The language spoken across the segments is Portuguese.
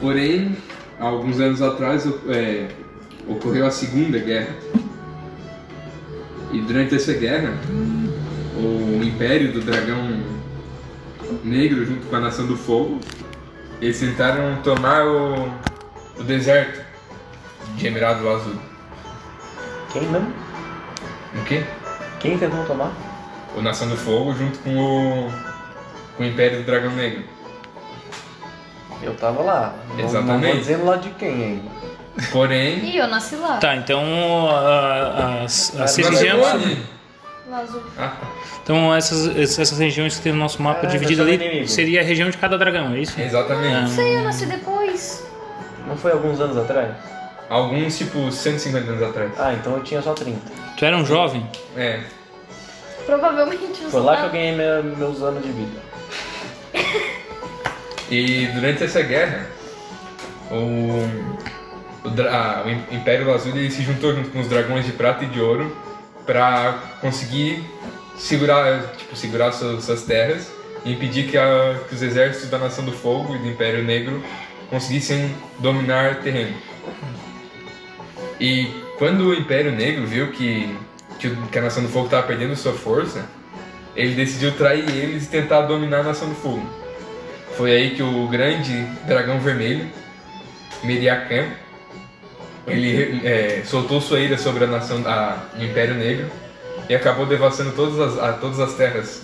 Porém, há alguns anos atrás é, ocorreu a Segunda Guerra. E durante essa guerra, o Império do Dragão Negro, junto com a Nação do Fogo, eles tentaram tomar o, o deserto de Emirado Azul. Quem mesmo? O quê? Quem tentou tomar? O Nação do Fogo junto com o, com o Império do Dragão Negro. Eu tava lá. Não- Não Exatamente. vou dizendo lá de quem ainda. Porém, E eu nasci lá. Tá, então a- as, as Mas regiões. agora- Lazul. é Ah, Então essas, essas regiões que tem no nosso mapa Ah, dividida tá ali sendo inimigo. seria a região de cada dragão, é isso? Não exatamente. sei, eu nasci depois. Não foi alguns anos atrás? Alguns, tipo, 150 anos atrás. Ah, então eu tinha só 30. Tu era um jovem? É. Provavelmente tá eu Foi lá que sou- eu ganhei meu- meus anos de vida. E durante essa guerra, o, o, dra- ah, o Im- Império Azul ele se juntou junto com os dragões de prata e de ouro para conseguir segurar, tipo, segurar suas, suas terras e impedir que, a- que os exércitos da Nação do Fogo e do Império Negro conseguissem dominar o terreno. E quando o Império Negro viu que, que, o- que a Nação do Fogo estava perdendo sua força, ele decidiu trair eles e tentar dominar a Nação do Fogo. Foi aí que o grande dragão vermelho, Miriakan, ele é, soltou sua ira sobre a nação a, o Império Negro e acabou devastando todas as, a- todas as terras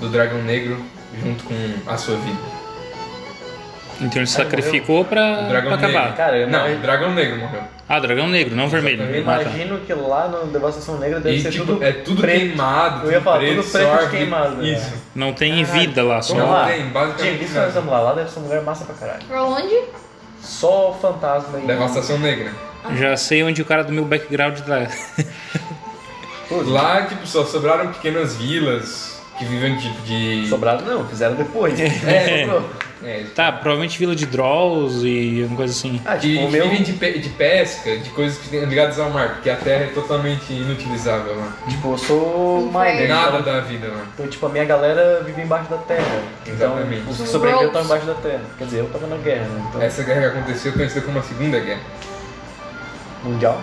do dragão negro junto com a sua vida. Então ele se Ah, ele sacrificou pra, O dragão Ah, pra acabar. negro. Cara, é eu não, morri. o dragão negro morreu. Ah, dragão negro, não vermelho. Eu Ah, tá. imagino que lá no Devastação Negra deve E ser tipo, tudo. é tudo preto. queimado, Eu ia falar, preto, tudo preto só de árvore. queimado, é. Isso. Não tem vida lá, só. Não Vamos lá. tem, basicamente Diga, isso que nada. nós vamos lá. Lá deve ser um lugar massa pra caralho. Pra onde? Só fantasma e. Devastação negra. Já sei onde o cara do meu background tá. Tudo. Lá, tipo, só sobraram pequenas vilas que vivem tipo de. Sobrado não, fizeram depois. É. Sobrou. É, Tá, provavelmente vila de Drolls e alguma coisa assim. Ah, Que tipo, o meu. vivem de, pe- de pesca, de coisas que tem- ligadas ao mar, porque a terra é totalmente inutilizável lá. Tipo, eu sou É. miner. Nada Então, da vida lá. então, tipo, a minha galera vive embaixo da terra. Então, Exatamente. os que sobreviveram estão Gross. embaixo da terra. Quer dizer, eu tava na guerra, né? Então, Essa guerra que aconteceu é conhecida como a Segunda Guerra. mundial.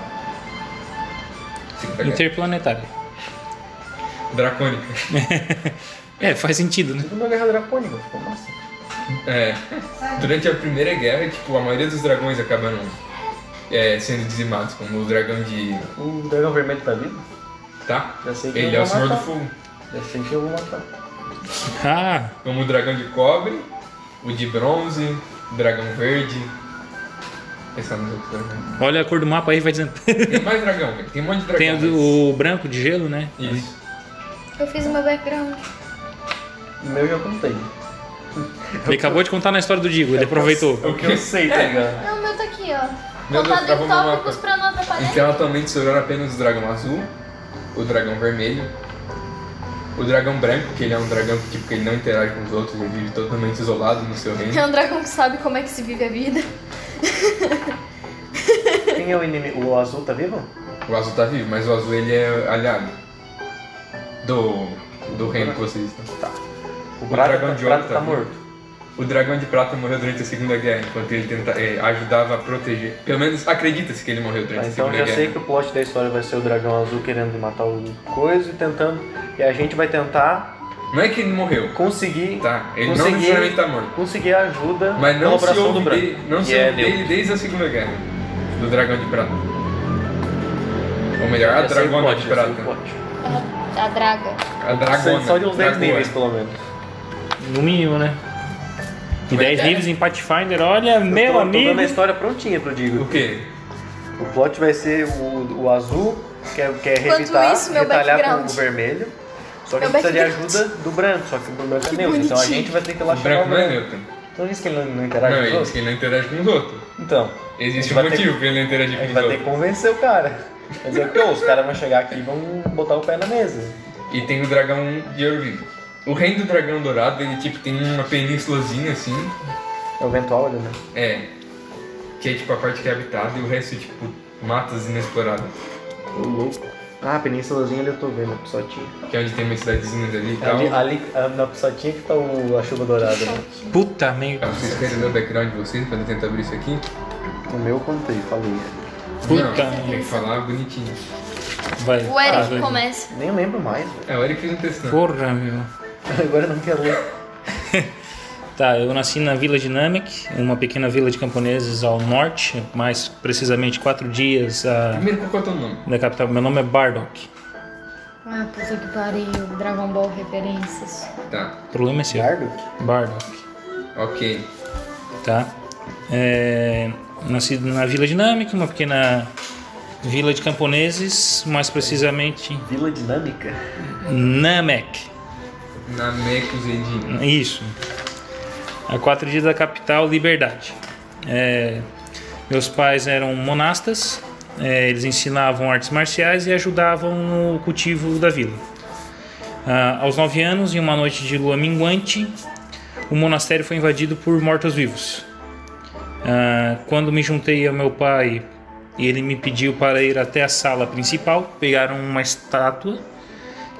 Segunda guerra. Interplanetária. Dracônica. É, faz sentido, né? Segunda guerra dracônica, ficou massa. É. Durante a Primeira Guerra, tipo, a maioria dos dragões acabaram é, sendo dizimados, como o dragão de. O dragão vermelho tá vivo? Tá? Já sei que Ele eu é o vou Senhor do matar. Fogo. Já sei que eu vou matar. Ah, Como o dragão de cobre, o de bronze, o dragão verde. é Pensar nos outros dragões. olha a cor do mapa aí, vai dizendo. Tem mais dragão, velho. Tem um monte de dragão. Tem o, do- o branco de gelo, né? Isso. Eu fiz o meu background. O meu eu já contei. Ele acabou de contar na história do Digo, ele aproveitou. O que eu sei, tá ligado? Não, o meu tá aqui, ó. Meu Deus, Contado travou em meu tópicos mapa. pra não atrapalhar. Então atualmente sobraram apenas o dragão azul, o dragão vermelho, o dragão branco, que ele é um dragão que, tipo, que ele não interage com os outros, ele vive totalmente isolado no seu reino. É um dragão que sabe como é que se vive a vida. Quem é o inimigo? O azul tá vivo? O azul tá vivo, mas o azul ele é aliado do, do reino que vocês estão. O, dragão tá, de prata ouro tá tá morto. O dragão de prata morreu durante a Segunda Guerra, enquanto ele tenta, eh, ajudava a proteger. Pelo menos acredita-se que ele morreu durante Ah, a então Segunda já tipo Guerra. sei que o plot da história vai ser o dragão azul querendo matar o coisa e tentando. E a gente vai tentar Não é que ele morreu, conseguir. tá? Ele não Consegui. necessariamente tá morto. Conseguir a ajuda Mas pela não se oração do ouve, branco. dele, não se E é ouve dele desde a Segunda Guerra do Dragão de Prata. Ou melhor, a Já sei é o Dragona plot, de já sei Prata. o plot. A, a draga. A Dragona. Só de uns 10 Dragoa. níveis, pelo menos. No mínimo, né? E 10 níveis em Pathfinder, olha, é. Eu meu tô, Tô amigo. dando a história prontinha pro O Digo. quê? O plot vai ser o, o azul, que é, que é Enquanto revitar, isso, meu retalhar com background. o vermelho. Só que a Meu gente precisa de background. ajuda do branco, só que o branco é Que neutro, então a bonitinho. gente vai ter que ir O lá chamar branco o não é branco. neutro. Então disse que ele não, não Não, interage com ele diz os que outros? ele não interage com os outros. Então, Existe A gente um vai ter- motivo pra ele não interagir a gente com os vai ter que outros. convencer o cara. Vai dizer, pô, os caras vão chegar aqui e vão botar o pé na mesa. E tem o Dragão de Ouro Vivo. O reino do Dragão Dourado, ele tipo tem uma penínsulazinha assim, É o ventual, né? é, que é tipo a parte que é habitada e o resto é tipo matas inexploradas. O louco. Ah, a penínsulazinha ali eu tô vendo, a Pissotinha. Que é onde tem umas cidadezinhas É ali e tal. Ali, ali, ah, na Pissotinha que tá o, a chuva dourada. né? Puta merda. Ah, Vocês querem dar o background de vocês pra eu tentar abrir isso aqui? O meu eu contei, falei. Puta. Não, tem que falar bonitinho. Vai. O Eric Ah, começa. Nem lembro mais, velho. É, o Eric fez um textão. Porra, meu. Agora eu não quero ler. Tá, eu nasci na Vila Dinamic, uma pequena vila de camponeses ao norte, mais precisamente quatro dias ah, Primeiro, qual que é o teu nome? da capital. Meu nome é Bardock. Ah, puta que pariu. Dragon Ball referências. Tá, O problema é seu. Bardo? Bardock. ok. tá? É, nasci na Vila Dinâmica, uma pequena vila de camponeses, mais precisamente Vila Dinâmica? Namek. Na Meco Zedinho. É Isso. A quatro dias da capital, Liberdade. É, meus pais eram monastas, é, eles ensinavam artes marciais e ajudavam no cultivo da vila. Ah, aos nove anos, em uma noite de lua minguante, o monastério foi invadido por mortos-vivos. Ah, quando me juntei ao meu pai e ele me pediu para ir até a sala principal, pegaram uma estátua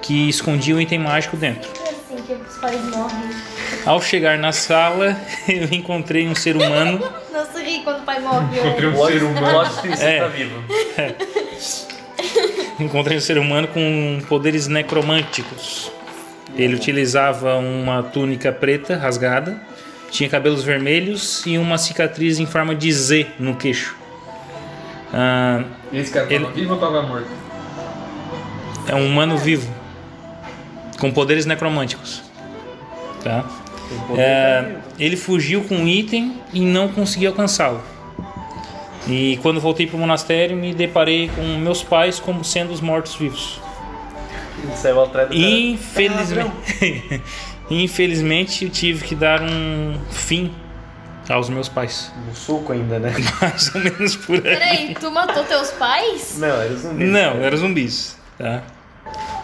que escondia um item mágico dentro. É assim que os pais morrem. Ao chegar na sala, eu encontrei um ser humano. Não se ri quando o pai morre. Encontrei um ser humano. Plot twist, É. tá vivo. encontrei um ser humano com poderes necromânticos. Ele utilizava uma túnica preta rasgada, tinha cabelos vermelhos e uma cicatriz em forma de Z no queixo. Ah, E esse cara tava Ele- vivo ou tava morto? é um humano vivo com poderes necromânticos, tá? Tem poder pra É, vivo. ele fugiu com um item e não consegui alcançá-lo. E quando voltei para o monastério, me deparei com meus pais como sendo os mortos-vivos. Ele saiu atrás do cara. Infelizmente, infelizmente eu tive que dar um fim aos meus pais. No suco ainda, né? Mais ou menos por aí. Peraí, tu matou teus pais? Não, eles não Não, eram zumbis, tá?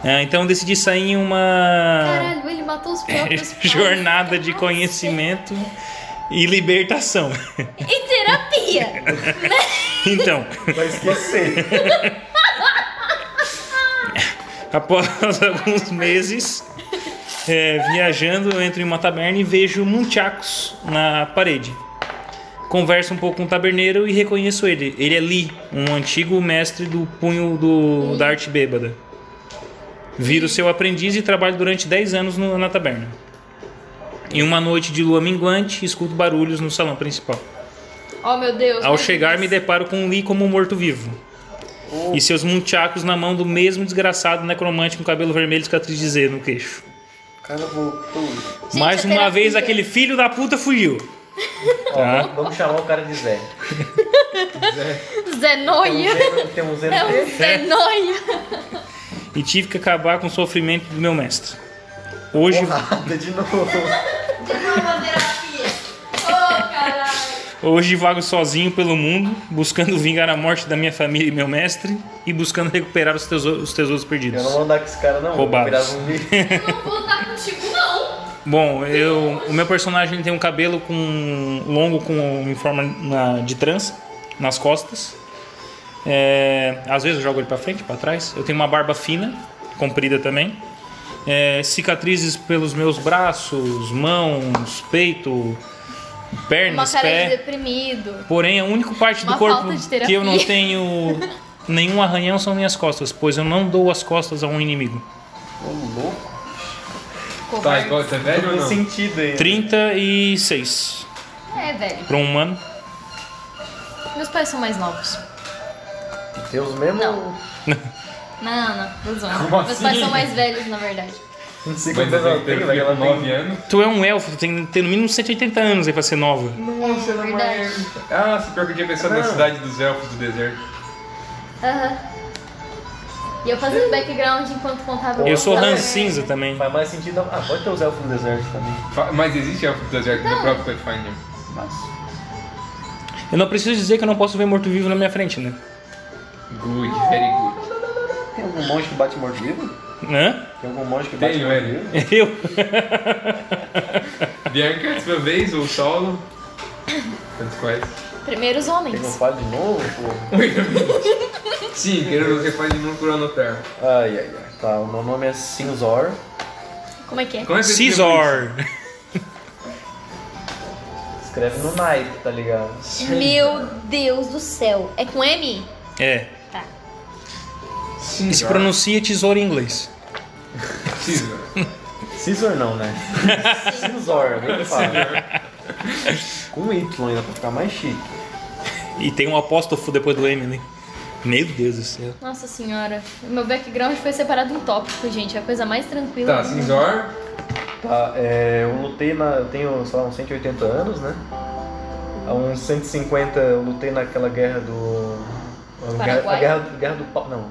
Ah, então eu decidi sair em uma Caralho, ele matou os próprios pais. jornada de conhecimento e libertação. E terapia. Então, Vai esquecer. após alguns meses é, viajando, eu entro em uma taberna e vejo munchacos na parede. Converso um pouco com o taberneiro e reconheço ele. Ele é Lee, um antigo mestre do punho do, da arte bêbada. Viro seu aprendiz e trabalho durante 10 anos no- na taberna. Em uma noite de lua minguante, escuto barulhos no salão principal. Oh, meu Deus. Ao meu chegar, me Deus. deparo com Lee como um morto-vivo. Oh. E seus munchacos na mão do mesmo desgraçado necromante com cabelo vermelho e cicatriz de Z no queixo. O cara voltou. Gente, Mais é uma terapia. vez, aquele filho da puta fugiu. Ó, Tá. vamos- vamos chamar o cara de Zé. Zé Tem um Noia. Zé no- Tem um Zé Então, É um no Zé Noia. E tive que acabar com o sofrimento do meu mestre. Hoje, Porrada de novo. De novo a terapia. Oh, caralho. hoje vago sozinho pelo mundo, buscando vingar a morte da minha família e meu mestre, e buscando recuperar os, teso os tesouros perdidos. Eu não vou andar com esse cara, não. Roubados. Vou virar zumbi. Eu não vou andar contigo, não. Bom, eu, o meu personagem ele tem um cabelo com longo com em forma na- de trança nas costas. É, às vezes eu jogo ele pra frente, pra trás. Eu tenho uma barba fina, comprida também. É, cicatrizes pelos meus braços, mãos, peito, Uma pernas, cara pé. de deprimido. Porém, a única parte do Uma corpo falta de terapia. que eu não tenho nenhum arranhão são minhas costas, pois eu não dou as costas a um inimigo. Ô, louco. Tá, Covarde. e qual, você é velho ou Não não? sentido aí. 36 É, velho. para um humano. Meus pais são mais novos. Tem os mesmos. Não. Não, não. Tô zoando. Como Meus assim? pais são mais velhos, na verdade. Não sei Mas é, quantos anos ela eu tem, tenho velho. Ela tem 9 anos. Tu é um elfo, tu tem que ter no mínimo 180 anos aí pra ser nova. Nossa, não é Verdade. mesmo. Ah, se pior que eu tinha pensado na Não. cidade dos elfos do deserto. Aham. E eu fazendo background enquanto contava Eu uma sou história. Han cinza também. Faz mais sentido. Ah, pode ter os elfos no deserto também. Fa- Mas existe elfo do deserto no próprio Pathfinder. Mas. Eu não preciso dizer que eu não posso ver morto-vivo na minha frente, né? Good, very good. Tem algum monge que bate morto-vivo? Hã? Tem algum monge que bate Tem, morto-vivo? velho. Eu? Bianca, sua vez, ou solo. Tanto faz. Primeiros Ele não homens. fala de novo, pô. Sim, querendo você faz de mão curando terra. Ai, ai, ai. Tá, o meu nome é Cinzor. Como é que é? Como é que você escreveu Cisor. Escreve no naipe, tá ligado? isso? Meu Deus do céu. É com M? É. Tá. Sim, E se pronuncia tesouro em inglês. Cisor. Scizor não, né? Cinzor, bem que fala. Com Y ainda, pra ficar mais chique. E tem um apóstrofo depois do M, né? Meu Deus do céu. Nossa senhora. Meu background foi separado em tópico, gente. É a coisa mais tranquila. Tá, do mundo. Cinzor. Tá, é, eu lutei na. Eu tenho, sei lá, uns 180 anos, né? Há uns 150 eu lutei naquela guerra do. a guerra- Paraguai? A guerra, guerra do pau. Não.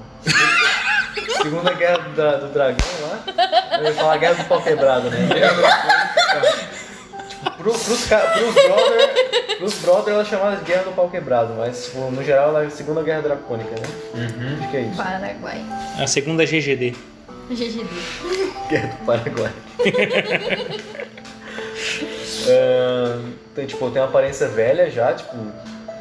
Segunda guerra do, dra- do dragão lá. Eu ia falar guerra do pau quebrado, né? Pro, pros, ca- pros brother. Pros brother ela chamava de guerra do pau quebrado, mas tipo, no geral ela é a segunda guerra dracônica, né? Uhum. Acho que é isso. Paraguai. A segunda é GGD. GGD. Guerra do Paraguai. É, tem, tipo, tem uma aparência velha já, tipo,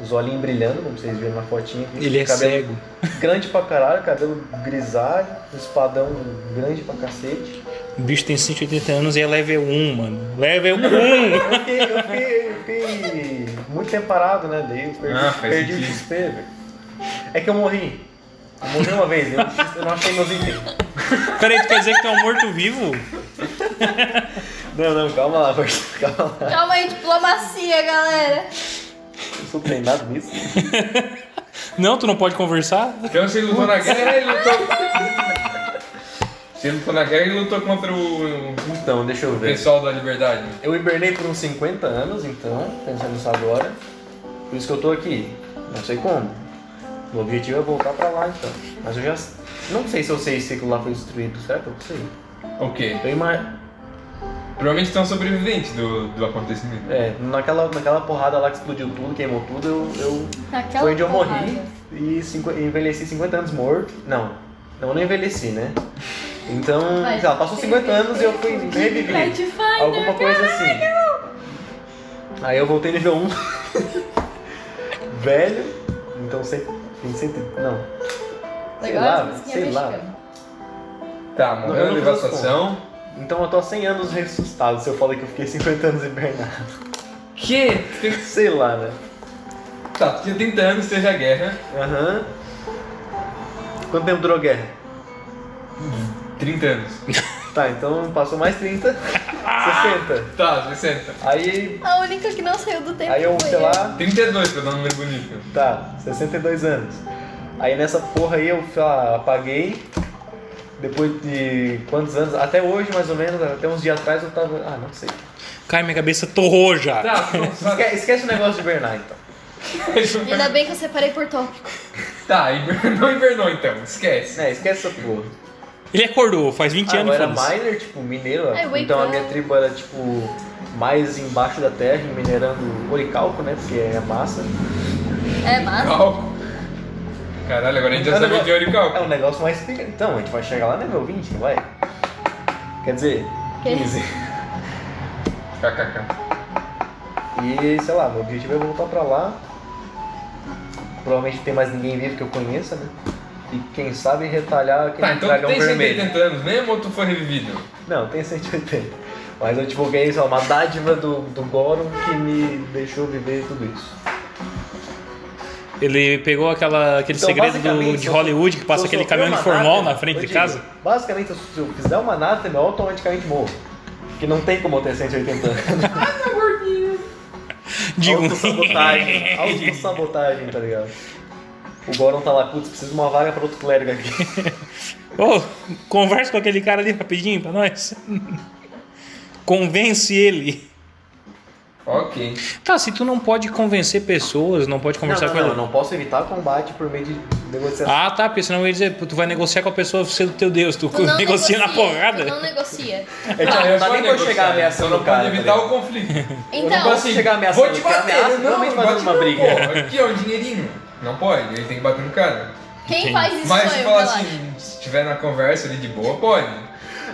os olhinhos brilhando, como vocês viram na fotinha. aqui. Ele é cabelo cego. grande pra caralho, cabelo grisalho, um espadão grande pra cacete. O bicho tem 180 anos e é level 1, mano. Level 1! Eu fiquei, eu fiquei, eu fiquei muito tempo parado, né? Daí eu perdi, Ah, faz perdi o sentido. XP, velho. É que eu morri. Eu morri uma vez, eu, eu não achei meus itens. Peraí, tu quer dizer que tu é um morto-vivo? Não, não, calma lá, parceiro, calma lá. Calma aí, diplomacia, galera. Eu sou treinado nisso. Não, tu não pode conversar? Então se ele lutou na guerra, ele lutou. Se ele lutou na guerra, ele lutou contra o, o Então, deixa eu ver. pessoal da liberdade. Eu hibernei por uns 50 anos, então, pensando nisso agora. Por isso que eu tô aqui. Não sei como. O objetivo é voltar pra lá, então. Mas eu já. Não sei se eu sei se aquilo lá foi destruído. Será que eu sei? O quê? Eu ima... Provavelmente estão sobreviventes do, do acontecimento. É, naquela, naquela porrada lá que explodiu tudo, queimou tudo, eu. eu... Naquela Foi onde eu porrada. morri e cinqu- envelheci 50 anos morto. Não, não, eu não envelheci, né? Então, Vai, sei lá, passou você 50 fez anos e eu fui tudo. reviver. Pathfinder, Alguma coisa assim. Aí eu voltei nível 1. Velho. Então sempre. Tem sempre. Não. Sei Legal essa lá, musiquinha sei lá. mexicana. Tá, Eu morreu não na devastação. Então eu tô há 100 anos ressuscitado se eu falar que eu fiquei 50 anos hibernado. Que? Sei lá, né? Tá, tu tinha 30 anos, teve a guerra. Aham. Quanto tempo durou a guerra? 30 anos. Tá, então passou mais 30. 60. Tá, 60. Aí. A única que não saiu do tempo Aí eu, foi sei lá. 32 pra dar um número bonito. Tá, 62 anos. Aí nessa porra aí eu sei lá, apaguei. Depois de quantos anos? Até hoje, mais ou menos, até uns dias atrás eu tava. Ah, não sei. Cai, minha cabeça torrou já. Tá, não, sabe? Esque- esquece o negócio de Bernard, então. Ainda bem que eu separei por tópico. Tá, hiber- não hibernou então, esquece. É, esquece essa porra. Ele acordou, faz 20 Ah, eu anos era e foda-se. miner, tipo, mineiro. Ai, wake então a up. minha tribo era, tipo, mais embaixo da terra, minerando oricalco, né? Porque é massa. É, mas. Calco. Caralho, agora a gente já É um sabe de negócio- olho e calco. É um negócio mais pica. Então, a gente vai chegar lá nível 20, não vai? Quer dizer, Que? 15. KKK. E sei lá, meu objetivo é voltar pra lá. Provavelmente não tem mais ninguém vivo que eu conheça, né? E quem sabe retalhar aquele Tá, então tu dragão tem vermelho. 180 anos mesmo ou tu foi revivido? Não, tem 180. Mas eu tipo ganhei sei lá, uma dádiva do, do Goron que me deixou viver tudo isso. Ele pegou aquela, aquele Então, segredo do, basicamente, de se eu- Hollywood que passa se eu aquele sofrer caminhão de uma formol anátema, na frente eu de digo, casa. Basicamente, se eu- se eu fizer uma anátema, eu automaticamente morro. Porque não tem como eu ter 180 anos. Digo, Autossabotagem. Autossabotagem, tá ligado? O Goron tá lá, putz, preciso de uma vaga pra outro clérigo aqui. ô, conversa com aquele cara ali rapidinho pra nós. Convence ele. Ok. Tá, se tu não pode convencer pessoas, não pode conversar não, com não, ela. não, não posso evitar combate por meio de negociação. Ah, tá, porque senão eu ia dizer, pô, tu vai negociar com a pessoa sendo teu Deus, tu, Tu não negocia assim na tu não porrada. negocia. é tipo, Ah, não eu vou dá nem pra eu negociar, chegar eu ameaçando não o cara. pode evitar tá o conflito. Então, posso chegar ameaçando, Vou te porque bater, ameaça, não, normalmente faz bate uma não, briga. pô. Aqui é um dinheirinho. Não pode, ele tem que bater no cara. quem faz isso Mas sou se eu, falar relaxa. assim, se tiver na conversa ali de boa, pode.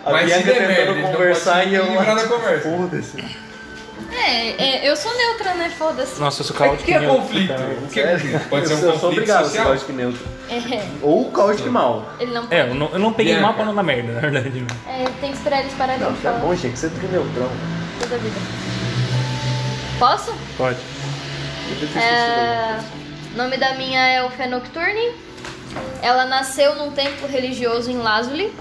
a Mas Bia se der merda, tentando ele não conversar pode e eu. se livrar da conversa. Foda-se. É, é, eu sou neutra, né? Foda-se. Nossa, eu sou Mas O caótico. que é neutro, conflito? cara. O que é conflito? Pode ser Eu sou- um eu sou conflito obrigado a ser social. caótico neutro. É, Ou caótico mal. ele não É, pode. eu não, eu não peguei Bianca. mapa não na merda, na verdade. né? É, tem que esperar eles pararem Não, de tá falar bom, gente, que você tem neutrão. toda a vida. Posso? Pode. Eu detesto isso, É, O nome da minha é Elfia Nocturne. Ela nasceu num templo religioso em Lazuli.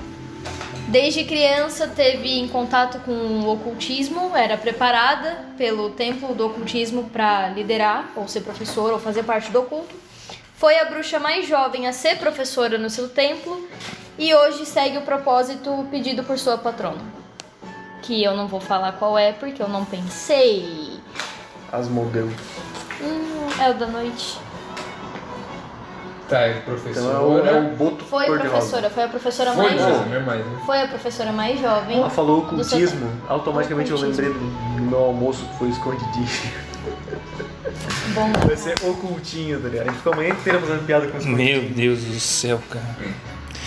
Desde criança teve em contato com o ocultismo, era preparada pelo templo do ocultismo para liderar, ou ser professora, ou fazer parte do oculto. Foi a bruxa mais jovem a ser professora no seu templo e hoje segue o propósito pedido por sua patrona. Que eu não vou falar qual é porque eu não pensei. não. Asmodeu. Hum, é o da noite. Tá, é Então é o, é professora. o Boto Foi a Cor-de-Rosa. professora, foi a professora Foi, mais um. não, jovem. não é mais, né? Foi a professora mais jovem. Ela falou do seu ocultismo, automaticamente eu Ocultismo. lembrei do, do meu almoço que foi escondidinho. tempo. Bom, Vai ser ocultinho, tá ligado? A gente ficou a manhã inteira fazendo piada com escondidinho. Meu Deus do céu, cara.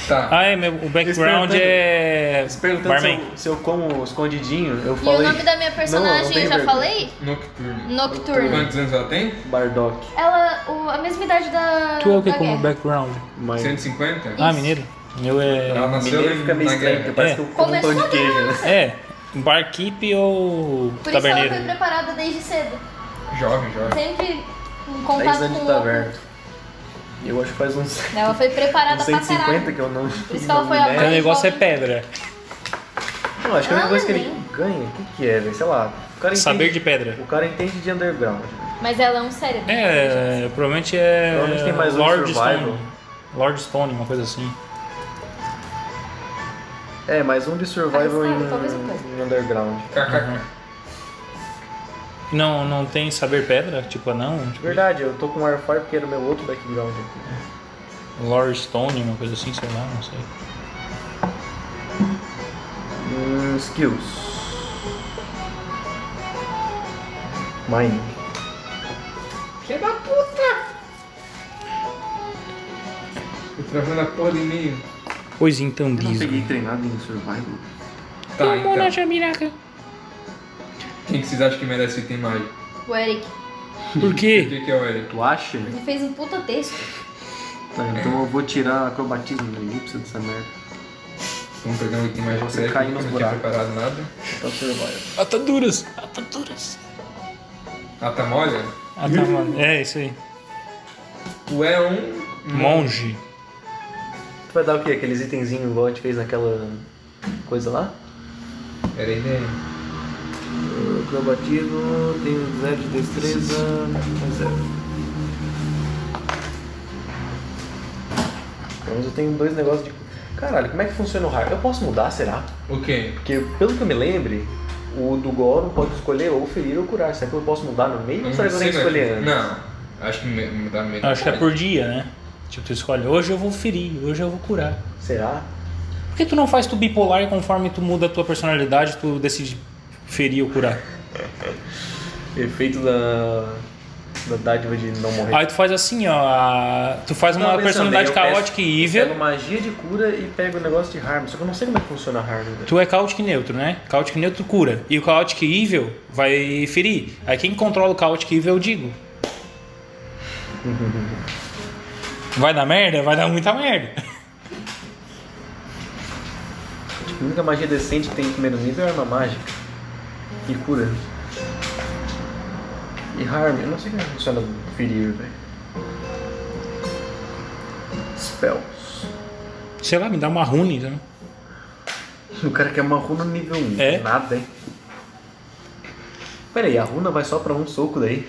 Tá. Ah, é, meu, o background Eles perguntando- é. Se perguntando se Barman. eu, se eu como escondidinho, eu e o falei nome da Não, minha não personagem, tem eu já vergonha. falei? Nocturne. Nocturne. Quantos anos ela tem? Bardock, Ela, o- a mesma idade da. Tu é o que da como guerra. background? mas... 150? Ah, mineiro. Meu é. Ela nasceu Mineiro fica meio na estranho, guerra. porque parece É. que eu como um pão de Começou queijo, né? É, barkeep ou Por isso ela taberneiro? foi preparada desde cedo. Jovem, jovem. Sempre em 10 contato anos com de o taverna. oculto. tá Eu acho que faz uns, uns Ela foi preparada pra 150 caralho. que eu não. Por isso que ela foi a Então o negócio é jovem. pedra. Não, acho que a única Ah, coisa que ele nem. ganha, o que, que é, velho? Sei lá. O cara entende, Saber de pedra. O cara entende de underground. Mas ela é um cérebro. É, provavelmente é. Provavelmente tem mais um Lord survival. Stone. Lord Stone, uma coisa assim. É, mas um de survival Ah, em, sabe, talvez eu conheça. em underground. KKK. Não, não tem saber pedra? Tipo, não? Tipo, Verdade, eu tô com o Firefly porque era o meu outro background aqui. Lord Stone, uma coisa assim, sei lá, não sei. Hum, skills. Mine. Que da puta! Tô travando a porra de e-mail. Pois então, Eu não diz. peguei treinado em survival. Tá, então. Quem que vocês acham que merece o item mágico? O Eric. Por O quê? que que é o Eric? Tu acha? Ele fez um puta texto. Tá, então eu vou tirar acrobatismo da elipse dessa merda. Vamos pegar um item mágico Você pra ele, cai porque nos eu não tinha buracos. preparado nada. Então survival. Ataduras! Ataduras! Ah, tá molha? Ah, tá, mano. É, isso aí. Tu é um... Hum. Monge. Tu vai dar o quê? Aqueles itenzinhos igual a gente fez naquela coisa lá? Era ideia. Acrobatismo, tenho zero de destreza, é zero. Pelo menos eu tenho dois negócios de. Caralho, como é que funciona o raio? Eu posso mudar, será? O quê? Porque, pelo que eu me lembre, o do Goron pode escolher ou ferir ou curar. Será que eu posso mudar no meio ou será que eu tenho é que sei, escolher mas- antes? Não. Acho que me- mudar mesmo. Acho que é por dia, né? Tipo, tu escolhe, hoje eu vou ferir, hoje eu vou curar. Será? Por que tu não faz tu bipolar e conforme tu muda a tua personalidade, tu decide ferir ou curar? Efeito da. da dádiva de não morrer. Aí tu faz assim, ó. a- Tu faz uma É. Tava pensando, personalidade eu peço- caótica e Pego evil. magia de cura e pego o negócio de harm. Só que eu não sei como é que funciona harm. velho. Tu é caótico e neutro, né? Caótico e neutro cura. E o caótico e evil vai ferir. Aí quem controla o caótico e evil é o Digo. Vai dar merda? Vai dar muita merda. A única magia decente que tem em primeiro nível é arma mágica. E cura. E harm, eu não sei como é que funciona ferir, velho. Spells. Sei lá, me dá uma rune, né? O cara quer uma runa nível 1. É? Nada, hein? Pera aí, a runa vai só pra um soco daí?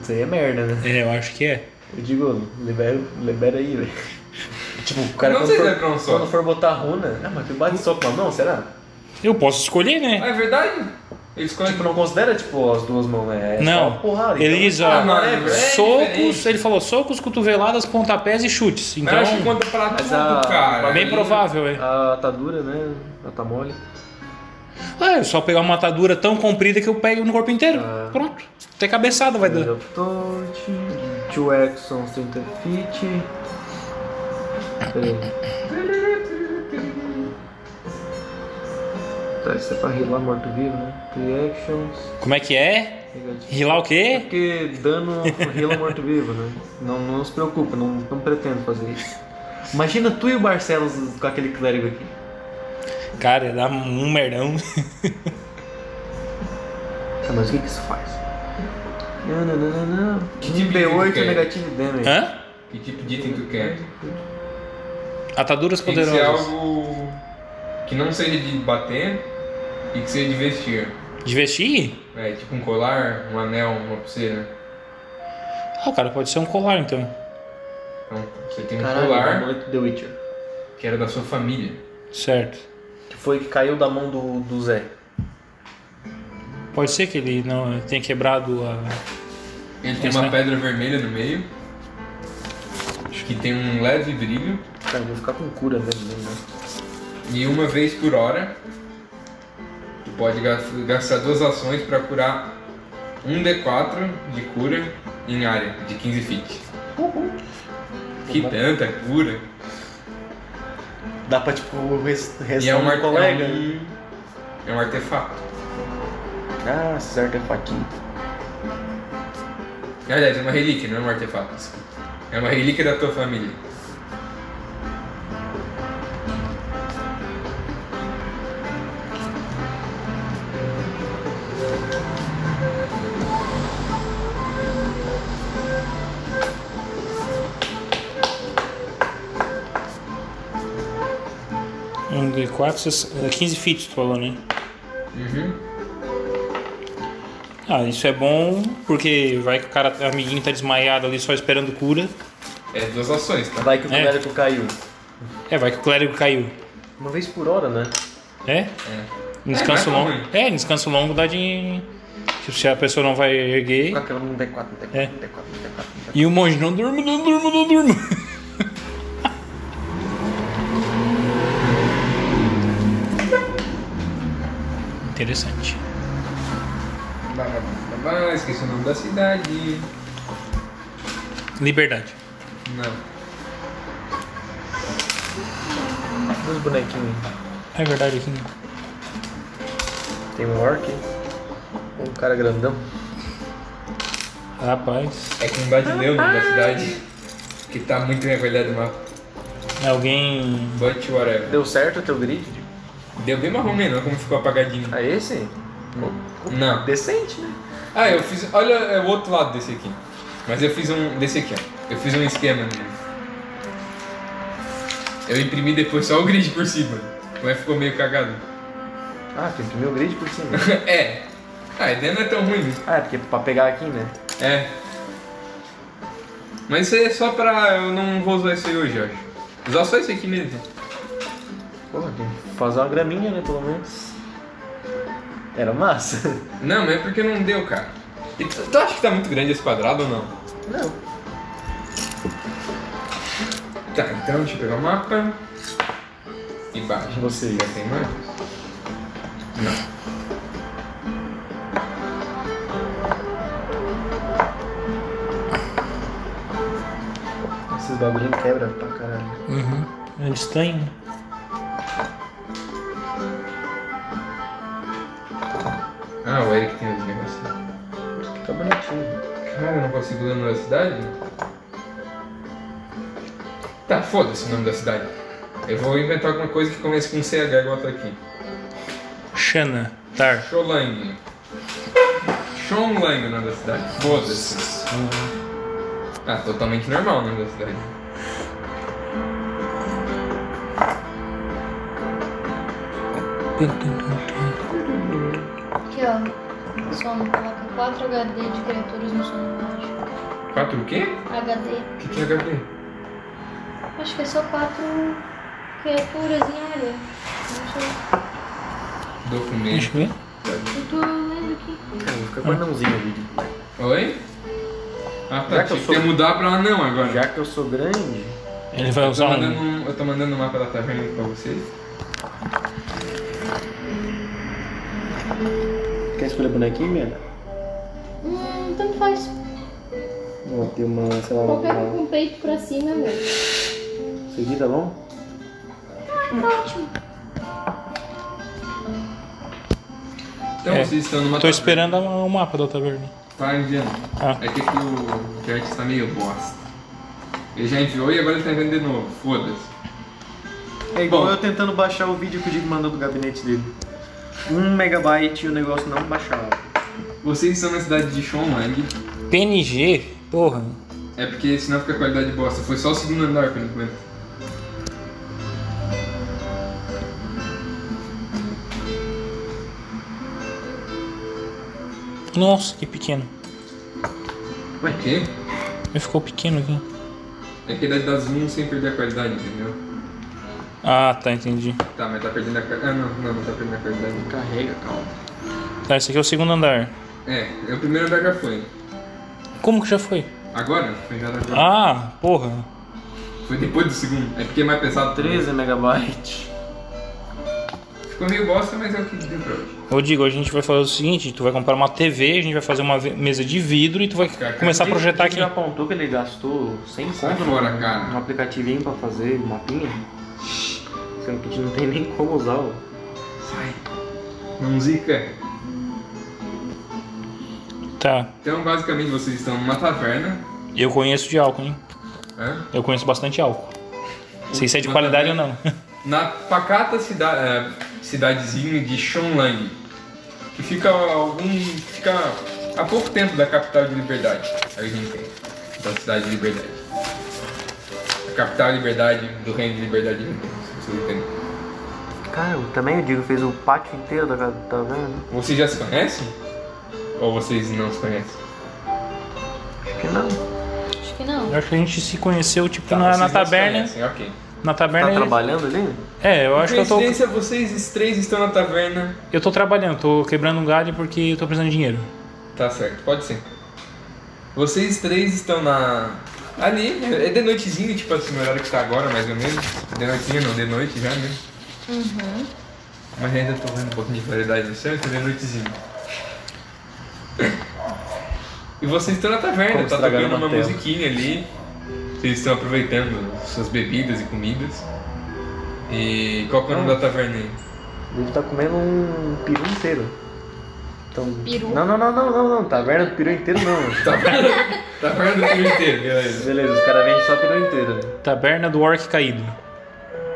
Isso aí é merda, né? É, eu acho que é. Eu digo, libera, libera aí, velho. Tipo, o cara Não quando sei se for, é pra um soco. quando for botar runa... Ah, mas tu bate soco com a mão, será? Eu posso escolher, né? Ah, é verdade? Ele escolhe... Tipo, não considera, tipo, as duas mãos, né? É só Não. uma porrada. né? Ele diz, ó, Ah, mano, é socos, diferente. ele falou socos, cotoveladas, pontapés e chutes. Mas Então, acho que conta pra Mas tudo, a- cara. bem Aí- provável, é. A atadura, né? A tá mole. É, é só pegar uma atadura tão comprida que eu pego no corpo inteiro. Ah. Pronto. Até cabeçada vai dar. Torch. Two Axons 30 feet. Pera aí. Tá, Tá, isso é pra rilar morto-vivo, né? Three actions. Como é que é? negativo. Rilar o É quê? porque dano rila morto-vivo, né? Não, não se preocupa, não, não pretendo fazer isso. Imagina tu e o Barcelos com aquele clérigo aqui. Cara, dá um merdão. Tá, mas o que que isso faz? Não, não, não, não, não. Que tipo de B8 clérigo? negativo né, damage. Hã? Que tipo de item tu quer? Ataduras Tem que ser poderosas. algo que não seja de bater e que seja de vestir. De vestir? É, tipo um colar, um anel, uma pulseira. Ah, cara, pode ser um colar então. Então, você tem um Caralho, colar muito The Witcher. que era da sua família. Certo. Que foi que caiu da mão do, do Zé. Pode ser que ele não tenha quebrado a. Ele tem Essa uma é. pedra vermelha no meio. Que tem um leve brilho. Cara, eu vou ficar com cura mesmo, né? E uma vez por hora, tu pode ga- gastar duas ações pra curar um D4 de cura em área de 15 feet. Uhum. Que tanta cura! Dá pra, tipo, res- E é restar um, um ar- colega. é um- é um artefato. Ah, esses artefatinhos. Na verdade, é uma relíquia, não é um artefato. desculpa. É uma relíquia da tua família. Um de 4, 15 feet, tu falou, né? Uhum. Ah, isso é bom porque vai que o cara, o amiguinho tá desmaiado ali só esperando cura. É duas ações, tá? Vai que o É. clérigo caiu. É, vai que o clérigo caiu. Uma vez por hora, né? É? É. Um descanso É, não é longo. tão ruim. É, um descanso longo dá de. Tipo, se a pessoa não vai Com erguer. aquela um não tem 4, não tem 4, É. não tem 4, não tem 4. E o monge, não durmo, não durmo, não durmo. Interessante. Blá, blá, blá, blá, blá, Esqueci o nome da cidade. Liberdade. Não. Os bonequinhos. É verdade aqui. Tem um orc. Um cara grandão. Rapaz. É com Badileu, o nome da cidade. Que tá muito na verdade do mapa. é Alguém. But whatever. Deu certo o teu grid? Deu bem mais ou menos, como ficou apagadinho. Ah, esse? Não. Decente, né? Ah, eu fiz. Olha é o outro lado desse aqui. Mas eu fiz um. desse aqui, ó. Eu fiz um esquema nele. Eu imprimi depois só o grid por cima. Mas ficou meio cagado. Ah, tu imprimiu o grid por cima. é. Ah, a ideia não é tão ruim. né? ah, é porque pra pegar aqui, né? É. Mas isso aí é só pra. Eu não vou usar isso aí hoje, eu acho. Usar só isso aqui mesmo. Porra, tem que fazer uma graminha, né, pelo menos. Era massa. Não, mas é porque não deu, cara. E tu, tu acha que tá muito grande esse quadrado ou não? Não. Tá, então deixa eu pegar o mapa. E baixa. Você. Já tem mais? Não. Esses bagulhinhos quebra pra caralho. Uhum. É estranho. né? Ah, o Eric tem os negócios. Fica bonitinho. Cara, eu não consigo ler o nome da cidade? Tá, foda-se o nome da cidade. Eu vou inventar alguma coisa que comece com CH igual tá aqui. Xana. Tar. Xolang. Xonlang é o nome da cidade. Foda-se. Ah, totalmente normal o nome da cidade. Aqui, ó. Sono, coloca 4 HD de criaturas no sono mágico. 4 o quê? HD. O que, que é HD? Acho que é só 4 criaturas em área. Não Documento. Deixa eu ver. sei. Eu tô lendo aqui. Cara, Fica grandãozinho o vídeo. Oi? Ah tá, Já que tinha eu que sou- ter mudar pra anão agora. Já que eu sou grande, Ele vai Eu tô, usar mandando, um. um- eu tô mandando o mapa da taverna pra vocês. quer escolher bonequinho, minha? Hum, tanto faz. Vou ter uma, sei lá, Qualquer um com o peito pra cima é meu. Isso aqui tá bom? Tá ótimo. Então É. vocês estão numa. Tô taverna. esperando o mapa da taverna. Tá enviando. Ah. É que aqui o Jack está meio bosta. Ele já enviou e agora ele tá enviando de novo. Foda-se. É igual Bom. eu tentando baixar o vídeo que o Diego mandou do gabinete dele. Um megabyte e o negócio não baixava. Vocês estão na cidade de Shonlang. PNG? Porra. É porque senão fica a qualidade bosta. Foi só o segundo andar por enquanto. Nossa, que pequeno. Ué, quê? Ele ficou pequeno aqui. É que a idade das zoom sem perder a qualidade, entendeu? Ah, tá, entendi. Tá, mas tá perdendo a qualidade. Ah, não, não, não tá perdendo a qualidade. Carrega, calma. Tá, esse aqui é o segundo andar. É, é o primeiro andar já foi. Como que já foi? Agora? Foi já agora. Ah, porra. Foi depois do segundo. É porque é mais pesado. 13 megabytes. Ficou meio bosta, mas é o que deu pra hoje. Eu digo, a gente vai fazer o seguinte, tu vai comprar uma TV, a gente vai fazer uma ve- mesa de vidro e tu vai Cara, começar a tem- projetar Ele aqui. já apontou que ele gastou 100 Sai conto fora, num- cara. num Um aplicativinho pra fazer mapinha. Sendo que a gente não tem nem como usar o. Sai. Não zica. Tá. Então, basicamente, vocês estão numa taverna. né? Eu conheço de álcool, hein? Hã? Eu conheço bastante álcool. Sei se é de qualidade ou não. na pacata cida- eh, cidadezinha de Shonlang, que fica a algum fica a pouco tempo da capital de Liberdade, argentina, da cidade de Liberdade. A capital de Liberdade do reino de Liberdade argentina, se vocês entendem. Cara, eu- também o Diego fez o pátio inteiro da casa, tá vendo? Vocês já se conhecem? Ou vocês não se conhecem? Acho que não. Acho que não. Eu acho que a gente se conheceu, tipo, Tá, na, vocês na não se taberna. conhecem, ok. Na taberna. Tá ele- trabalhando ali? É, eu acho que eu tô. Coincidência, vocês três estão na taverna. Eu tô trabalhando, tô quebrando um galho porque eu tô precisando de dinheiro. Tá certo, pode ser. Vocês três estão na. Ali, né? é de noitezinha, tipo assim, o horário que tá agora, mais ou menos. De noitinha não, de noite já, né? Mas ainda tô vendo um pouquinho de variedade no céu, então de noitezinha. E vocês estão na taverna, Como tá estragar tocando uma, uma tela. musiquinha ali. Vocês estão aproveitando suas bebidas e comidas. E qual que é o nome da taverna aí? Ele tá comendo um peru inteiro. Então... Peru? Não, não, não, não, não, não. Taverna do peru inteiro não. Taverna, taverna do Rio inteiro, beleza. Beleza, os caras vendem só peru inteiro. né? Taberna do Orc Caído.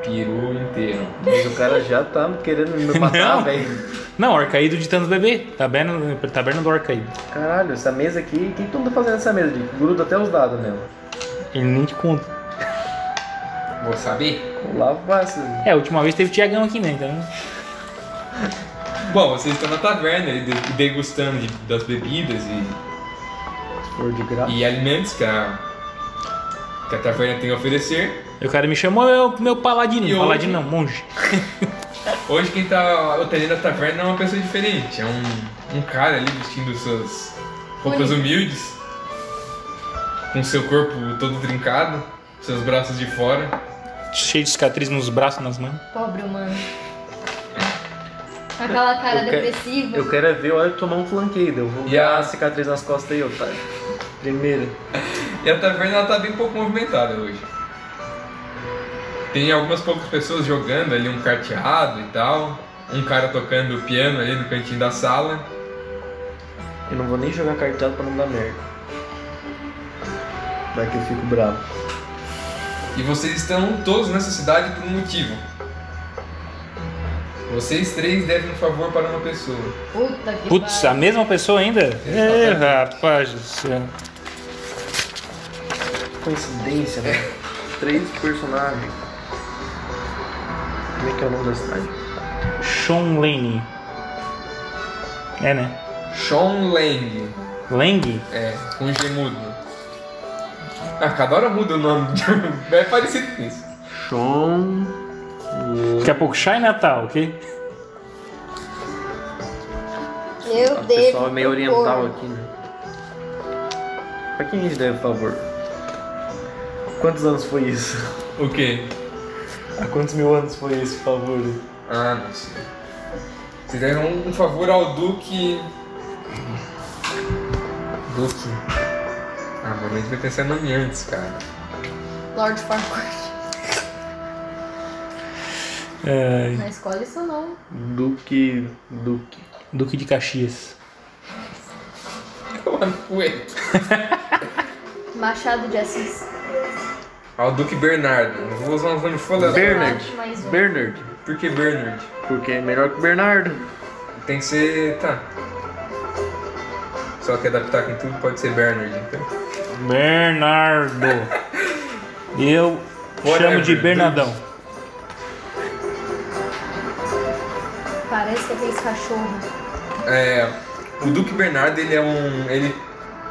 Peru inteiro. Mas o cara já tá querendo me matar, Não. velho. Não, Orc Caído de tanto bebê. Taberna, taberna do Orc Caído. Caralho, essa mesa aqui, o que tu anda fazendo nessa mesa? Diego? Gruda até os dados nela. Ele nem te conta. Vou saber? Lá passa. É, a última vez teve Tiagão aqui, né? Então. Bom, vocês estão na taverna e de- degustando de- das bebidas e, Se for de graça. e alimentos que a, que a taverna tem a oferecer. E o cara me chamou, eu, meu paladino. E hoje? paladino não, monge. Hoje quem tá hotelando da taverna é uma pessoa diferente. É um, um cara ali vestindo suas roupas humildes, com seu corpo todo trincado, seus braços de fora. Cheio de cicatriz nos braços, nas mãos. Pobre humano. Com Aquela cara Eu quero- depressiva. Eu quero é ver, olha, eu tomar um flanqueio. Eu vou E e a a- cicatriz nas costas aí, otário. Primeiro. E a taverna ela tá bem pouco movimentada hoje. Tem algumas poucas pessoas jogando ali um carteado e tal. Um cara tocando piano ali no cantinho da sala. Eu não vou nem jogar carteado pra não dar merda. Vai que eu fico bravo. E vocês estão todos nessa cidade por um motivo. Vocês três devem um favor para uma pessoa. Puta que Putz, a pariu. mesma pessoa ainda? É, rapaz do céu. Coincidência, né? Três personagens. Como é que é o nome da cidade? Sean Lane. É, né? Sean Lang. Lang? É, com G mudo. Ah, cada hora muda o nome. é parecido com isso. Sean. Daqui a pouco, Shai Natal, ok? Eu O devo. pessoal é meio propor. oriental aqui, né? Pra quem a gente deve favor? Quantos anos foi isso? O quê? Há quantos mil anos foi esse favor? Ah, não sei. Vocês devem um, um favor ao Duque. Duque. Ah, mano, a gente vai pensar no nome antes, cara. Lord Farquaad. É, Na escola isso não. Duque. Duque. Duque de Caxias. Eu não aguento. Machado de Assis. Ah, o Duque Bernardo. Eu Vou usar um nome foda. Bernard. Bernard, mais um. Bernard. Por que Bernard? Porque é melhor que Bernardo. Tem que ser. Tá. Só que adaptar com tudo pode ser Bernard, então. Bernardo. E eu Whatever, chamo de dude. Bernadão. Parece que é aqueles cachorros. É, o Duque Bernardo ele é um, ele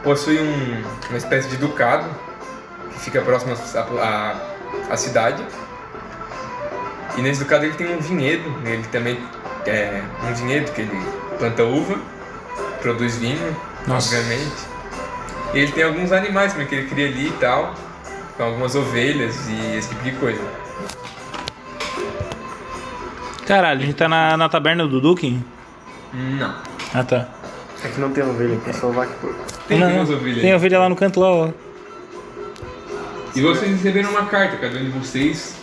possui um- uma espécie de ducado que fica próximo à, à- à cidade. E nesse ducado ele tem um vinhedo, ele também é um vinhedo que ele planta uva, produz vinho, Nossa. obviamente. E ele tem alguns animais também que ele cria ali e tal, com algumas ovelhas e esse tipo de coisa. Caralho, a gente tá na, na taberna do Duque? Não. Ah, tá. É que não tem ovelha aqui, só vaca e porco. Tem Não, algumas não. ovelhas. Tem ovelha lá no canto lá, ó. E vocês receberam uma carta, cada um de vocês.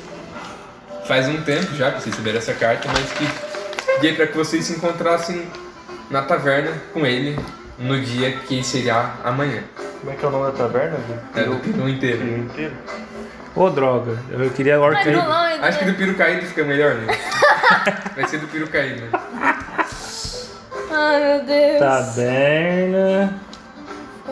Faz um tempo já que vocês receberam essa carta, mas que dia para que vocês se encontrassem na taverna com ele no dia que será amanhã. Como é que é o nome da taverna? Do É do peru inteiro. Peru inteiro? Ô, droga. Eu queria a orca Mas não, né? aí. não, Acho que do peru caído fica melhor, né? Vai ser do peru caído. né? Ai, meu Deus. Tá. Taberna.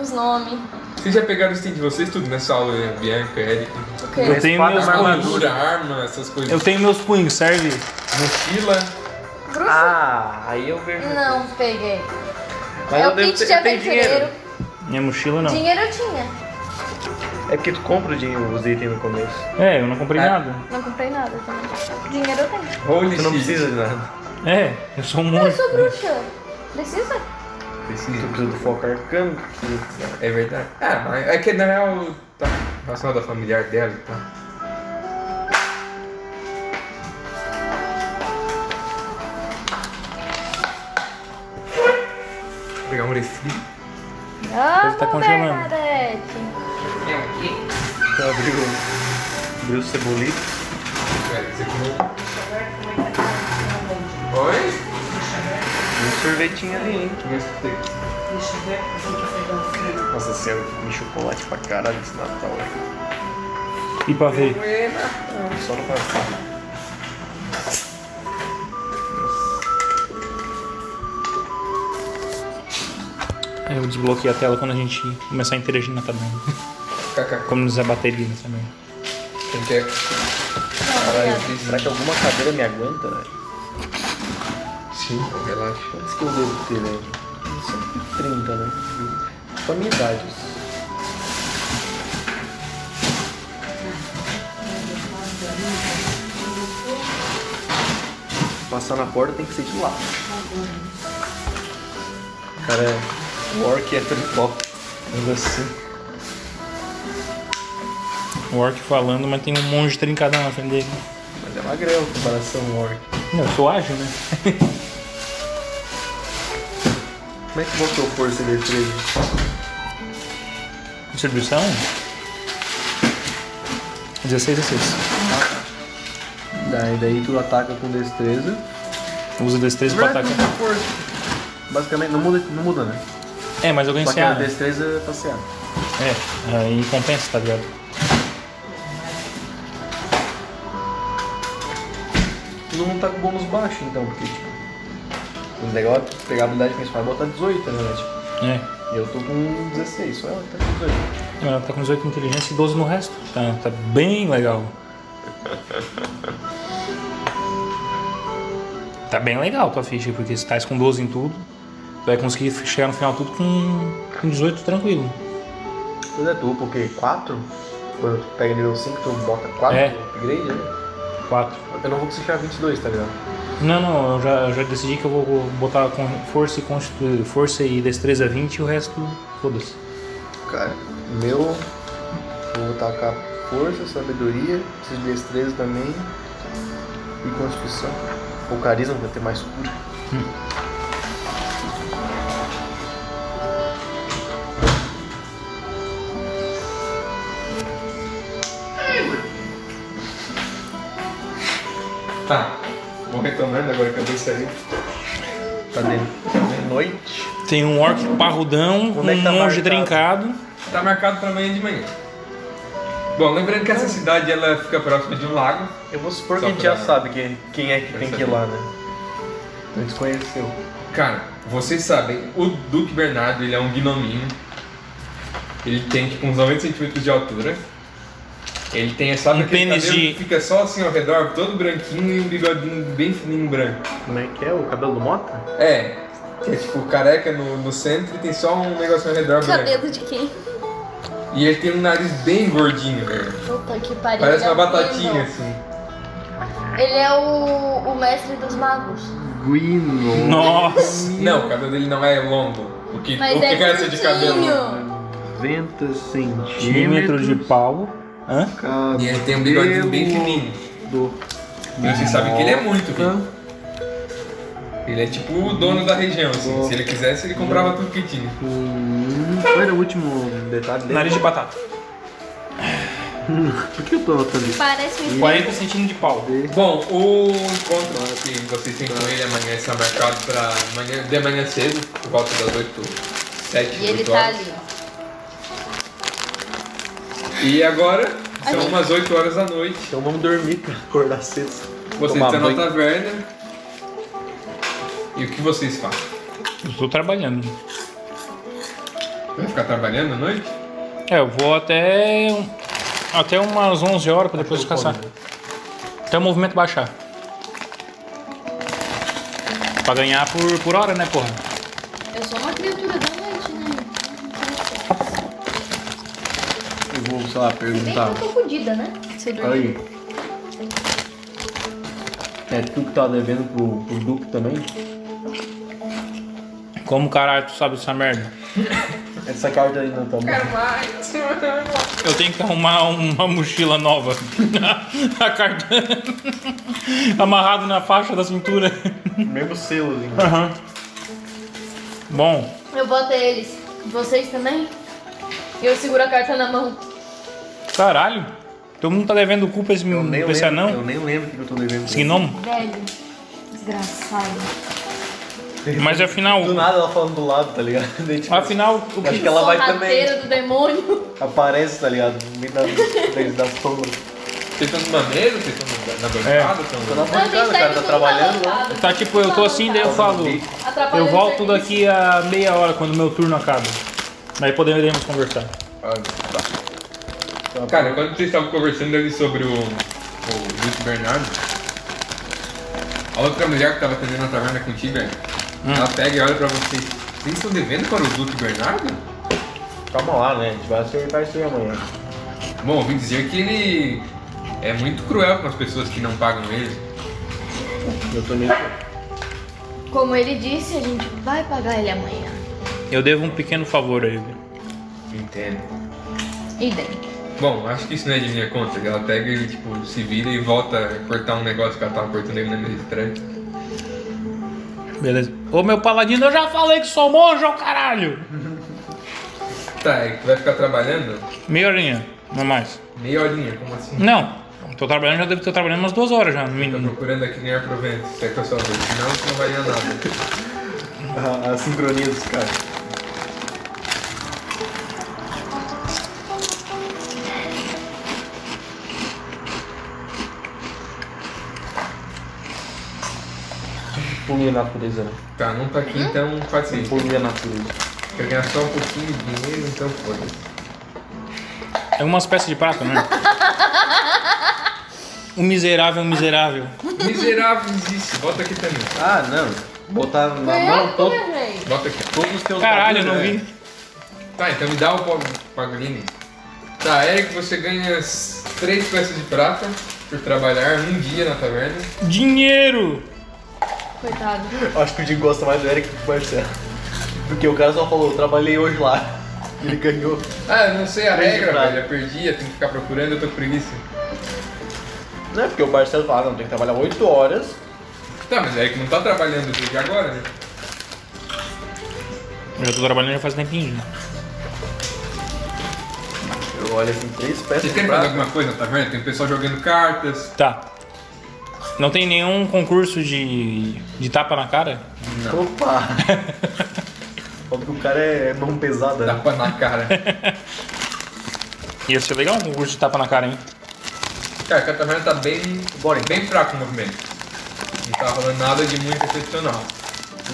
Os nomes. Vocês já pegaram os itens de vocês tudo nessa aula, né? Bianca, Eric? O Eu quê? tenho espada, meus a punhos. Armadura, arma, essas coisas. Eu tenho meus punhos, serve? Mochila. Ah, aí eu vejo. Não, peguei. Mas é eu o devo kit ter- de eu tenho aventureiro. dinheiro. Minha mochila não. Dinheiro eu tinha. É porque tu compra o dinheiro, os itens no começo. É, eu não comprei É. nada. Não comprei nada também. Dinheiro eu tenho. Holy Tu não shit. precisa de nada. É, eu sou um Eu monstro. sou bruxa. Precisa? Tu Precisa. precisa do foco arcano, tu precisa. É verdade. É, mas é que na real tá relacionado à familiar dela tá? e tal. Vou pegar um refri. Ah, tá congelando. Bernadette. Tu abriu. Abriu o cebolito. Pera, você comeu. Oi? E um sorvetinho ali, hein? Não escutei. Nossa é um- senhora, eu comi chocolate pra caralho esse Natal. hein? E pra um ver. Só no passado. Eu desbloqueei a tela quando a gente começar a interagir na taberna. KKK. Como nos abater ali na taberna. Quem quer? Não, Caralho, obrigada. será que alguma cadeira me aguenta, velho? Sim, relaxa. Quantos que eu devo ter, né? velho? 130, né? Pra minha idade. isso. Passar na porta tem que ser de lá. Cara, o orc é tripop. Anda assim. O orc falando, mas tem um monge trincadão na frente dele. Mas é magrelo em comparação ao orc. Não, eu sou ágil, né? Como é que botou força de 13? Distribuição? 16 a 6. Daí, daí tu ataca com destreza. é Usa destreza pra atacar. Basicamente, não muda, não muda né? É, mas eu ganho Só que a CA. né? destreza é passear. É, aí compensa, tá ligado? Todo mundo tá com bônus baixo, então, porque, tipo... O negócio é pegar a habilidade principal e botar 18, né? Tipo, É. e eu tô com 16, só ela tá com 18. Ela tá com 18 de inteligência e 12 no resto. Tá, tá bem legal. Tá bem legal tua ficha, porque se tá com 12 em tudo, tu vai conseguir chegar no final tudo com, com 18 tranquilo. Pois é, tu, porque 4, quando tu pega nível 5, tu bota 4 É. no upgrade, né? 4. Eu não vou conseguir chegar a 22, tá ligado? Não, não, eu já, eu já decidi que eu vou botar com força e, constitu- força e destreza 20 e o resto, foda-se. Cara, meu. Vou tacar força, sabedoria, preciso de destreza também. E constituição. O carisma vai ter mais cura. Tá. Vou retornando agora que eu dei isso aí. Tá Tá de, tá de noite. Tem um orc parrudão, Onde é um que tá marcado? monge trincado. Tá marcado pra amanhã de manhã. Bom, lembrando que essa cidade ela fica próxima de um lago. Eu vou supor Só que a gente pra- já sabe que, quem é que pra tem que ir saber. lá, né? Então desconheceu. Cara, vocês sabem, o Duque Bernardo ele é um gnominho. Ele tem tipo uns 90 centímetros de altura. Ele tem, sabe Um aquele pênis cabelo de- que fica só assim ao redor, todo branquinho e um bigodinho bem fininho branco. Como é que é? O cabelo do Mota? É, que é tipo careca no, no centro e tem só um negócio ao redor branco. Cabelo de quem? E ele tem um nariz bem gordinho, velho. Puta que pariu. Parece ele é uma o batatinha Gandalf. assim. Ele é o, o mestre dos magos. Guino. Nossa! Não, o cabelo dele não é longo. O que, Mas o que é quer ser de cabelo? curtinho. 90 Milímetros é de pau. Hã? E ele tem um bigodinho bem fininho. E vocês sabem que ele é muito, filho. Ele é tipo o dono da região, assim. Se ele quisesse, ele comprava tudo que tinha. Qual era o último detalhe dele? Nariz de batata. Por que eu tô anotando isso? Parece um 40 centímetros de pau. Bom, o encontro que vocês têm com ele amanhã está marcado para manhã, de manhã cedo, por volta das 8, 7, E ele 8 tá horas. ali. E agora, são Ali. umas 8 horas da noite. Então vamos dormir, cara. Acordar cedo. Vocês Tomar estão na banho. taverna. E o que vocês fazem? Eu tô trabalhando. Vai ficar trabalhando à noite? É, eu vou até. um, Até umas 11 horas pra depois Até o descansar. fone. Até o movimento baixar. Pra ganhar por, por hora, né, porra? Eu sou uma criatura da noite, né? Eu vou, sei lá, Bem perguntar. que eu tô fodida, né? Se eu dormir. Tá. Aí. É tu que tá devendo pro, pro Duque também? Como caralho tu sabe dessa merda? Essa carta ainda tá bom. Eu tenho que arrumar uma mochila nova. A carta. Amarrado na faixa da cintura. Mesmo selo, hein? Aham. Bom, Eu boto eles. Vocês também? E eu seguro a carta na mão. caralho. Todo mundo tá devendo culpa pra esse, Eu nem pra esse lembro, anão? eu nem lembro o que eu tô devendo. Esse gnomo? Velho. Desgraçado. Mas afinal. Do nada ela falando do lado, tá ligado? Daí, tipo, Afinal, o acho que. que ela vai também. Sorrateira do demônio. Aparece, tá ligado? No meio da, desde da sombra. Vocês estão numa mesa? Vocês estão na bancada? Estão Tô na Não, a gente bancada, o cara tá tudo trabalhando lá. balançado. Tá tipo, eu tô assim, daí eu falo. Eu Atrapalhando o volto serviço. daqui a meia hora quando meu turno acaba. Aí poderemos conversar. Ah, tá. Cara, quando vocês estavam conversando ali sobre o, o Luiz Bernardo, a outra mulher que tava atendendo a taverna contigo, velho, ela pega e olha pra vocês. Vocês estão devendo para o Duque Bernardo? Calma lá, né? A gente vai acertar isso aí amanhã. Bom, ouvi dizer que ele é muito cruel com as pessoas que não pagam ele. Eu tô meio. Como ele disse, a gente vai pagar ele amanhã. Eu devo um pequeno favor a ele. Entendo. E daí? Bom, acho que isso não é de minha conta. Ela pega e tipo, se vira e volta a cortar um negócio que ela tava cortando ele na mesa de trás. Beleza. Ô meu paladino, eu já falei que sou monge, ô caralho! Tá, e tu vai ficar trabalhando? Meia horinha, não é mais. Meia horinha, como assim? Não, tô trabalhando, já devo estar trabalhando umas duas horas já, no Tô mínimo. procurando aqui ganhar provento, se é que eu só vejo. Senão você não vai ganhar nada. A, a sincronia dos caras. Pulinha natureza, né? Tá, não tá aqui, então faz assim. Pulinha natureza. Quer ganhar só um pouquinho de dinheiro, então foda-se. É umas peças de prata, né? O miserável, é um miserável. Miseráveis isso, bota aqui também. Ah, não. Botar na Foi É, eu mão que todo, ganhei. Bota aqui. todos os teus Caralho, eu não bagulhos, vi. né? Tá, então me dá o Pag- Paglini. Tá, Eric, você ganha s- três peças de prata por trabalhar um dia na taverna. Dinheiro! Coitado. Acho que o Digo gosta mais do Eric que do Marcelo. Porque o cara só falou, trabalhei hoje lá. Ele ganhou. Ah, eu não sei a Três de regra, prata. velho. Eu perdi, eu tenho que ficar procurando, eu tô com preguiça. Não é porque o Marcelo fala, não, tem que trabalhar 8 horas. Tá, mas o Eric não tá trabalhando desde agora, né? Eu já tô trabalhando já faz tempinho. Eu olho assim, três peças Vocês de querem fazer prata. alguma coisa na taverna? Tem o pessoal jogando cartas. Tá. Não tem nenhum concurso de, de tapa na cara? Não. Opa! Óbvio que o cara é mão pesada. Dá Tá. né? pra na cara. Ia ser legal um concurso de tapa na cara, hein? Cara, o Catamarã tá bem, Bora, então. bem fraco no movimento. Não tá rolando nada de muito excepcional.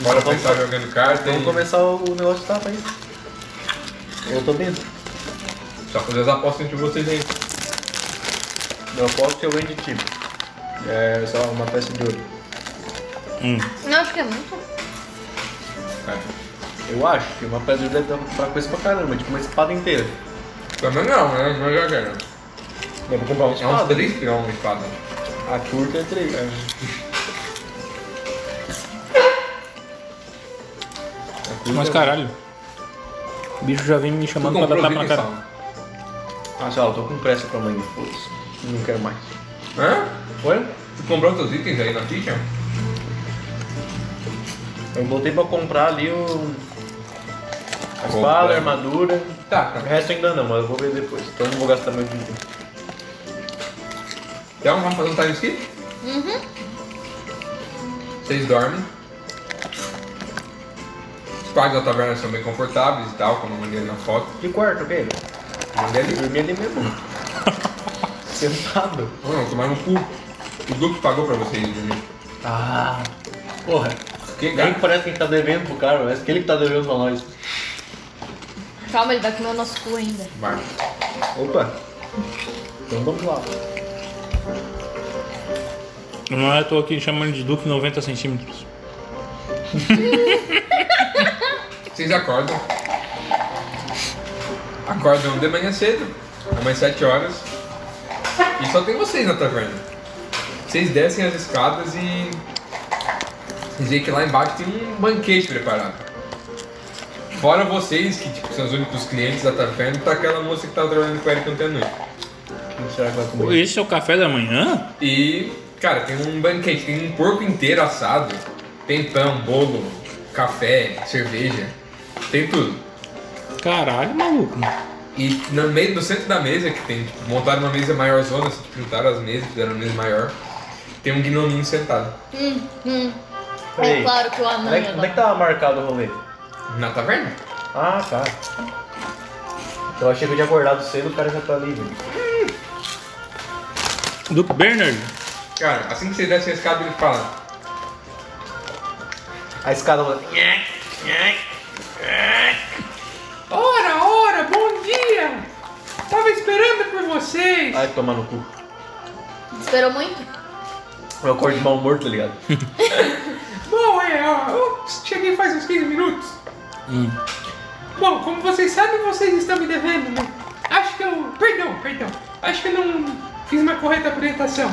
Bora Então, pensar vamos- jogando carta Vamos e começar o negócio de tapa aí. Eu tô dentro. só fazer as apostas entre vocês aí. Eu aposto que eu ganho de time. É só uma peça de ouro. Hum. Não, acho que é muito. É. Eu acho que uma peça de ouro deve dar pra coisa pra caramba, tipo uma espada inteira. Também não, né? Não joga não. Dá pra comprar uma É uns espada. três peão uma espada. A curta é três. é. Mas caralho. O bicho já vem me Tu chamando pra dar comprou tapa o na Viking cara. Sound? Ah, sei lá, eu tô com pressa pra amanhã. Foda-se. Não quero mais. Hã? Oi? Tu comprou teus itens aí na ficha? Eu botei pra comprar ali o. A espada, a armadura. Tá, O tá. resto ainda não, mas eu vou ver depois. Então não vou gastar meu dinheiro. Então vamos fazer um time skip? Uhum. Vocês dormem. Os quartos da taverna são bem confortáveis e tal, como eu mandei na foto. Que quarto, ok? Mandei ali. Dormi ali mesmo. Sentado. Não, não, tomaram no cu. O grupo pagou pra vocês né? dormir. Ah. Porra. Que Nem cara? que parece que a gente tá devendo pro cara, parece que ele que tá devendo pra nós. Calma, ele vai comer o nosso cu ainda. Vai. Opa. Então vamos lá. Não é, eu tô aqui chamando de Duke 90 centímetros. Vocês acordam. Acordam de manhã cedo, umas 7 horas. E só tem vocês na taverna. Vocês descem as escadas e. Vocês veem que lá embaixo tem um banquete preparado. Fora vocês, que tipo, são os únicos clientes da taverna, tá aquela moça que tá trabalhando com o Eric ontem à noite. Quem será que vai Pô, comer? Esse é o café da manhã? E, cara, tem um banquete, tem um porco inteiro assado, tem pão, bolo, café, cerveja, tem tudo. Caralho, maluco. E no meio, no centro da mesa que tem, tipo, montaram uma mesa maior zona, assim, tipo, juntaram as mesas, fizeram uma mesa maior, tem um gnominho sentado Hum, hum. Ei, É claro que o anão Onde é, que- ia onde é que dar. tava marcado o rolê? na taverna. Ah, tá. Eu achei que eu tinha acordado cedo, o cara já tá ali. velho. Duke Bernard. Cara, assim que vocês descem a escada, ele fala, A escada rolando. Ora, ora, bom dia! Tava esperando por vocês! Ai, toma no cu. Esperou muito? Eu acordo de mau humor, tá ligado? Bom, é, ó, eu cheguei faz uns 15 minutos. Hum. Bom, como vocês sabem, vocês estão me devendo, né? Acho que eu. Perdão, perdão. Acho que eu não fiz uma correta apresentação.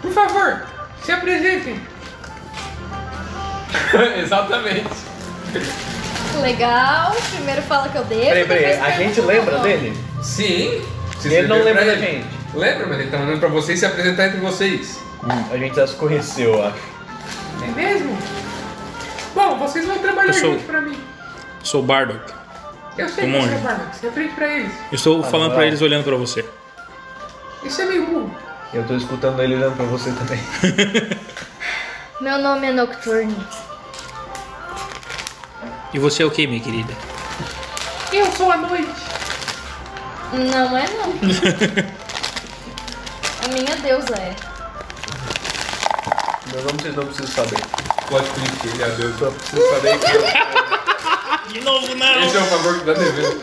Por favor, se apresentem. Exatamente. Legal. Primeiro fala que eu devo. Peraí, peraí, depois a gente pergunta lembra meu nome. dele? Sim. Ele não lembra da gente. Lembra, mas ele tá mandando pra vocês se apresentar entre vocês. A gente já se conheceu, eu acho. É mesmo? Bom, vocês vão trabalhar Eu sou- junto pra mim. Sou Bardock. Eu o sei que você é monge. barba, você aprende pra eles. Eu estou Ah, falando não. pra eles olhando pra você. Isso é meio burro. Eu tô escutando ele olhando pra você também. Meu nome é Nocturne. E você é o que, minha querida? Eu sou a noite. Não é não. a minha deusa é. Meu nome vocês não precisam saber. Pode clicar, ele adeus. Só precisam saber que De novo, não! Esse é o favor que dá devendo.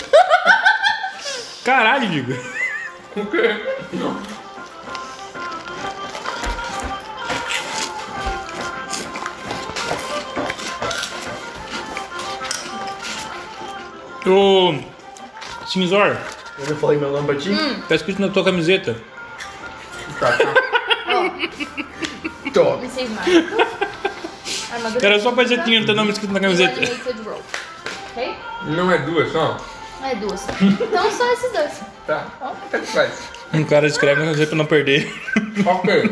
Caralho, digo. Ô. Cinzor, eu não falei meu nome é pra ti. Hum. tá escrito na tua camiseta. Top. Mrs. Marvel. Armadura. Era só pra dizer que tinha teu nome escrito na camiseta. Animated Roll. Ok? Não é duas só? É duas. Então só esses dois. Tá. Até que faz. Um cara escreve na camiseta pra não perder. Ok.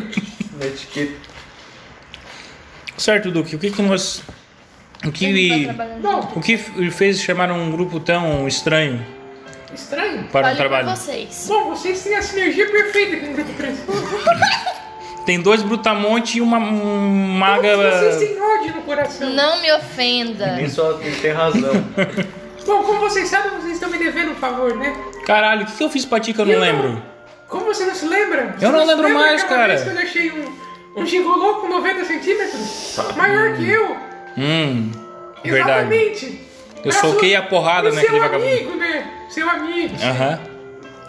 Na etiqueta. Certo, Duque, o que que nós. A O gente vai que. trabalhar junto. O que f- fez chamar um grupo tão estranho Estranho. para Fale pra um trabalho? vocês. Bom, vocês têm a sinergia perfeita com o grupo 3. Tem dois brutamonte e uma um maga. Vocês têm ódio no coração. Não me ofenda. Ele só tem, tem razão. Bom, como vocês sabem, vocês estão me devendo um favor, né? Caralho, o que, que eu fiz pra ti que eu não Eu não- lembro? Como você não se lembra? Você Eu não se lembro lembra mais, aquela cara. Vez que eu deixei um, um gigolô com 90 centímetros, maior que eu. Hum, verdade. Exatamente. Eu Pra soquei sua- a porrada pro naquele é um seu vagabundo. Ah. amigo, né? Seu amigo. Aham.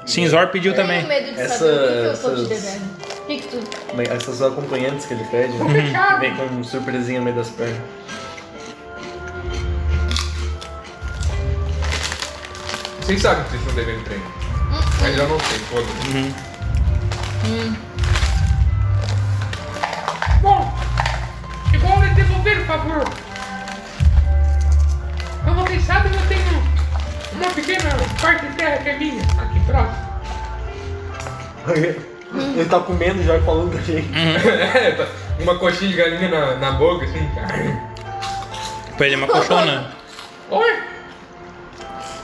Cinzor pediu também. Tenho medo de Essa- saber o que que eu tô te essas- devendo. O que que tu... Mas Essas acompanhantes que ele pede, né? Fechado. vem com um surpresinha no meio das pernas. Vocês sabem que vocês estão devendo treino. Mas eu não sei, foda-se. Bom, eu vou lhe devolver o favor. Como vocês sabem, eu tenho uma pequena parte de terra que é minha, aqui próximo. Ele tá comendo já falando da gente. É, tá- uma coxinha de galinha na, na boca, assim. cara. Pede é uma colchona. Oi?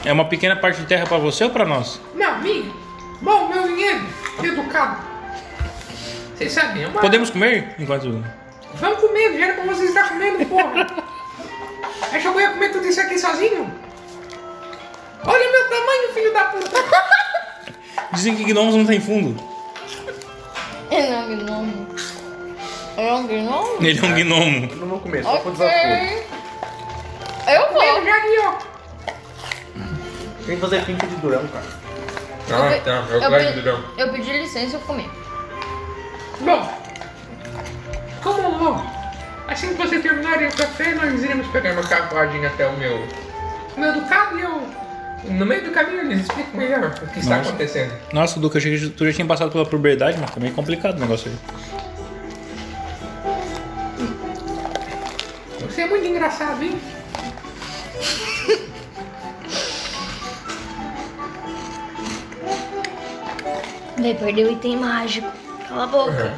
É uma pequena parte de terra pra você ou pra nós? Não, minha. Bom, meu dinheiro, educado. Vocês sabem, é uma... Podemos comer? Enquanto. Vamos comendo, já era pra vocês estar comendo, porra. Acha que eu ia comer tudo isso aqui sozinho? Olha meu tamanho, filho da puta. Tá Dizem que gnomos não tem fundo. Ele é um gnomo. É um gnomo? Ele é um gnomo. Eu não vou comer, só pro Ok. desafio. Eu Eu vou. já vi, ó. Tem que fazer pinta de durão, cara. Ah, tá. Eu gosto do grão. pe- eu pedi licença, eu comi. Bom, como vão? Assim que você terminarem o café, nós iremos pegar Pegar uma carruagem até o meu. meu ducado e eu. No meio do caminho eles explicam melhor o que está acontecendo. Nossa, Duca, achei que tu já tinha passado pela puberdade, mas tá meio complicado o negócio aí. Você é muito engraçado, hein? Vai perder o item mágico. Cala a boca.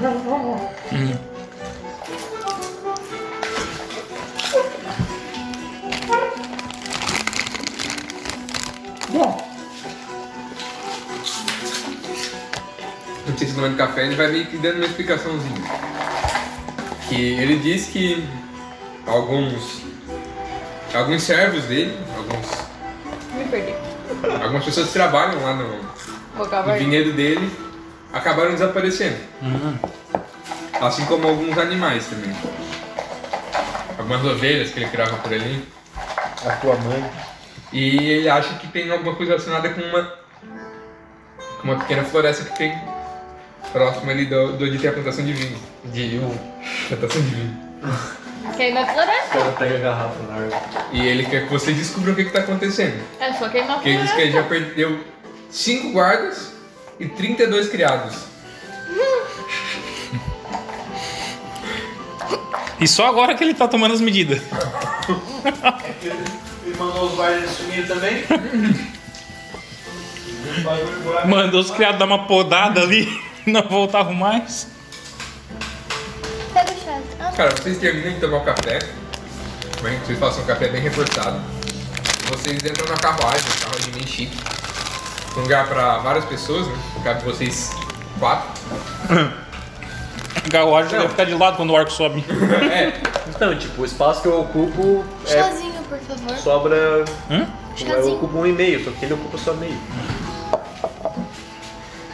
Bom, Não sei se tomando café, ele vai meio que dando uma explicaçãozinha. Que ele diz que alguns. Alguns servos dele, alguns, Me perdi. algumas pessoas que trabalham lá no, Vou no acabar. vinhedo dele acabaram desaparecendo. Assim como alguns animais também. Algumas ovelhas que ele criava por ali. A tua mãe. E ele acha que tem alguma coisa relacionada com uma. com uma pequena floresta que tem próximo ali do, do onde tem a plantação de vinho. De uh, plantação de vinho. Queima a floresta. O cara pega a garrafa na árvore. E ele quer que você descubra o que, que tá acontecendo. É só queimar a Porque ele diz que ele floresta. já perdeu 5 guardas e 32 criados. E só agora que ele tá tomando as medidas. Ele mandou os guardas sumir também? Mandou os criados dar uma podada ali, não voltavam mais. Pega o chato. Ah, Cara, vocês terminam de tomar o café. Bem, vocês façam um café bem reforçado. Vocês entram na carruagem, uma carruagem bem chique. Um lugar pra várias pessoas, né? Cabe vocês quatro. A carruagem deve ficar de lado quando o arco sobe. é, Então, tipo, o espaço que eu ocupo é, Chazinho, por favor. sobra. Hum? Eu Chazinho. ocupo um e meio, só que ele ocupa só meio.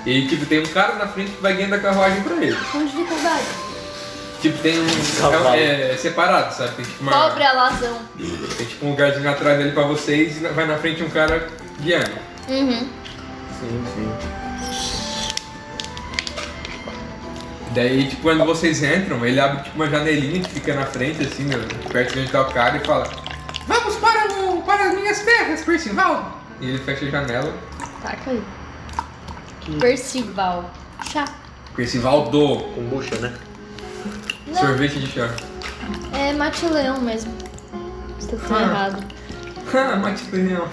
E tipo, tem um cara na frente que vai guiando a carruagem pra ele. Com dificuldade. Tipo, tem um. Cavalo. É, é separado, sabe? Tem tipo, uma, Pobre alazão. tem, tipo um lugarzinho atrás ali pra vocês e na- vai na frente um cara guiando. Uhum. Sim, sim. Daí, tipo, quando vocês entram, ele abre tipo uma janelinha que fica na frente, assim, ó, perto de onde tá o cara e fala. vamos para, o, para as minhas terras, Percival. E ele fecha a janela. Taca aí. Tá, Percival. Chá. Percival do Kombucha, né? Não, sorvete de chá. é matileão mesmo. Estou falando Ah. errado. Ah, Matileão.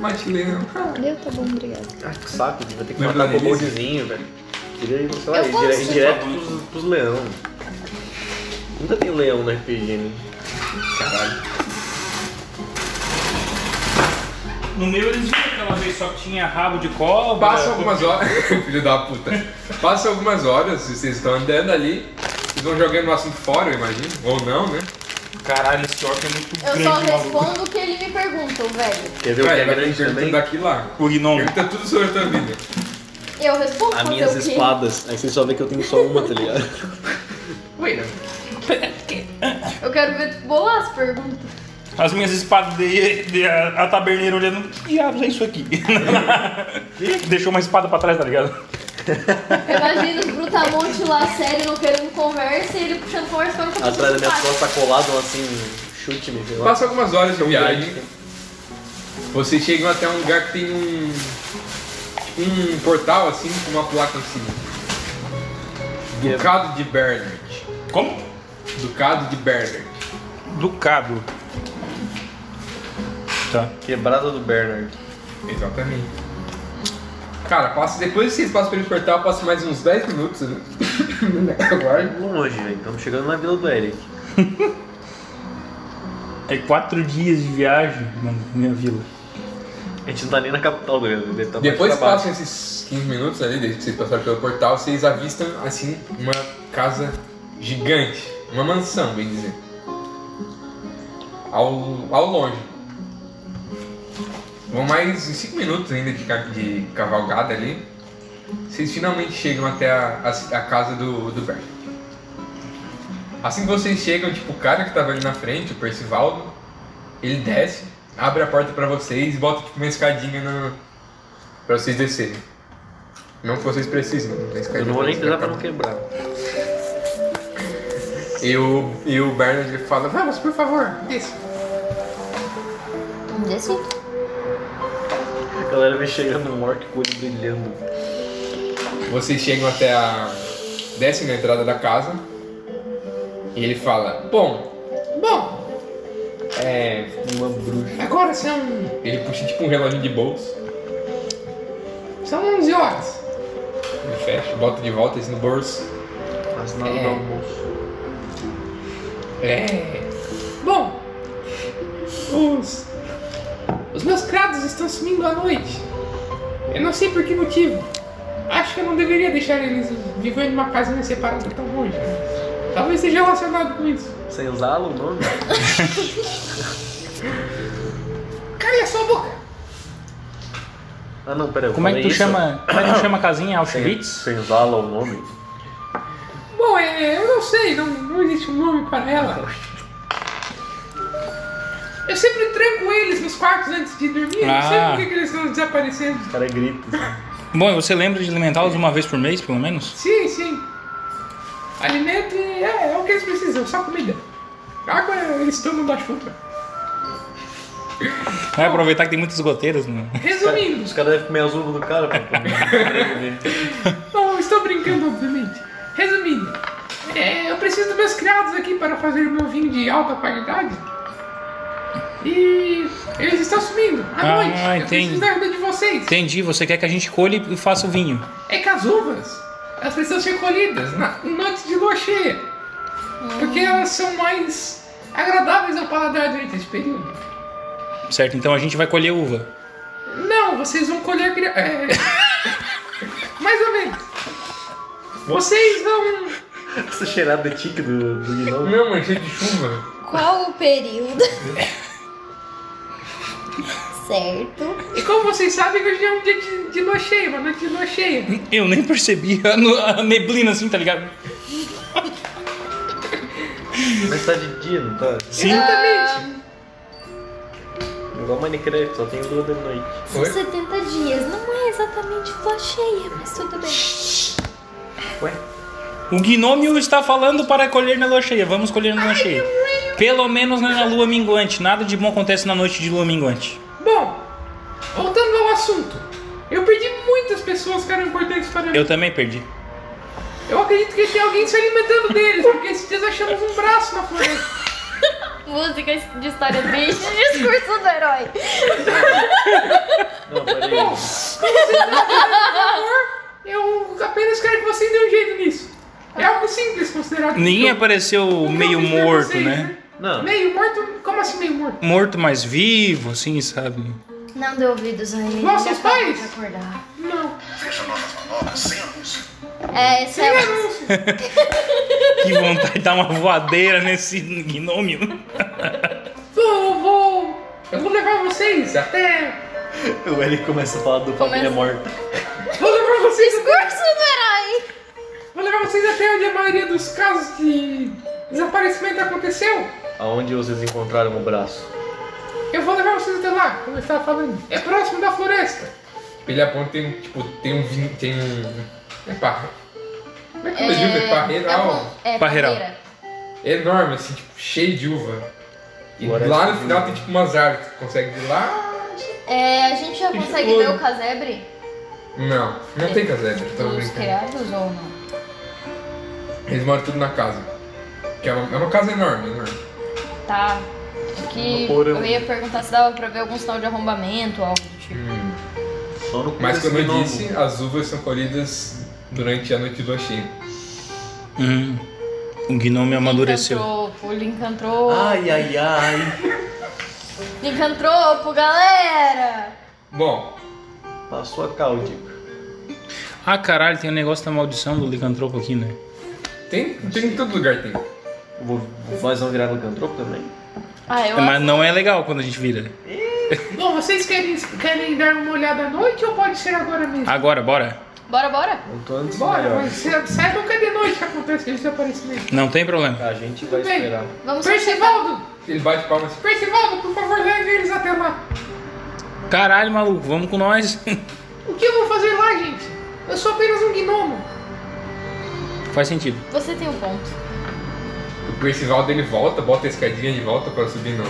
Matileão. Deu? Tá bom, obrigada. Ah, que saco, vai ter que Lembra matar da Denise? combodezinho, velho. Queria ir, sei lá, Eu ir dire- gosto. ir direto pros, pros leão. Nunca tem leão no RPG, né? Caralho. No meu eles viram uma vez só tinha rabo de cobra. Passa algumas horas. Filho da puta. Passa algumas horas, vocês estão andando ali. Vocês vão jogando o assunto fora, eu imagino. Ou não, né? Caralho, esse orc é muito Eu grande, só maluco. respondo o que ele me pergunta, o velho. Quer ver o que Cara, é ele vai grande perguntando também? daqui lá. O gnomo. Pergunta tudo sobre a tua vida. Eu respondo As fazer minhas o quê? espadas. Aí você só vê que eu tenho só uma, tá ligado? Wait a Eu quero ver tu bolar as perguntas. As minhas espadas de, de- a, a taberneira olhando. Que diabos é isso aqui? Deixou uma espada pra trás, tá ligado? Imagina os brutamontes lá sério, não querendo conversa, e ele puxando conversa pra mim. Atrás da minha costa colado um assim, chute-me, sei lá. Passa algumas horas de viagem. grande. Vocês chegam até um lugar que tem um. tipo um portal assim com uma placa em cima. Ducado de Bernard. Como? Ducado de Bernard. Ducado. Tá. Quebrada do Bernard. Exatamente. Cara, passa, depois que vocês passam pelo portal, passa mais uns 10 minutos. né? Aguarde. Tá Longe, velho. Estamos chegando na vila do Eric. É quatro dias de viagem, mano, minha vila. A gente não tá nem na capital do Eric. Deve tá mais Depois que pra baixo. passam esses 15 minutos ali, desde que vocês passaram pelo portal, vocês avistam assim uma casa gigante, uma mansão, bem dizer. Ao, ao longe. Vão mais uns 5 minutos ainda de, ca- de cavalgada ali. Vocês finalmente chegam até a, a ci- a casa do, do Bert. Assim que vocês chegam, tipo, o cara que tava ali na frente, o Percivaldo, ele desce, abre a porta pra vocês e bota tipo uma escadinha no, Pra vocês descerem. Não que vocês precisem, não tem escadinha. Eu não vou nem pra precisar vocês pra não quebrar. E o, e o Bernard fala, vamos, por favor, desça. Desse? A galera vem chegando um orc com o olho brilhando. Vocês chegam até a... Descem na entrada da casa. E ele fala, bom, Bom, é... Uma bruxa. agora são, Ele puxa tipo um reloginho de bolso. são 11 horas. Ele fecha, bota de volta isso no bolso. Mas nada É. do almoço. É... Bom, os, os meus crados estão sumindo à noite. Eu não sei por que motivo. Acho que eu não deveria deixar eles vivendo numa casinha separada tão longe. né? Talvez seja relacionado com isso. Senzala o nome? Cale a sua boca! Ah não, pera. eu Como é que falei tu isso? chama. Como é que tu chama a casinha? Auschwitz? Senzala o nome? Bom, é, eu não sei, não, não existe um nome para ela. Eu sempre tranco eles nos quartos antes de dormir, eu não sei Ah. por que que eles estão desaparecendo. O cara grita. assim. Bom, e você lembra de alimentá-los uma vez por mês, pelo menos? Sim, sim. Alimento e é, é o que eles precisam, só comida. Água eles tomam da chuva. Vai aproveitar que tem muitas goteiras, né? Resumindo, Os caras devem comer as uvas do cara pra comer. não estou brincando, obviamente. Resumindo, é, eu preciso dos meus criados aqui para fazer o meu vinho de alta qualidade. E eles estão sumindo à Ah, noite. Eu entendi. preciso da ajuda de vocês. Entendi, você quer que a gente colhe e faça o vinho. É que as uvas, elas precisam ser colhidas na em noites de lua cheia. Porque elas são mais agradáveis ao paladar durante esse período. Certo? Então a gente vai colher uva. Não, vocês vão colher a criança. É... Mais ou menos. Vocês vão. Essa cheirada tique do, do Guilherme. Não, mas cheio de chuva. Qual o período? certo. E como vocês sabem, hoje é um dia de, de lua cheia, uma noite de lua cheia. Eu nem percebi a, nu- a neblina assim, tá ligado? Mas tá de dia, não tá? Sim. Exatamente. Igual Minecraft, só tem lua de noite. São 70 dias. Não é exatamente lua cheia, mas tudo bem. Ué? O gnômio está falando para colher na lua cheia. Vamos colher na lua cheia. Pelo menos não é na lua minguante. Nada de bom acontece na noite de lua minguante. Bom, voltando ao assunto. Eu perdi muitas pessoas que eram importantes para mim. Eu também perdi. Eu acredito que tem alguém se alimentando deles, porque esses dias achamos um braço na floresta. Música de história triste, discurso do herói. Não, peraí. Eu apenas quero que vocês dêem um jeito nisso. É algo simples considerado. Ninguém Eu- apareceu eu é meio fiz assim. pra morto, vocês, né? Não. Meio morto? Como assim meio morto? Morto mais vivo, assim, sabe? Não dê ouvidos a ele. Nossos ele acabou pais? de acordar. Não. Veja nossas manobras sem a luz. É, esse é o... Que vontade de dar uma voadeira nesse gnômio. Vou, vou. Eu vou levar vocês até. O Eric começa a falar do é Família Começa. Morta. Vou levar vocês. Discurso do herói! Vou levar vocês até onde a maioria dos casos de desaparecimento aconteceu. Aonde vocês encontraram o braço? Eu vou levar vocês até lá, como eu estava falando. É próximo da floresta. Ele aponta tem, tipo, tem um vinho, tem um... É parra. Como é que é... o nome de uva? É parreiral. É, é Parreiral. parreira. Enorme, assim, tipo, cheio de uva. E Floresta lá no de final uva. tem, tipo, umas árvores. que Tu consegue ir lá? É, a gente já consegue ver o casebre? Não, não tem casebre, tô Dos brincando. criados ou não? Eles moram tudo na casa. Que é uma, é uma casa enorme, enorme. Tá. É que No porão. eu ia perguntar se dava pra ver algum sinal de arrombamento ou algo do tipo. Hum. Só no cu Mas desse como eu gnomo. disse, as uvas são colhidas durante a noite do Oxi. Hum, o gnômio amadureceu. Lincantropo, lincantropo. Ah. Ai, ai, ai. Lincantropo, galera! Bom, Passou a cáudica. Ah, caralho, tem um negócio da maldição do licantropo aqui, né? tem, tem em todo lugar tem. Vou, nós vamos virar no cantropo também? Ah, eu Mas não é legal quando a gente vira. Bom, vocês querem, querem dar uma olhada à noite ou pode ser agora mesmo? Ah, Agora, bora. Bora, bora! Eu tô antes Bora, melhor. mas sa- saibam que é de noite que acontece esse desaparecimento. Não tem problema. A gente vai bem. esperar. Vamos Percivaldo! Ele bate palmas. Percivaldo, por favor, leve eles até lá. Caralho, maluco, vamos com nós. O que eu vou fazer lá, gente? Eu sou apenas um gnomo. Faz sentido. Você tem um ponto. O Percival dele volta, bota a escadinha de volta pra subir no,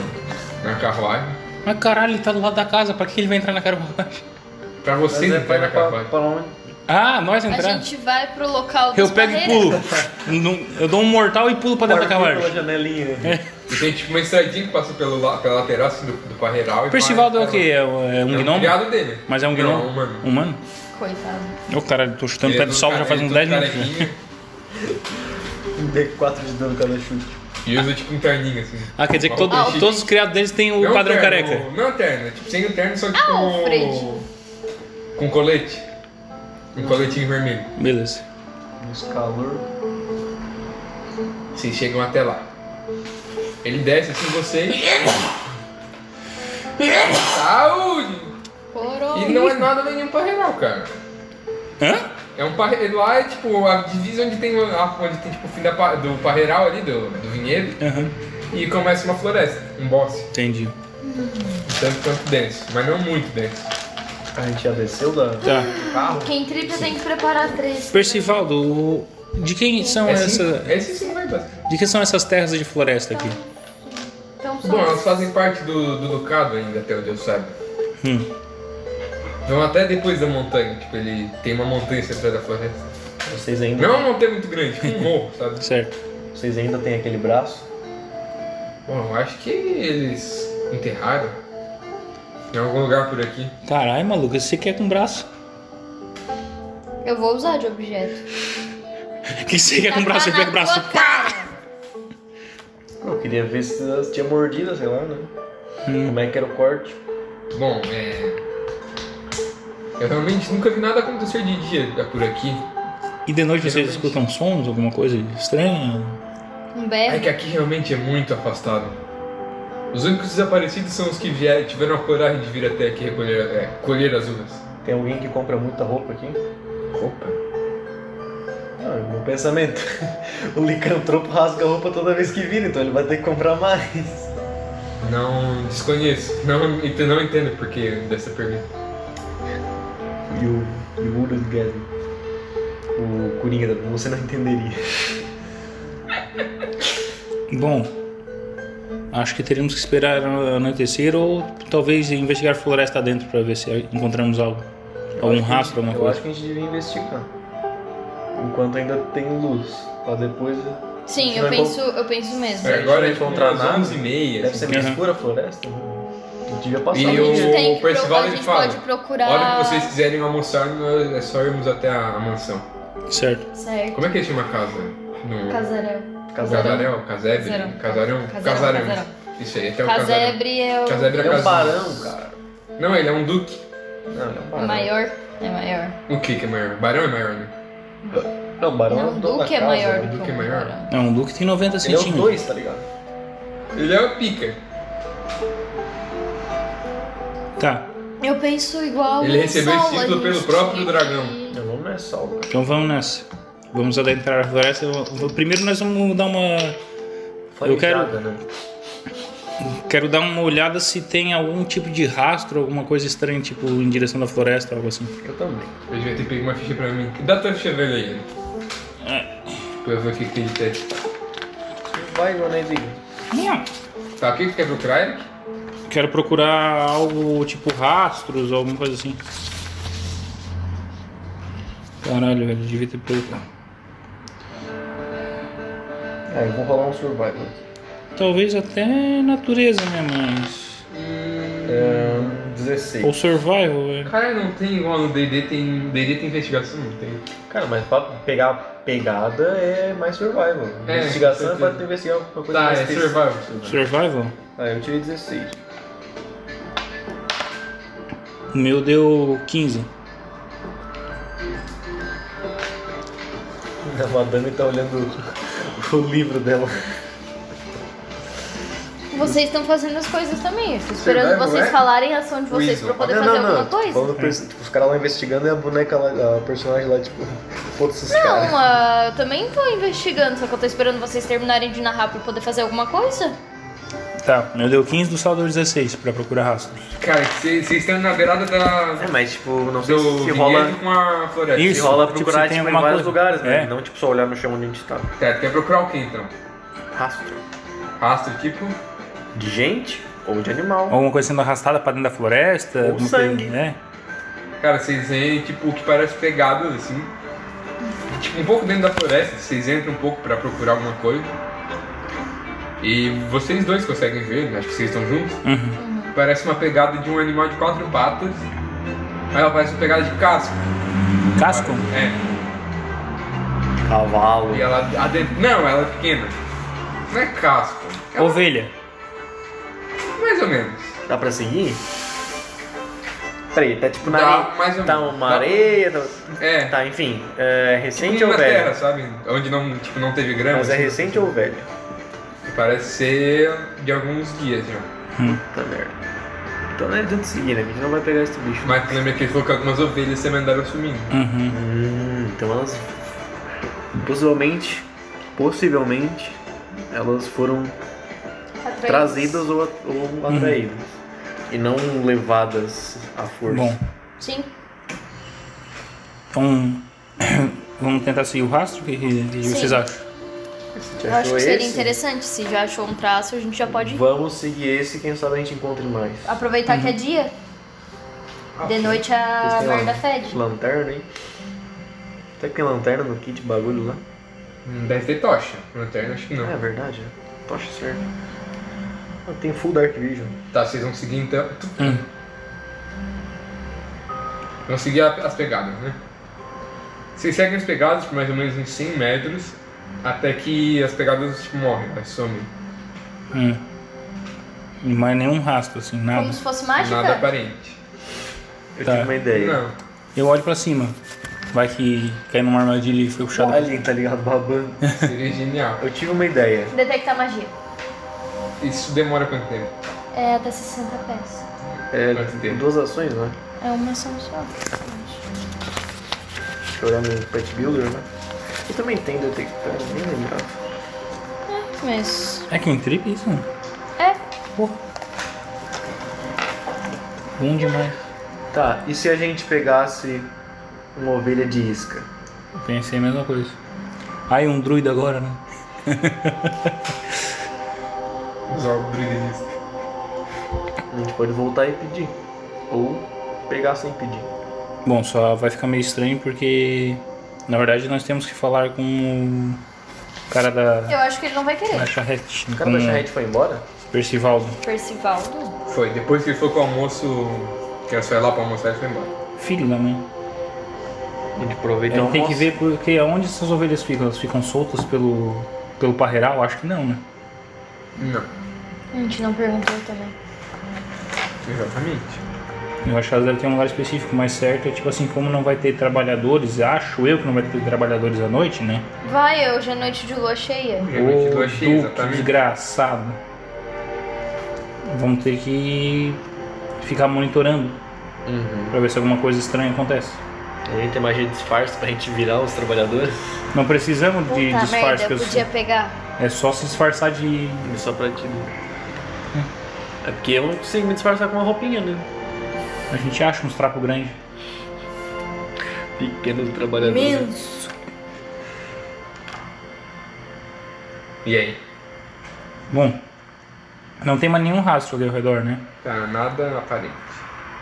na carruagem. Mas caralho, ele tá do lado da casa, pra que ele vai entrar na carruagem? Pra vocês Mas é entrarem na pra, carruagem. pra onde? Ah, nós A entrar? gente vai pro local dos Eu pego e barreiras. pulo. Não- Eu dou um mortal e pulo pra dentro da Partiu pela carruagem. janelinha. né? E tem tipo uma estradinha que passa pelo, la- pela lateral assim, do, do parreiral. O Percivaldo é o quê? É o- é É um um gnomo? criado dele. Mas é um gnomo? Não, humano. Humano? Coitado. Ô, caralho, tô chutando Ele é o pé do todo sol já care- faz ele uns todo 10 minutos. né? carequinha Um D4 de dano cada chute. E usa tipo um terninho assim. Ah, quer dizer que todo- Ah, o- todos os criados deles têm o Não padrão terno, careca. Não terno, é tipo sem o terno, só que com. Alfred. Com colete. Um coletinho vermelho. Beleza. Nos calor. Vocês chegam até lá. Ele desce assim vocês. Saúde! Coroa. E não é nada nenhum parreiral, cara. Hã? É um parre... Lá é tipo a divisa onde tem, a- onde tem tipo, o fim da pa- do parreiral ali, do, do vinhedo, Aham. e começa uma floresta, um bosque, Entendi. um tanto quanto denso, mas não muito denso. A gente já desceu da... Tá. carro? é- Quem tripa tem que preparar três. Percivaldo, o- de quem são assim? É cinco- essa, Esse sim vai bastante. de quem são essas terras de floresta aqui? Então só. Bom, elas fazem parte do, do Ducado ainda, até onde eu saiba. Hum. Vão Então, até depois da montanha, tipo, ele tem uma montanha central da floresta. Vocês ainda, Não é uma montanha muito grande, tipo um morro, sabe? Certo. vocês ainda têm aquele braço? Bom, eu acho que eles enterraram em algum lugar por aqui. Caralho, maluco, você quer com braço? Eu vou usar de objeto. O que você quer é com braço? Você Tacar pega o Tá na braço. tua cara. Eu queria ver se elas tinha mordida, sei lá, né? Como é que era o corte? Bom, é. Eu realmente nunca vi nada acontecer de dia por aqui. E de noite vocês Geralmente. escutam sons, alguma coisa estranha? Um É berro. que aqui realmente é muito afastado. Os únicos desaparecidos são os que vieram, tiveram a coragem de vir até aqui recolher é, colher as uvas. Tem alguém que compra muita roupa aqui? Opa! Não, é meu pensamento. O licantropo rasga a roupa toda vez que vira, então ele vai ter que comprar mais. Não desconheço. Não, ent- não entendo por que dessa pergunta. You, you wouldn't get it. O Coringa, você não entenderia. Bom, acho que teríamos que esperar anoitecer ou talvez investigar floresta dentro pra ver se encontramos algo. Algum um rastro, alguma Eu coisa. acho que a gente devia investigar. Enquanto ainda tem luz. Pra depois. Sim, Vai eu penso, eu penso mesmo. É, agora não é tipo encontrar umas nada, 11 e meia. Deve assim. ser meio Uhum. escura a floresta. né? A gente devia passar E a ali. eu- gente tem o que Percival, procurar, a ele gente fala, pode A procurar. hora que vocês quiserem almoçar, é só irmos até a mansão. Certo. Certo. Como é que chama a casa? No... Casarão. Casarão. Casarel, casebre, Casarão. casarão, Casarão, casarão. casarão. Isso aí, até o casarão. Casebre é o. Casebre é a É um casa. barão, cara. Não, ele é um duque. Não, ele é um É barão. maior. É maior. O que que é maior? Barão é maior, né? Não, o barão é Não, o o dono da Duque é casa, maior né? do Duque que é um maior. barão. É um Duke que tem Ele é 90 os centímetros. dois, tá ligado? Ele é o pica. Tá. Eu penso igual Ele o recebeu esse Saulo, título a pelo gente próprio tinha dragão. que- Meu nome é Saul, cara. Então vamos nessa. Vamos adentrar a floresta. Eu vou- Primeiro nós vamos dar uma. Eu quero- Flamejada, Né? Quero dar uma olhada se tem algum tipo de rastro, alguma coisa estranha, tipo em direção da floresta, algo assim. Eu também. Eu devia ter pego uma ficha pra mim. Dá tua ficha velha aí. né? Pra eu ver o que que ele tem. Vai, Ronaldinho. Não. Tá, o que que quer pro Cryric? Quero procurar algo tipo rastros, alguma coisa assim. Caralho, velho, devia ter procurado. É, eu vou rolar um survival. Talvez até natureza, né, mas. É, 16. Ou survival, né? velho. Cara, não tem igual no D&D, tem... D&D tem investigação, não tem. Cara, mas pra pegar pegada é mais survival. É, Investigação com é certeza. pra tu investigar alguma coisa Tá, mais é específica. survival. Survival? Ah, eu tirei 16. O meu deu 15. A madame tá olhando o- o livro dela. Vocês estão fazendo as coisas também. Eu tô esperando Survival, vocês é? falarem a ação de vocês Reason. pra poder fazer alguma coisa. Falando, pers- tipo, os caras lá investigando e a boneca lá, a personagem lá, tipo, foda-se os caras. Não, ah, eu também tô investigando, só que eu tô esperando vocês terminarem de narrar pra eu poder fazer alguma coisa. Tá, meu deu 15 do saldo deu 16 pra procurar rastros. Cara, que vocês vocês estão na beirada da... É, mas tipo, não sei Do se vinhedo rola. com a floresta. Isso. Se rola Tipo, procurar se tem tipo, em alguma vários coisa. lugares, né? É. Não tipo só olhar no chão onde a gente tá. Tá, tu quer procurar o que então? Rastro. Rastro, tipo... De gente ou de animal. Alguma coisa sendo arrastada pra dentro da floresta? Ou alguma sangue. Coisa, né? Cara, vocês veem, tipo, o que parece pegadas, assim. Tipo, um pouco dentro da floresta, vocês entram um pouco pra procurar alguma coisa. E vocês dois conseguem ver, né? acho que vocês estão juntos. Uhum. Parece uma pegada de um animal de quatro patas. Aí ela parece uma pegada de casco. Casco? É. Cavalo. E ela aden- Não, ela é pequena. Não é casco. Ela- Ovelha. Mais ou menos. Dá pra seguir? Peraí, tá tipo na Dá, areia. mais ou Tá menos. uma Dá. areia. Tá, É. tá, enfim. É recente Tipo ou na velho? terra, sabe? Onde não, tipo, não teve grama. Mas é assim. recente ou velho? Parece ser de alguns dias né? já. Puta merda. Então não adianta seguir, né? A gente não vai pegar esse bicho. Mas lembra que ele falou que algumas ovelhas se mandaram sumindo. Uhum. Hum, então elas. Possivelmente. Possivelmente. Elas foram Atraídos. trazidas ou, ou Uhum. atraídas. E não levadas à força. Bom, Sim. então vamos tentar seguir o rastro? O que, que- que Sim. vocês acham? Você Eu acho achou que seria esse? interessante. Se já achou um traço, a gente já pode Vamos seguir esse, quem sabe a gente encontre mais. aproveitar que é dia. De noite a Uhum. Vocês têm merda lan- fede. Lanterna, hein? Até que tem lanterna no kit de bagulho lá. Hum, Deve ter tocha. Lanterna, acho que não. Ah, é verdade, né? Tocha certa. Ah, tem full Dark Vision. Tá, vocês vão seguir então. tu- Hum. Vão seguir a- as pegadas, né? Vocês seguem as pegadas por mais ou menos uns 100 metros, até que as pegadas tipo, morrem, elas somem. Hum. Mas nenhum rastro, assim, nada. Como se fosse mágica? Nada aparente. Eu Tá. tive uma ideia. Não. Eu olho pra cima. Vai que cai numa armadilha e foi puxado. Alien, tá ligado? Babando. Seria genial. Eu tive uma ideia. Detectar magia. Isso demora quanto tempo? É até 60 pés. É, Quanto tempo? duas ações, né? É uma ação só. Deixa eu olhar meu pet builder, né? Eu também tem detectar, nem lembrava. Mas. É que trip isso? É. Porra. Bom demais. Tá, e se a gente pegasse uma ovelha de isca? Eu pensei a mesma coisa. Ai, um druida agora, né? Usar o brilho disso. A gente pode voltar e pedir. Ou pegar sem pedir. Bom, só vai ficar meio estranho porque na verdade nós temos que falar com o cara da, Eu acho que ele não vai da querer. charrete. O cara Hum. da charrete foi embora? Percivaldo. Percival. Foi, depois que ele foi com o almoço, que era só ir lá pra almoçar, ele foi embora. Filho da mãe. A gente aproveita Então o tem que almoço. ver porque aonde essas ovelhas ficam. Elas ficam soltas pelo, pelo parreiral? Acho que não, né? Não. A gente não perguntou também. Exatamente. Eu acho que elas devem ter um lugar específico mais certo. É tipo assim, como não vai ter trabalhadores, acho eu que não vai ter trabalhadores à noite, né? Vai, hoje é noite de lua cheia. Realmente Ô, do achei, Duque, exatamente. desgraçado. Vamos ter que ficar monitorando Uhum. pra ver se alguma coisa estranha acontece. A gente tem magia de disfarce pra gente virar os trabalhadores. Não precisamos Puta de disfarce, merda, que eu eu sei. podia pegar. É só se disfarçar de. Só pra te. É porque eu não consigo me disfarçar com uma roupinha, né? A gente acha uns trapos grandes. Pequeno trabalhador. né? Menos. E aí? Bom, não tem mais nenhum rastro ali ao redor, né? Cara, Tá, nada aparente.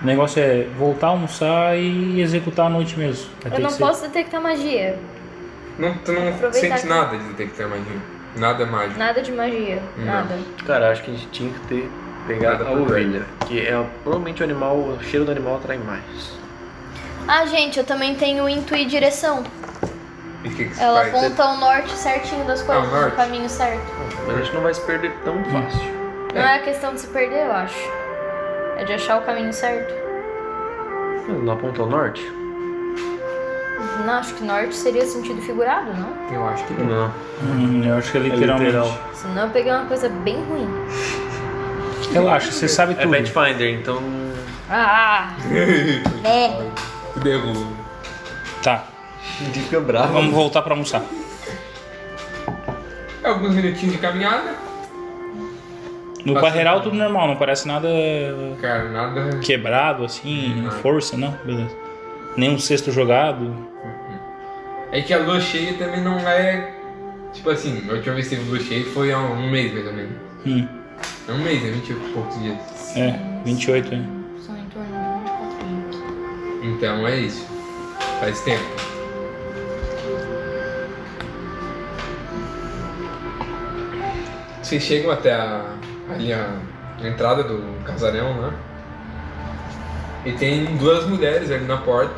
O negócio é voltar a almoçar e executar à noite mesmo. Vai ter Eu não que ser. posso detectar magia. Não, tu não Aproveitar sente que- nada de detectar magia. Nada é mágico. Nada de magia. Não. Nada. Cara, acho que a gente tinha que ter pegado Nada a por ovelha. Que é provavelmente o animal, o cheiro do animal atrai mais. Ah, gente, eu também tenho intuir direção. E o que que se Ela faz? aponta o norte certinho das coisas, Ah, o norte. o caminho certo. Mas a gente não vai se perder tão fácil. Não é questão de se perder, eu acho. É de achar o caminho certo. Não aponta ao norte? Não, acho que norte seria sentido figurado, não? Eu acho que não. Não. Hum, eu acho que é literalmente. literal. Senão eu peguei uma coisa bem ruim. Relaxa, você É sabe tudo. Pathfinder, então. Ah! né? Derruba. Tá, Fica bravo. vamos voltar pra almoçar. É Alguns minutinhos de caminhada. No Passa- barreiral tudo normal, não parece nada Cara, nada. quebrado assim, Hum, força, não? Beleza. Nenhum cesto jogado. É que a lua cheia também não é. Tipo assim, a última vez que teve lua cheia foi há um mês mais ou menos. Hum, É um mês, é 20 e poucos dias. é, 28, hein? São em torno de 24 minutos. Então é isso. Faz tempo. Vocês chegam até a, ali a entrada do casarão lá. E tem duas mulheres ali na porta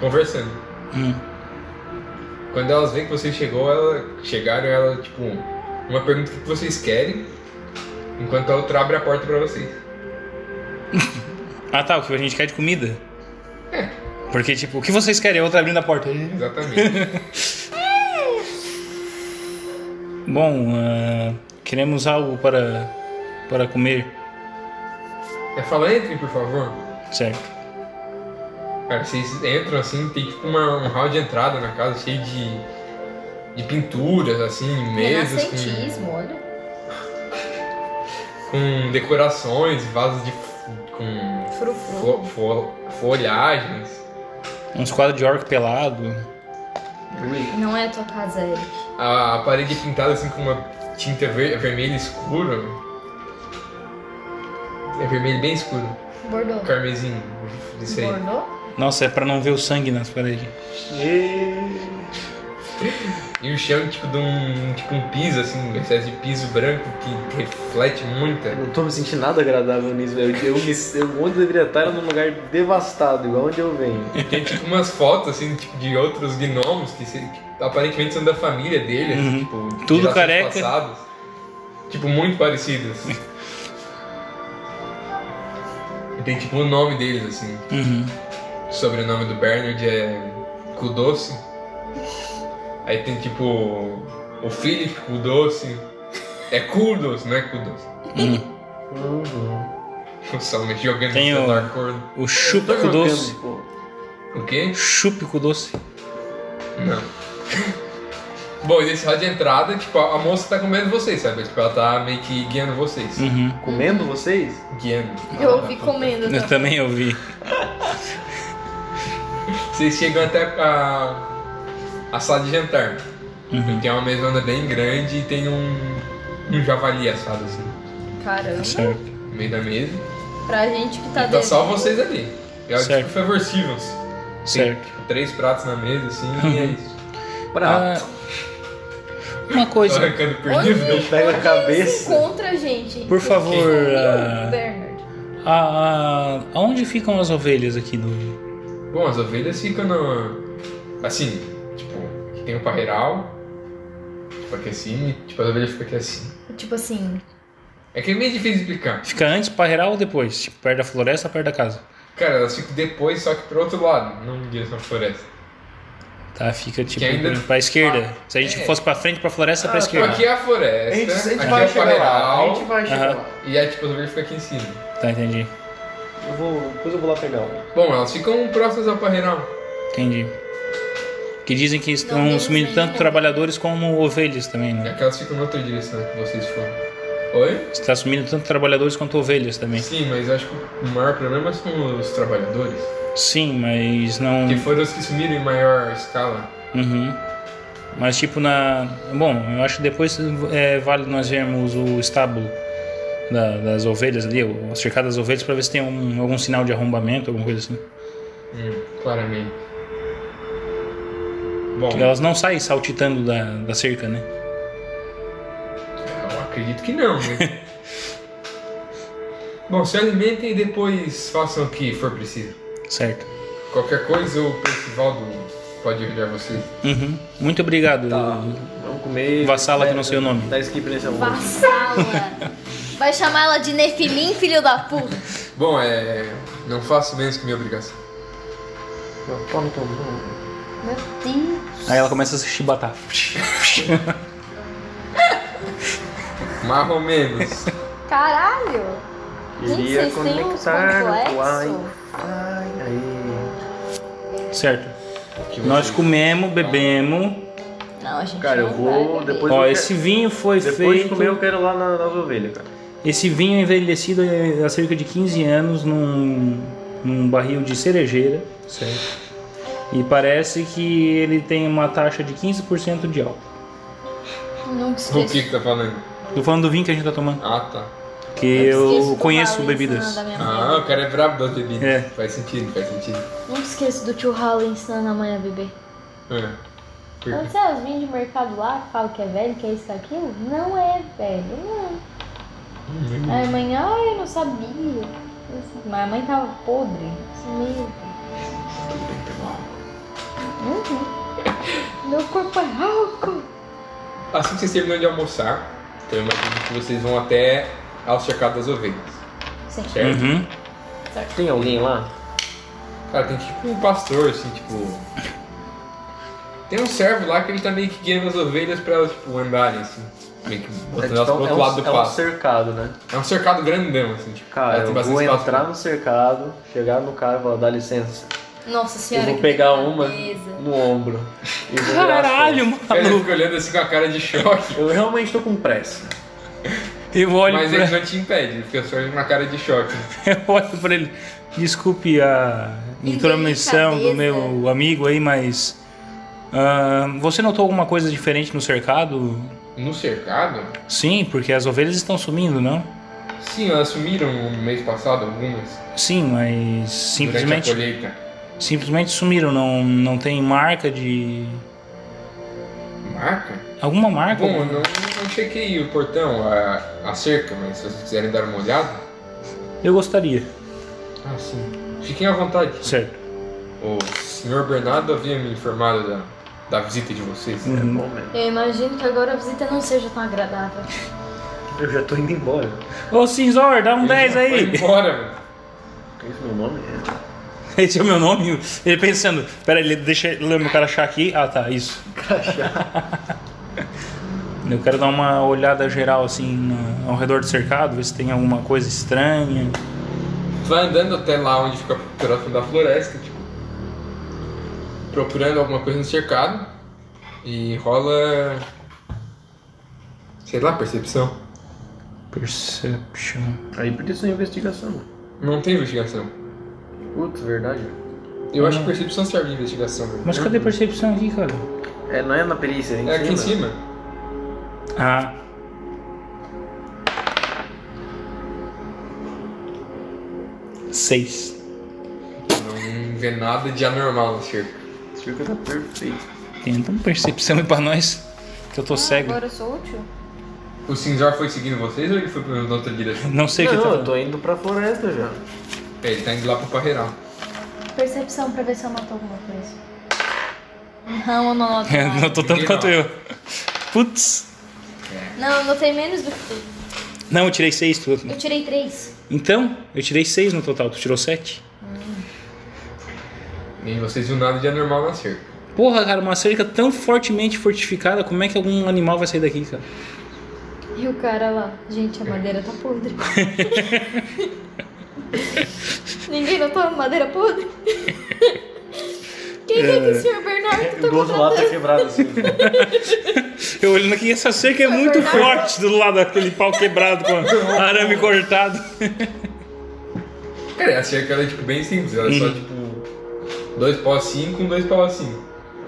conversando. Hum. Quando elas veem que você chegou, ela, chegaram, ela, tipo, uma pergunta o que vocês querem, enquanto a outra abre a porta pra vocês. Ah tá, o que a gente quer de comida? É. Porque, tipo, o que vocês querem? A outra abrindo a porta. Exatamente. Bom, ah, queremos algo para, para comer, Ela fala, entrem, por favor. certo? Cara, vocês entram assim, tem tipo uma, um hall de entrada na casa cheio de, de pinturas, assim, mesas com, Renascentismo, é um olha. com decorações, vasos de f- com Frufru. fo- fo- folhagens. Uns quadros de orc pelado. Não é a tua casa, Eric. A parede é pintada assim com uma tinta ver- vermelha escura. É vermelho bem escuro. um Bordou. Carmesim, isso aí. Bordou? Nossa, é pra não ver o sangue nas paredes. E o chão tipo de um tipo um piso assim, um excesso de piso branco que reflete muita. Eu não tô me sentindo nada agradável nisso, velho. Eu, me, eu onde eu deveria estar era num lugar devastado, igual onde eu venho. Tem tipo umas fotos assim tipo, de outros gnomos que, se- que aparentemente são da família dele, assim, Uhum. tipo Tudo gerações careca. passadas. Tipo muito parecidas. e tem tipo o nome deles assim. Uhum. O sobrenome do Bernard é Kudoce. Aí tem tipo o Philip Kudoce. É Kudos, não é Kudos. Uhum. Só me jogando Tem no o- celular corno. O chupico doce. Tá Pô. O quê? Chupico doce. Não. Bom, e nesse hall de entrada, tipo, a a moça tá comendo vocês, sabe? Tipo, ela tá meio que guiando vocês. Uhum. Comendo vocês? Guiando. Eu ouvi comendo. Eu tá? também ouvi. Vocês chegam até a, a sala de jantar. Uhum. Tem uma mesona bem grande e tem um, um javali assado, assim, Caramba. Certo. no meio da mesa. Pra gente que tá Então dentro. só vocês ali. É Certo. tipo favor Stevens. Certo. Tipo, três pratos na mesa, assim, e é Uhum. isso. Pra. Ah, uma Tô coisa. arrancando perdido. Onde, Pega a onde cabeça. se encontra, gente? Por favor, Comigo, ah, Bernard. a- a- aonde ficam as ovelhas aqui do. Bom, as ovelhas ficam no. Assim, tipo, aqui tem o parreiral. Tipo, aqui assim, e, tipo, as ovelhas ficam aqui assim. Tipo assim, É que é meio difícil de explicar. Fica antes do parreiral ou depois? Tipo, perto da floresta ou perto da casa? Cara, elas ficam depois, só que pro outro lado, não em direção à floresta. Tá, fica tipo Que ainda- pra esquerda. Se a gente É. fosse pra frente, pra floresta, pra esquerda. Aqui é a A gente, floresta, a gente aqui vai é o chegar lá. A parreiral, gente vai chegar Aham. lá. e a tipo, a fica aqui em cima. Tá, entendi. Eu vou, depois eu vou lá pegar um. Bom, elas ficam próximas ao parreiral. Entendi. Que dizem que Não, estão Deus sumindo me tanto livre. trabalhadores como ovelhas também, É né? que elas ficam na outra direção que vocês foram. Oi? Está sumindo tanto trabalhadores quanto ovelhas também. Sim, mas eu acho que o maior problema são os trabalhadores, Sim, mas não. que foram os que sumiram em maior escala. Uhum. Mas tipo na. Bom, eu acho que depois é, vale nós vermos o estábulo da- das ovelhas ali, o cercado das ovelhas, pra ver se tem um- algum sinal de arrombamento, alguma coisa assim. Hum, claramente. Bom, Que elas não saem saltitando da, da cerca, né? eu acredito que não, né? Bom, se alimentem e depois façam o que for preciso. Certo. Qualquer coisa, o Percivaldo pode é ajudar vocês. Uhum. Muito obrigado. Tá. Vamos comer. Tá. É, Vassala que não sei o nome. Dá skip nesse almoço. Vassala. Vai chamar ela de Nefilim, filho da puta. Bom, é. Não faço menos que minha obrigação. Meu pau no teu cu. Meu Deus. Aí ela começa a se chibatar. Mais ou menos. Caralho. Gente, Iria vocês têm um uns conectar no complexos. Ai, aí. certo. Que Nós vocês- comemos, bebemos. Não, a gente é um Cara, não eu vou vai beber. depois- Ó, eu esse vinho foi Depois de feito. comer, eu quero lá na- nas ovelhas, cara. Esse vinho é envelhecido é, há cerca de 15 anos num, num barril de cerejeira. Certo. E parece que ele tem uma taxa de 15% de álcool. Nunca O esqueço. que que tá falando? Tô falando do vinho que a gente tá tomando. Ah, tá. Que Nunca esqueço eu do conheço Hallens bebidas. ensinando a minha mãe a Ah, o beber. cara é brabo das bebidas. É. Faz sentido, faz sentido. Nunca esqueço do tio Raul ensinando a mãe a beber. É. Por- Quando vocês vêm de mercado lá, falam que é velho, que é isso, que é aquilo, não é velho, não. Uhum. Aí a mãe, ai, eu não sabia. Mas a mãe tava podre, isso mesmo. Uhum. Meu corpo é álcool. Assim que vocês terminam de almoçar, então eu imagino que vocês vão até ao cercado das ovelhas, Sim. certo? Uhum. Tem alguém lá? Cara, tem tipo um pastor, assim, tipo. Tem um servo lá que ele tá meio que guiando as ovelhas pra elas, tipo, andarem, assim. Meio que botando elas pro é, outro um, lado do é um pasto. cercado, né? É um cercado grandão, assim, tipo. Cara, ela eu tem vou bastante espaço pra- entrar no cercado, chegar no cara e falar, dá licença. Nossa senhora, eu que vou pegar uma beleza. no ombro. e vou virar as Caralho, Ele Tá maluco. fica olhando assim com a cara de choque. costas. Eu realmente tô com pressa. Eu olho, Mas é pra, ele não te impede, ele fica só com uma cara de choque. eu olho pra ele. Desculpe a intromissão do meu amigo aí, mas. ah, você notou alguma coisa diferente no cercado? No cercado? Sim, porque as ovelhas estão sumindo, não? Sim, elas sumiram no mês passado, algumas. Sim, mas Durante a simplesmente, colheita. simplesmente sumiram. Não, não tem marca de. Marca? Alguma marca? Bom, eu não, não chequei o portão, a, a cerca, mas se vocês quiserem dar uma olhada. Eu gostaria. Ah, sim. Fiquem à vontade. Certo. O senhor Bernardo havia me informado da, da visita de vocês. Uhum. Bom, mesmo. Eu imagino que agora a visita não seja tão agradável. Eu já tô indo embora. Ô, Cinzor, dá um Ele 10 já foi aí. embora, mano. Esse meu nome é. Esse é o meu nome. Ele pensando, peraí, ele- deixa eu ler meu cara achar aqui. Ah, tá, isso. Eu quero dar uma olhada geral, assim, no- ao redor do cercado, ver se tem alguma coisa estranha. Tu vai andando até lá onde fica próximo da floresta, tipo, procurando alguma coisa no cercado. E rola. Sei lá, percepção. Perception. Aí podia ser uma investigação. Não tem investigação. Putz, verdade. Eu acho que percepção serve de investigação. Hum. Hum. Mas cadê percepção aqui, cara? É, não é na perícia, é em É aqui em cima. cima. Ah. Seis. Não vê nada de anormal no cerco. Esse circo tá perfeito. Tenta uma percepção aí pra nós, que eu tô cego. Agora eu sou útil? O Cinzor foi seguindo vocês ou ele foi pra outra direção? Não sei o que não, tá eu tô indo pra floresta já. É, ele tá indo lá pro Parreiral. Percepção pra ver se eu matou alguma coisa. Não, eu não noto Eu nada. não tô tanto quanto eu. Putz. Não, eu notei menos do que tu. Não, eu tirei seis. Tu... Eu tirei três. Então, eu tirei seis no total, tu tirou sete. E vocês viram nada de anormal na cerca. Porra, cara, uma cerca tão fortemente fortificada, como é que algum animal vai sair daqui, cara? E o cara lá. Gente, a madeira tá podre. Ninguém notou a madeira podre? Quem é que o senhor Bernardo tá Do outro lado tá quebrado assim. Eu olhando aqui, essa cerca é muito verdade. forte do lado daquele pau quebrado com arame cortado. Cara, a cerca ela é tipo bem simples, ela é só tipo dois pau assim com dois pau assim.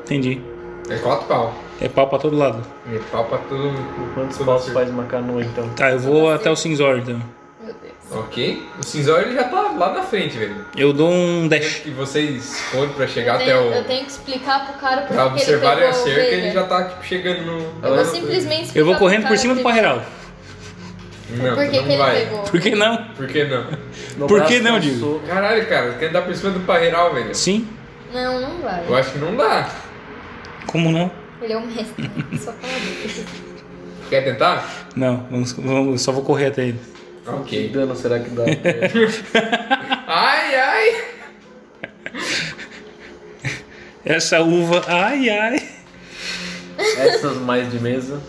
Entendi. É quatro pau. É pau pra todo lado. É pau pra todo. Quantos paus faz uma canoa então? Tá, eu vou até o cinzório então. Meu Deus. Ok. O cinzório ele já tá lá na frente, velho. Eu dou um dash. E vocês foram pra chegar Tem- até o. Eu tenho que explicar pro cara porque Pra observar ele a pegou a cerca, ovelha. ele já tá tipo, chegando no. Eu vou simplesmente explicar Eu vou pro correndo por cara cima do que- parreiral. Não, Por tu que, não que ele vai. pegou? Por que não? Por que não? No Por braço que não, tem um Diego? soco. Caralho, cara, quer andar por cima do parreiral, velho. Sim? Não, não vai. Eu acho que não dá. Como não? Ele é um mestre. Só fala dele. Quer tentar? Não, vamos, vamos- eu só vou correr até ele. Que Ok. dano será que dá? né? Ai, ai! Essa uva, ai ai. Essas mais de mesa.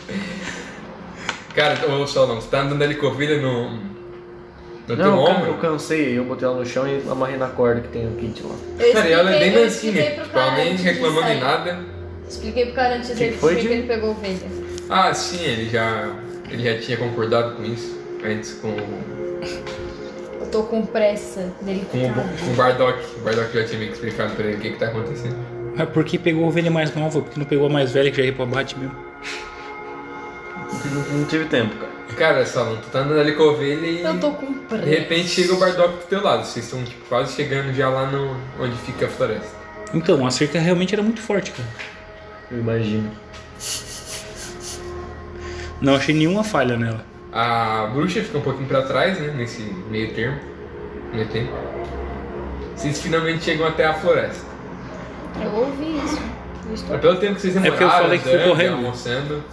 Cara, ô Solon, você tá andando ali com a ovelha no. No teu Não, cara, ombro? eu cansei, eu botei ela no chão e amarrei na corda que tem o kit lá. Eu Cara, e ela é expliquei- bem eu mansinha, expliquei pro tipo, ela cara nem antes de reclamando sair. em nada. Expliquei pro cara antes Que dele que foi, porque Di? ele pegou ovelha. Ah, sim, ele já. Ele já tinha concordado com isso. Antes com, Eu tô com pressa dele com, o, Bo- com o Bardock. O Bardock já tinha meio que explicado pra ele o que que tá acontecendo. Mas por que pegou a ovelha mais nova? Por que não pegou a mais velha que já ia pra bate mesmo? Não, não tive tempo, cara. Cara, Solon, tu tá andando ali com a ovelha e. Eu tô com pressa. De repente chega o Bardock do teu lado, vocês estão tipo, quase chegando já lá no onde fica a floresta. Então, a cerca realmente era muito forte, cara. Eu imagino. Não achei nenhuma falha nela. A bruxa fica um pouquinho pra trás, né, nesse meio termo, meio tempo. Vocês finalmente chegam até a floresta. Eu ouvi isso. Eu estou... Mas pelo tempo que vocês É porque eu demoraram, falei que fui andando, correndo. almoçando,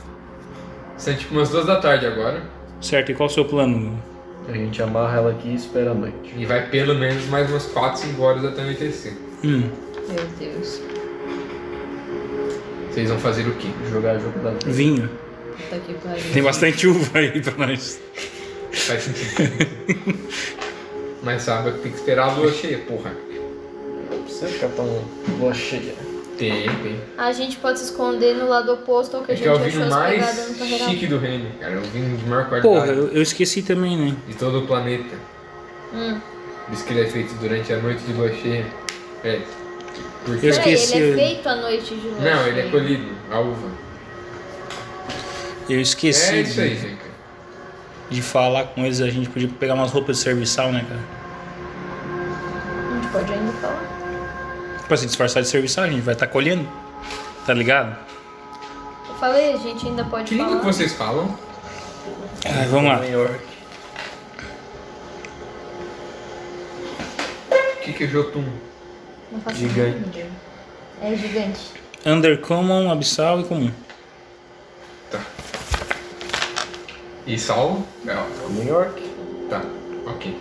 são tipo umas duas da tarde agora, Certo, e qual o seu plano? A gente amarra ela aqui e espera a noite. e vai pelo menos mais umas 4, 5 horas até anoitecer. Hum, Meu Deus. Vocês vão fazer o quê? Jogar jogo da vida. vinho. Puta que pariu. Tem bastante uva aí pra nós. Faz sentido. Mas sabe que tem que esperar a lua cheia, porra. Não precisa ficar tão boa cheia. Tem, tem. A gente pode se esconder no lado oposto ao que a É gente que é o achou vinho espregado mais no carreirão. chique do reino, cara. É o vinho de maior qualidade. Porra, eu, eu esqueci também, né? de todo o planeta. Hum. Diz que ele é feito durante a noite de lua cheia. É. Porque... Eu Peraí, esqueci, ele é eu- feito à noite de lua né? Não, ele é cheia. colhido, a uva. Eu esqueci é isso aí, de, gente. de falar com eles. A gente podia pegar umas roupas de serviçal, né, cara? A gente pode ainda falar. Pra se Tipo assim, disfarçar de serviçal, a gente vai estar colhendo. Tá ligado? Eu falei, a gente ainda pode Que língua falar. que vocês falam? É. Ai, vamos lá. New York. O que, que é Jotun? Não faço Gigante. ideia. É gigante. Undercommon, Abissal e Comum. Tá. E Saulo? Não. New York. Tá, ok.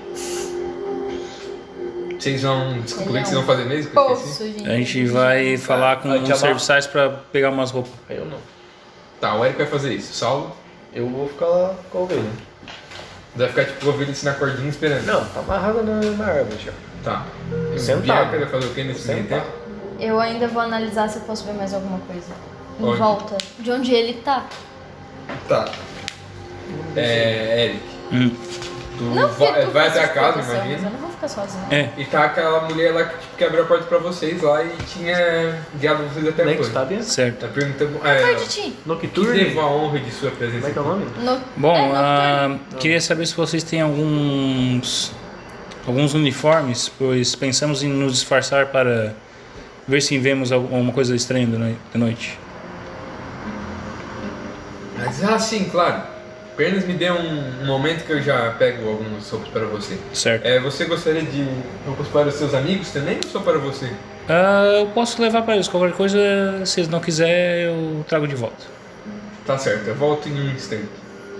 Vocês vão. Desculpa, o que que vocês vão fazer mesmo? assim, Que eu esqueci. Poço, gente. A gente vai falar com Vai te os amar. serviçais pra pegar umas roupas. Aí eu não. Tá, o Eric vai fazer isso. Saulo Eu vou ficar lá com a ovelha. vai ficar tipo ouvindo isso na cordinha esperando. Não, tá amarrada na, na árvore já. Tá. Sentado. O Bianca vai fazer o que nesse meio Sentado. tempo? Eu ainda vou analisar se eu posso ver mais alguma coisa. Em Onde? volta. De onde ele tá. Tá. É, Eric. Hum. Tu Não, porque vai, tu é, vai faz até a essa casa, proteção, mas imagina. Eu não vou ficar sozinha. É, E tá aquela mulher lá que, tipo, que abriu a porta pra vocês lá e tinha guiado vocês até a Next coisa. tab. certo. Tá perguntando. É, Pode, Tim. que devo Nocturne. a honra de sua Como presença. é que é o aqui. nome? No- Bom, É, não ah, queria saber se vocês têm alguns alguns uniformes, pois pensamos em nos disfarçar para ver se vemos al- alguma coisa estranha de noi- de noite. Mas ah, sim, claro. Apenas me dê um, um momento que eu já pego alguns roupas para você. Certo. É, você gostaria de roupas para os seus amigos também ou só para você? Ah, eu posso levar para eles qualquer coisa, se eles não quiser, eu trago de volta. Tá certo, eu volto em um instante.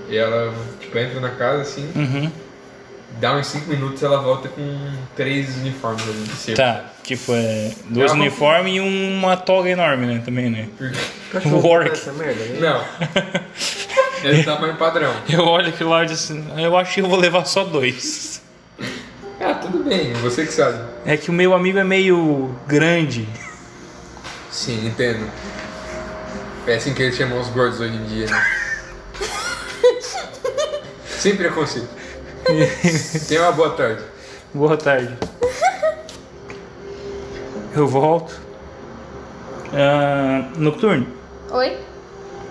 E ela, tipo, entra na casa assim, Uhum. dá uns 5 minutos ela volta com três uniformes ali de circo. Tá, tipo, é. Dois Ela não- uniformes e uma toga enorme, né? Também, né? Work. Essa merda, né? Não. É do tamanho padrão. Eu olho aquilo lá e disse, assim, eu acho que eu vou levar só dois. Ah, tudo bem, você que sabe. É que o meu amigo é meio grande. Sim, entendo. É assim que eles chamam os gordos hoje em dia. né? Sem preconceito. Tenha uma boa tarde. Boa tarde. Eu volto. Ah, Nocturno, Oi?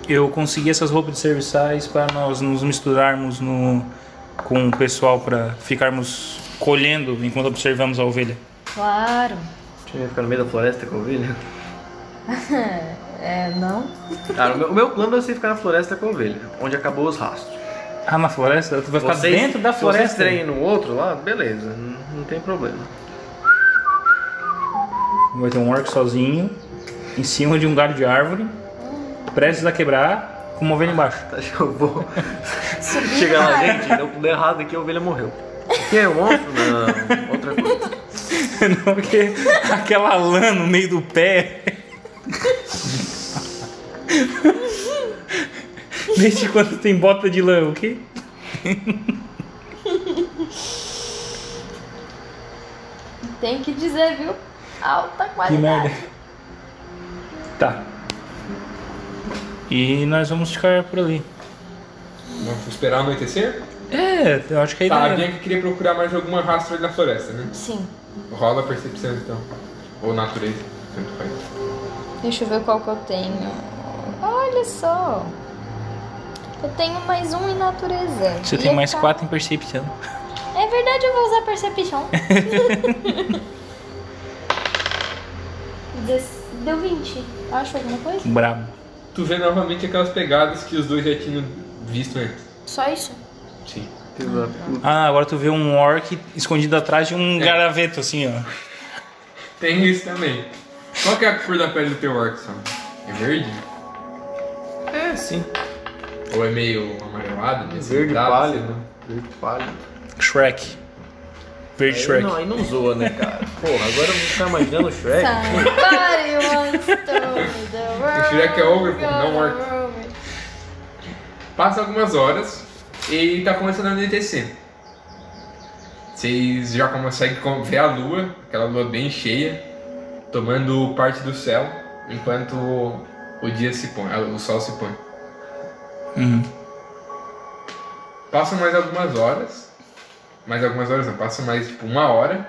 eu consegui essas roupas de serviçais para nós nos misturarmos no, com o pessoal para ficarmos colhendo enquanto observamos a ovelha. Claro. Deixa eu ia ficar no meio da floresta com a ovelha. É, não? Cara, o meu, o meu plano é você ficar na floresta com a ovelha, onde acabou os rastros. Ah, na floresta? Tu vai ficar Vocês- dentro da se floresta? Vocês treinem no outro lá, beleza, n- não tem problema. Vai ter um orc sozinho, em cima de um galho de árvore, prestes a quebrar, com uma ovelha embaixo. Tá, acho que eu vou. Chega lá, gente, deu tudo errado aqui, a ovelha morreu. Que é um monstro? Não, outra coisa. Não, porque aquela lã no meio do pé. Desde quando tem bota de lã, o quê? Tem que dizer, viu? Alta Que qualidade. merda. Tá. E nós vamos ficar por ali. Vamos esperar anoitecer? É, eu acho que é a Tá, ideia. alguém que queria procurar mais alguma rastro ali na floresta, né? Sim. Rola a percepção então. Ou natureza, tanto faz. Deixa eu ver qual que eu tenho. Olha só. Eu tenho mais um em natureza. tá Você Ia tem mais ficar- quatro em percepção. É verdade, eu vou usar Perception. Dez- Deu 20. Acho alguma coisa? Brabo. Tu vê novamente aquelas pegadas que os dois já tinham visto antes. Só isso? Sim. Filho da puta. Ah, agora tu vê um orc escondido atrás de um garaveto, assim, ó. Tem isso também. Qual que é a cor da pele do teu orc, Sam? É verde? É, sim. Ou é meio amarelado? meio Verde acinzentado, pálido. sei lá? Verde pálido. Shrek. Verde Aí Shrek. Não, aí não zoa, né, cara? Porra, agora eu vou ficar imaginando o É. Shrek. Somebody Tá. wants to the world. O Shrek é ogro, pô, não go orc. round. Passa algumas horas e tá começando a anoitecer. Vocês já conseguem com- ver a lua, aquela lua bem cheia, tomando parte do céu, enquanto o dia se põe, a- o sol se põe. Uhum. Passam mais algumas horas, mais algumas horas não, passam mais tipo uma hora,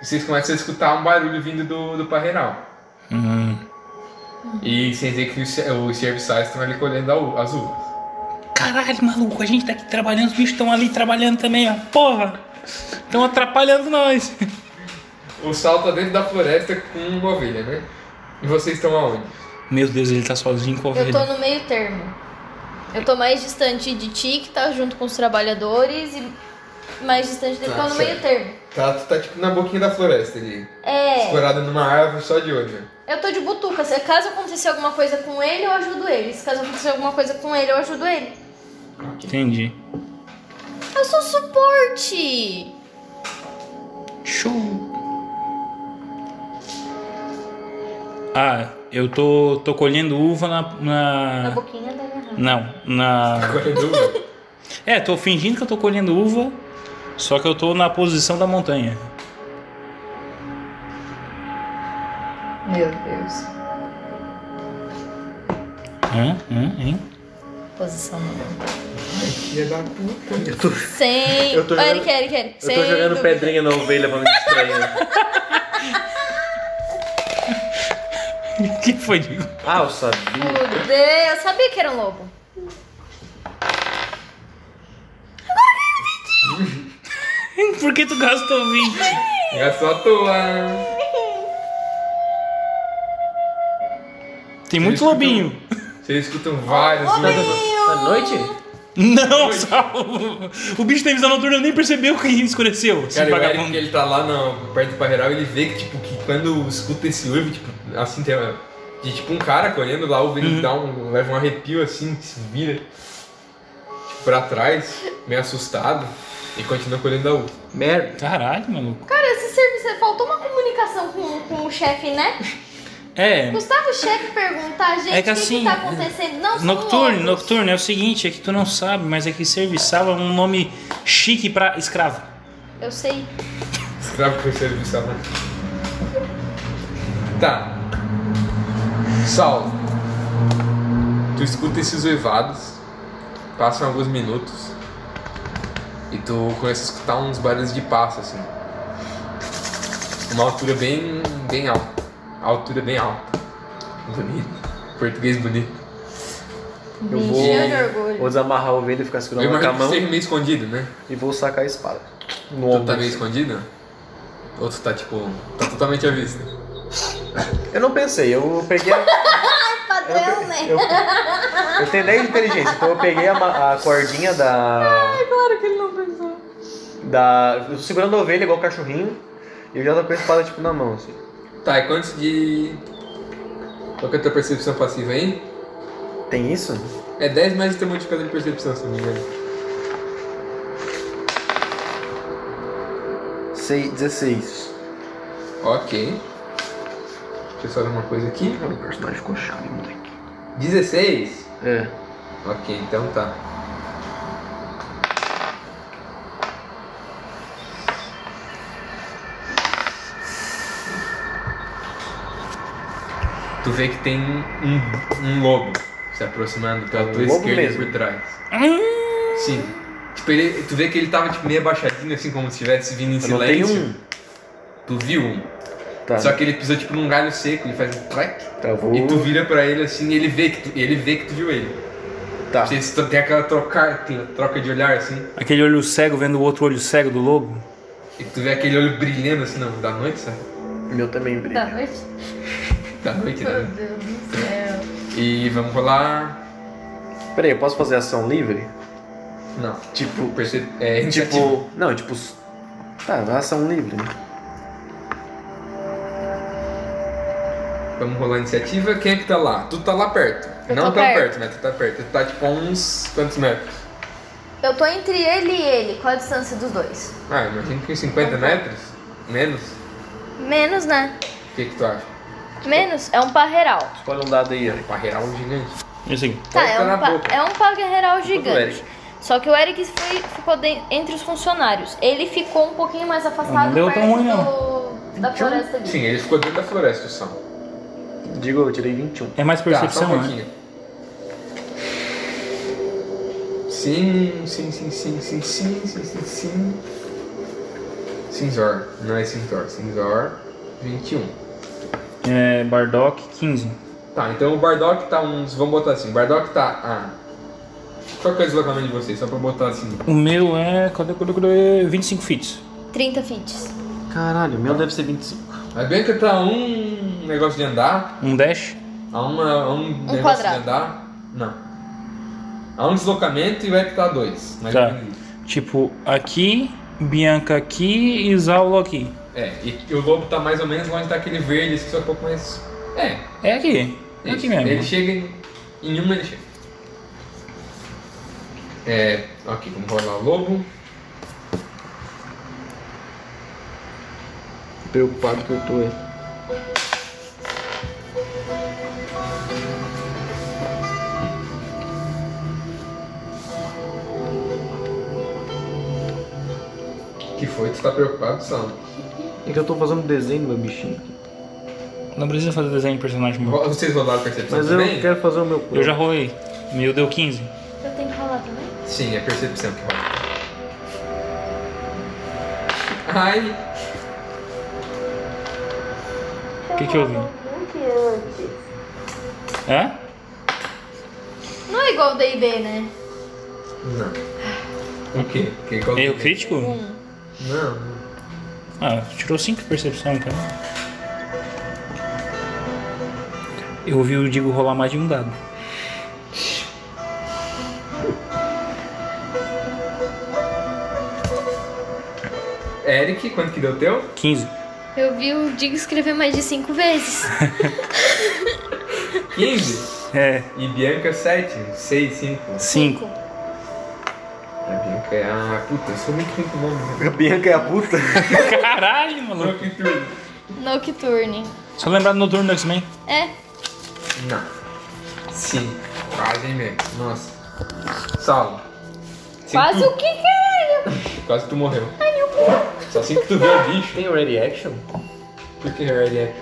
e vocês começam a escutar um barulho vindo do, do parreiral. Uhum. E sem dizer que os, os serviçais estão ali colhendo a u- as uvas. Caralho, maluco, a gente tá aqui trabalhando, os bichos estão ali trabalhando também, ó. Porra! Estão atrapalhando nós. O sol tá dentro da floresta com uma ovelha, né? E vocês estão aonde? Meu Deus, ele tá sozinho com a Eu ovelha. tô no meio termo. Eu tô mais distante de ti, que tá junto com os trabalhadores, e mais distante dele, Tá, tô no certo. meio termo. Tá, tu tá tipo na boquinha da floresta ali. É, Escorada numa árvore só de olho. eu tô de butuca. Se caso acontecer alguma coisa com ele, eu ajudo ele. Se caso acontecer alguma coisa com ele, eu ajudo ele. Entendi. Eu sou suporte! Show! Ah, eu tô, tô colhendo uva na. na- Na boquinha Um da minha raiva. Não, na. Correndo uva. É, tô fingindo que eu tô colhendo uva, só que eu tô na posição da montanha. Meu Deus. Hã? Hã? Hein? Posição não. Filha da puta. Eu tô, Sem. Eu tô Ah, Eric, jogando- Eric, Eric. eu tô jogando pedrinha na ovelha pra me distrair. né? O que foi, Diego? Ah, eu sabia. Fudeu, eu sabia que era um lobo. Por que tu gastou 20? É só à toa. Tem muito Ele escutou. lobinho. Vocês escutam vários uivas. À noite? Não, Saulo! O bicho tem visão noturna, nem percebeu que escureceu. esse Cara, e o Eric, vagabundo. que ele tá lá na, perto do parreiral, ele vê que, tipo, que quando escuta esse uivo, tipo, assim, tem uma- Uhum. de tipo um cara colhendo lá, o uivo, ele dá um, leva um arrepio assim, que se vira. Tipo, pra trás, meio assustado, e continua colhendo a uva. Merda. Caralho, maluco. Cara, esse serviço. Faltou uma comunicação com, com o chefe, né? É, Gustavo, o chefe perguntar, gente, É o que que, assim, que tá acontecendo? Não, são Nocturne, ovos. Nocturne, é o seguinte, é que tu não sabe, mas é que serviçal é um nome chique pra escravo. Eu sei. Escravo que serviço né? Tá. Saulo. Tu escuta esses uivados. Passam alguns minutos. E tu começa a escutar uns barulhos de passo, assim. Uma altura bem. bem alta. Altura bem alta. Bonito. Português bonito. Eu vou, Cheio de orgulho. vou desamarrar o vento e ficar Eu segurando com a imagino que mão seja meio escondido, né? e vou sacar a espada. No Tu ombro. tá meio escondido? Ou tu tá tipo. tá totalmente à vista? Eu não pensei, eu peguei a. Padrão, né? Eu, eu tenho 10 de inteligência, então eu peguei a, ma- a cordinha da. Claro que ele não pensou. da. Eu tô segurando a ovelha igual o cachorrinho e eu já tô com a espada tipo na mão, assim. Tá, e quantos de. Qual que é a tua percepção passiva aí? Tem isso? É 10 mais o teu modificador de percepção, se não me engano. Sei, 16. Ok. Deixa eu só ver uma coisa aqui. Meu personagem ficou chave, moleque. 16? É. Ok, então tá. Tu vê que tem um, um lobo se aproximando pela Um tua lobo esquerda mesmo. por trás. Sim. Tipo, ele- tu vê que ele tava tipo, meio abaixadinho, assim, como se estivesse vindo em Eu não tenho silêncio. um. Tu viu um. Tá, Só que ele pisou tipo num galho seco, ele faz um track. tá, eu vou. E tu vira pra ele assim e ele vê que tu, ele vê que tu viu ele. Tá. Vocês tro- tem aquela trocar, tem troca de olhar assim, Aquele olho cego vendo o outro olho cego do lobo. e tu vê aquele olho brilhando assim não, da noite, sabe? Meu também Da brilha. noite? Da noite, Meu né? Deus do céu. E vamos rolar. Peraí, eu posso fazer ação livre? Não. Tipo. Perce... É, iniciativa. Tipo. Não, tipo. s- Tá, ação livre. né? Vamos rolar a iniciativa. Quem é que tá lá? Tu tá lá perto. Eu não tô tão perto. perto. né? Tu tá perto. Tu tá tipo a uns quantos metros? Eu tô entre ele e ele. Qual a distância dos dois? Ah, imagina que uns 50 tá. metros? Menos? Menos, né? O que que tu acha? Menos? É um parreiral. Escolhe um dado aí, Eric. Parreiral gigante. É o seguinte. Tá, Pode é tá na um, pa- boca. é um parreiral do Eric. gigante. Só que o Eric foi, ficou de- entre os funcionários. Ele ficou um pouquinho mais afastado Não deu tão perto ruim, do, da floresta ali. Sim, ele ficou dentro da floresta, o Sam. Digo, eu tirei 21. É mais tá, só percepção, um né? pouquinho. Sim, sim, sim, sim, sim, sim, sim, sim, sim. Cinzor, não é Cinzor, Cinzor 21. É, Bardock 15. Tá, então o Bardock tá uns. Vamos botar assim, o Bardock tá. Ah. Qual que é o deslocamento de vocês? Só pra botar assim. O meu é. Cadê, cadê, cadê? 25 fits. 30 fits. Caralho, o meu deve ser 25. A Bianca tá a um negócio de andar, Um dash. a, uma, a um, negócio quadrado. de andar. Não. A um deslocamento e o Eric tá a dois. Mas Tá. Tipo, aqui, Bianca aqui e Zaulo aqui. É, e o lobo tá mais ou menos longe daquele verde, assim, só um pouco mais. É, É aqui. É aqui Isso. mesmo. Ele chega em, em uma, ele chega. É. Ok, vamos rolar o lobo. Preocupado que eu tô é. aí. Que foi? Tu tá preocupado, Sam? É que eu tô fazendo desenho do meu bichinho aqui. Não precisa fazer desenho de personagem meu. Ro- Vocês rolaram percepção Mas eu também? quero fazer o meu Eu já rolei. Meu deu 15. Eu tenho que falar também? Sim, é percepção que rola. Ai! O que, que eu vi? Hã? Não é igual o D&D, né? Não. O quê? Que, qual- Erro crítico? Um. Não, não. Ah, tirou 5 percepção, cara. Eu ouvi o Digo rolar mais de um dado. Eric, quanto que deu teu? 15. Eu vi o Digo escrever mais de 5 vezes. 15. É, E Bianca, 7. 6, 5. 5. É, ah, puta, eu sou muito ruim com o nome, né? A Bianca é a puta. Caralho, maluco. Nocturne. Nocturne. Só lembrar do Noturno do X-Men. É, Não. Sim. Quase, hein, velho? Nossa. Saulo. Assim quase que o que, caralho? tu, Quase tu morreu. Só assim que tu vê o bicho. Tem ready action? Por que ele é?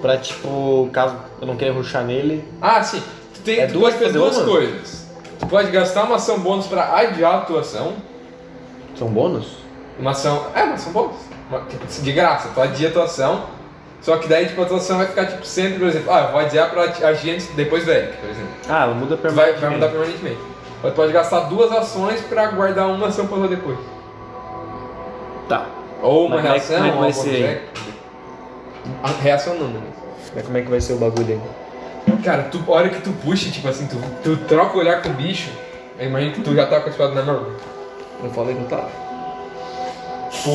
Pra tipo, caso eu não queira ruxar nele. Ah, sim. Tu, tem, É tu duas pode fazer pessoas, duas mano? coisas. Tu pode gastar uma ação bônus pra adiar a tua ação. São bônus? Uma ação. É, uma ação bônus. Uma- tipo, De graça, tu adia a tua ação. Só que daí, tipo, a tua ação vai ficar, tipo, sempre, por exemplo, ah, eu vou adiar pra ati- agir antes, depois do Eric, por exemplo. Ah, muda Tu vai, permanente. vai mudar permanentemente. Mas tu pode gastar duas ações pra guardar uma ação pra usar depois. Tá. Ou uma Mas como é que- reação, como é que ou vai algum ser? objeto. A reação não, né? Mas como é que vai ser o bagulho aí? Cara, tu, a hora que tu puxa, tipo assim, tu, tu troca o olhar com o bicho, aí imagina que tu já tá com a espada na mão. Eu falei que não tá. O,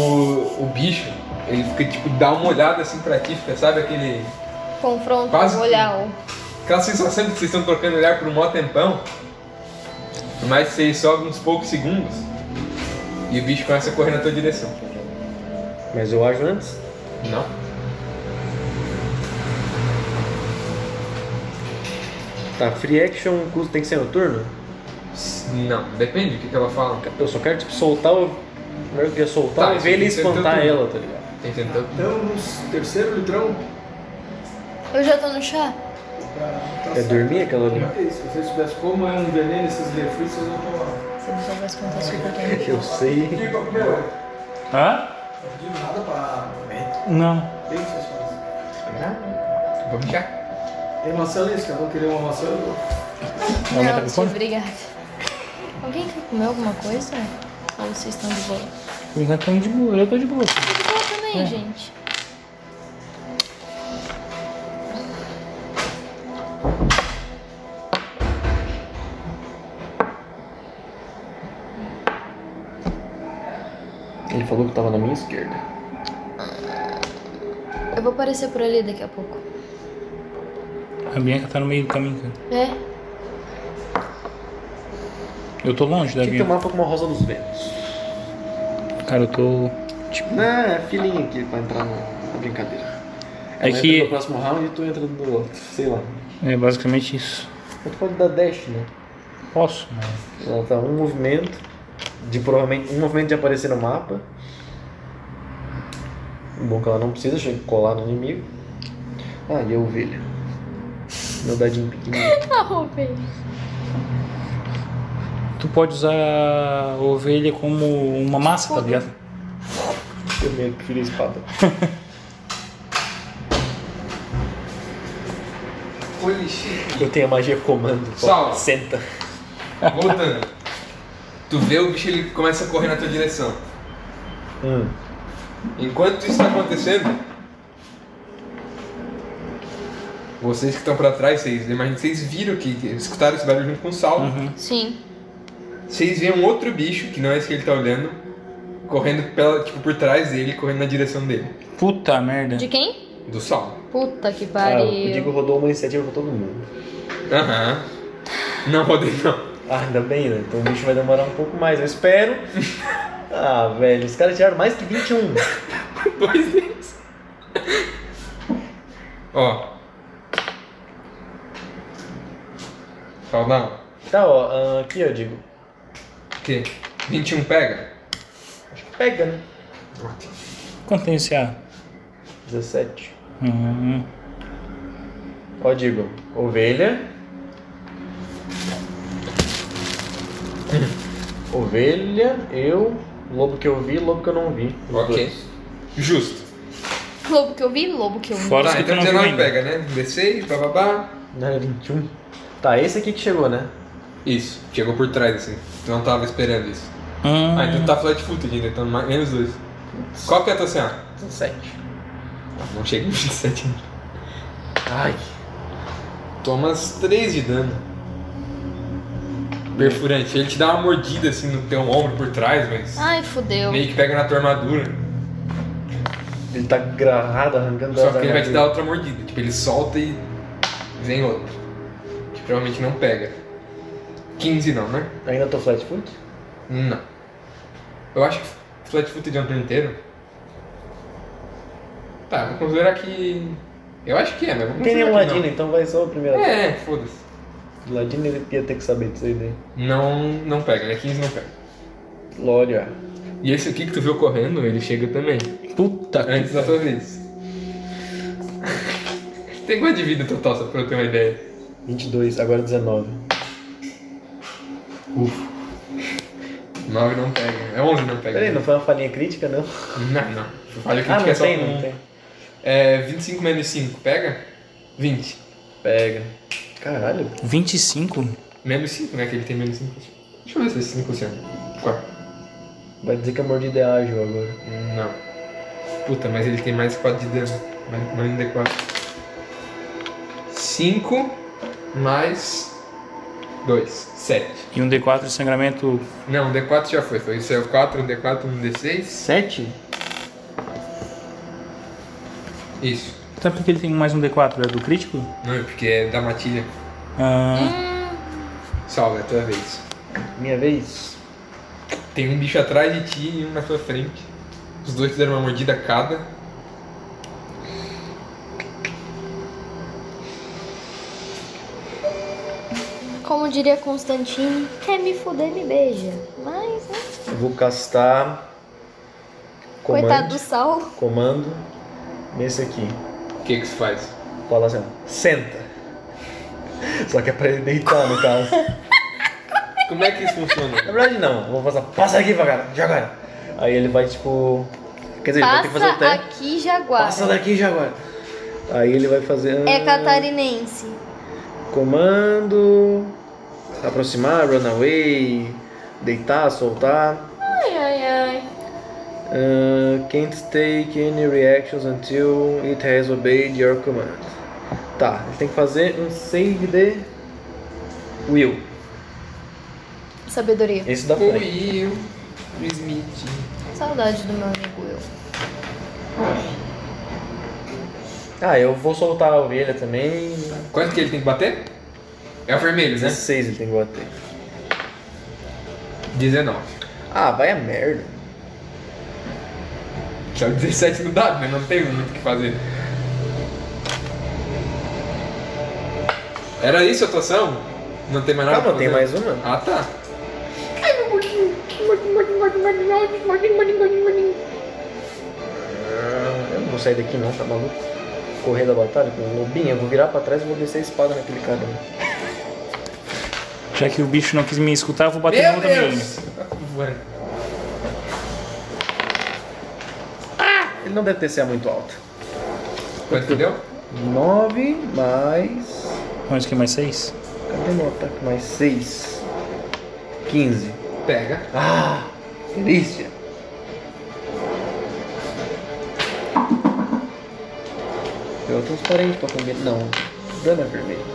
o bicho, ele fica, tipo, dá uma olhada assim pra ti, fica, sabe, aquele... Confronto, Quase vou olhar o... Aquela sensação de que vocês estão trocando olhar por um maior tempão, mas vocês só alguns poucos segundos, e o bicho começa a correr na tua direção. Mas eu acho antes. Não. Tá, free action custo tem que ser no turno? Não, depende do que, que ela fala. Eu só quero tipo soltar o. Primeiro eu queria soltar Tá, e ver ele isso tem que ser no espantar teu turno. ela, tá ligado? Entendeu? Então, no terceiro litrão. Eu já tô no chá? Tá É dormir aquela ali? É isso, se vocês soubessem como é um veneno esses refritos, vocês vão tomar. Você não soubesse contar isso pra quem? Eu sei. Diga pra comer hoje. Hã? Não digo é? nada pra. Não. Tem que vocês fazem. Vamos já. Tem maçã ali, se cada um querer uma maçã, eu vou. Aumenta o Não, sim, microfone? obrigada. Alguém quer comer alguma coisa? Ou vocês estão de boa? Por enquanto estamos de boa. Eu tô de boa. Tô de boa também, gente. Ele falou que tava na minha esquerda. Eu vou aparecer por ali daqui a pouco. A Bianca tá no meio do caminho, cara. É? Eu tô longe da Tinha que ter um Bianca. mapa com uma rosa dos ventos. Cara, eu tô... Não, é filhinha aqui pra entrar na na brincadeira. É Ela que- entra no próximo round e tu entra no outro, sei lá. É basicamente isso. Mas tu pode dar dash, né? Posso? Não. Ela tá um movimento, de provavelmente um movimento de aparecer no mapa. Bom é que ela não precisa chegar colar no inimigo. Ah, e a ovelha. Meu dadinho pequenininho. Ah, Rubem. Tu pode usar a ovelha como uma massa, tá ligado? Eu meio que filho espada. Holy shit. Eu tenho a magia comando. pô. Salve. Senta. Voltando. Tu vê o bicho, ele começa a correr na tua direção. Hum. Enquanto isso está acontecendo, vocês que estão pra trás, vocês, imagina, vocês viram que escutaram esse barulho junto com o Saulo. Sim. Vocês veem um outro bicho, que não é esse que ele tá olhando, correndo pela, tipo, por trás dele, correndo na direção dele, Puta merda. De quem? do Saulo. Puta que Ah, pariu. o Digo rodou uma iniciativa pra todo mundo. Aham. Não rodei não. Ah, ainda bem, né? Então o bicho vai demorar um pouco mais, eu espero. Ah, velho, os caras tiraram mais que 21. Dois deles. Ó. Saulão. Tá, ó, ah, aqui eu digo. O quê? 21 pega? Pega, né? Quanto tem esse A? 17. Hum. Ó, digo, ovelha. Ovelha, eu, lobo que eu vi, lobo que eu não vi. Os Ok. dois. Justo. Lobo que eu vi, lobo que eu vi. Fora os Tá, que tu então não viu 19 ainda. pega, né? D6, bababá. Não era 21. Tá, esse aqui que chegou, né? Isso, chegou por trás assim. Tu não tava esperando isso. Hum. Ah, então tá flat footed ainda, então mais- menos dois. Qual que é a tua senha? 17. Não chega em 27 ainda. Ai, Tomas 3 de dano. Perfurante. Ele te dá uma mordida assim no teu ombro por trás, mas Ai, fudeu. meio que pega na tua armadura. ele tá agarrado, arrancando Só as que ele vai te dar armaduras. outra mordida. Tipo, ele solta e vem outro. Que provavelmente não pega. 15 não, né? Ainda tô flat foot? Não. Eu acho que Flatfoot é de Antônio inteiro. Tá, vou considerar que. Eu acho que é, mas vou Não tem considerar nenhum que ladino, então vai só o primeiro não. ataque. É, é, foda-se. O ladino ele ia ter que saber disso aí né? daí. Não, não pega, né? 15 não pega. Glória. E esse aqui que tu viu correndo, ele chega também. Puta Antes da tua vez. Tem quanto de vida total, só pra eu ter uma ideia? 22, agora 19. 9 não pega. É 11 não pega. Peraí, não foi uma falinha crítica, não? Não, não. Falha que Ah, não é só tem, com- não tem. É, 25 menos 5, pega? 20. Pega. Caralho. 25? Menos 5, né? Que ele tem menos 5. Deixa eu ver se esse 5 funciona. Qual? Vai dizer que a mordida é ágil agora. Não. Puta, mas ele tem mais 4 de dano. Mais- Mais um D4. 5 mais 2. 7. E um D4 de sangramento. Não, o D4 já foi. Foi isso é o 4, um D4, um D6. 7? Isso. Até porque ele tem mais um D4, é do crítico? Não, é porque é da matilha. Ah, Salve, é a tua vez. Minha vez. Tem um bicho atrás de ti e um na tua frente. Os dois fizeram uma mordida cada. Como diria Constantine, quer me fuder, me beija. Mas, né? Eu vou castar. Comando. Coitado do Saulo. Comando. Nesse aqui. O que que se faz? Fala assim, ó. Senta. Só que é pra ele deitar, no caso. Como é que isso funciona? Na verdade, não. Eu vou passar. Passa aqui, vagabundo. Já agora. Aí ele vai, tipo. Quer dizer, ele vai ter que fazer Passa o teste. aqui, Jaguar. Passa daqui, já agora. Aí ele vai fazer. É catarinense. Comando. Aproximar, runaway. Deitar, soltar. Ai, ai, ai. Uh, can't take any reactions until it has obeyed your command. Tá, ele tem que fazer um save de Will. Sabedoria. Esse da O frente. Will Smith. Saudade do meu amigo eu. Ah, eu vou soltar a ovelha também. Quanto que ele tem que bater? É o vermelho, né? 16 ele tem que bater. 19. Ah, vai a merda. Só 17 no dado, né? Não tem muito o que fazer. Era isso a atuação? Não tem mais nada Calma, pra tem fazer? mais uma? Ah, tá. Ah, Eu não vou sair daqui não, tá maluco? Correr da batalha com o lobinho, eu vou virar pra trás e vou descer a espada naquele cara. já que o bicho não quis me escutar, eu vou bater na Meu outra Deus! menina. Voando. Ele não deve descer muito alto. Quanto que deu? 9 mais. Quanto que é mais 6? Cadê meu ataque? Mais 6. 15. Pega. Ah, delícia. Eu transparente pra combinar. Não, dano é vermelho.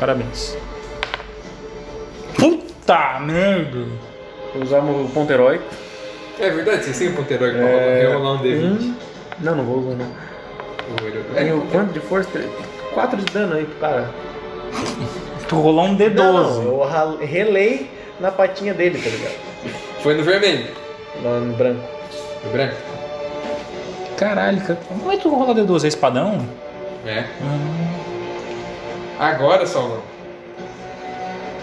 Parabéns. Puta merda! Vou usar o ponto heróico. É verdade, você tem um ponteiro aqui pra rolar- rerolar um D20. Um. Não, não vou usar não. Ouro. É, Ganhou quanto de força? 4 de dano aí pro cara. Tu rolou É um D12. Não, não, eu ralo- relei na patinha dele, tá ligado? Foi no vermelho. Lá no branco. No branco? Caralho, cara. como é que tu rola D12? É espadão? É. Agora, Saulão.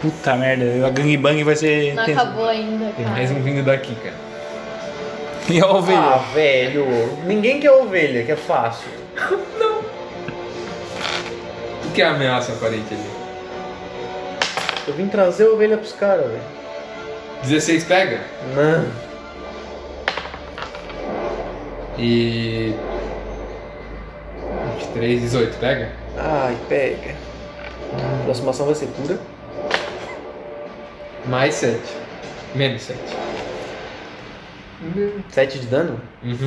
Puta merda, a gangbang vai ser. Não tensa. acabou ainda, Tem cara. mais um vindo daqui, cara. E a Ah, ovelha? velho. Ninguém quer ovelha, que é fácil. O que é a ameaça aparente ali? Eu vim trazer ovelha pros caras, velho. 16 pega? Não. E. 23, 18 pega? Ai, pega. Próxima ação vai ser cura. Mais 7. Menos 7. 7 de dano? Uhum.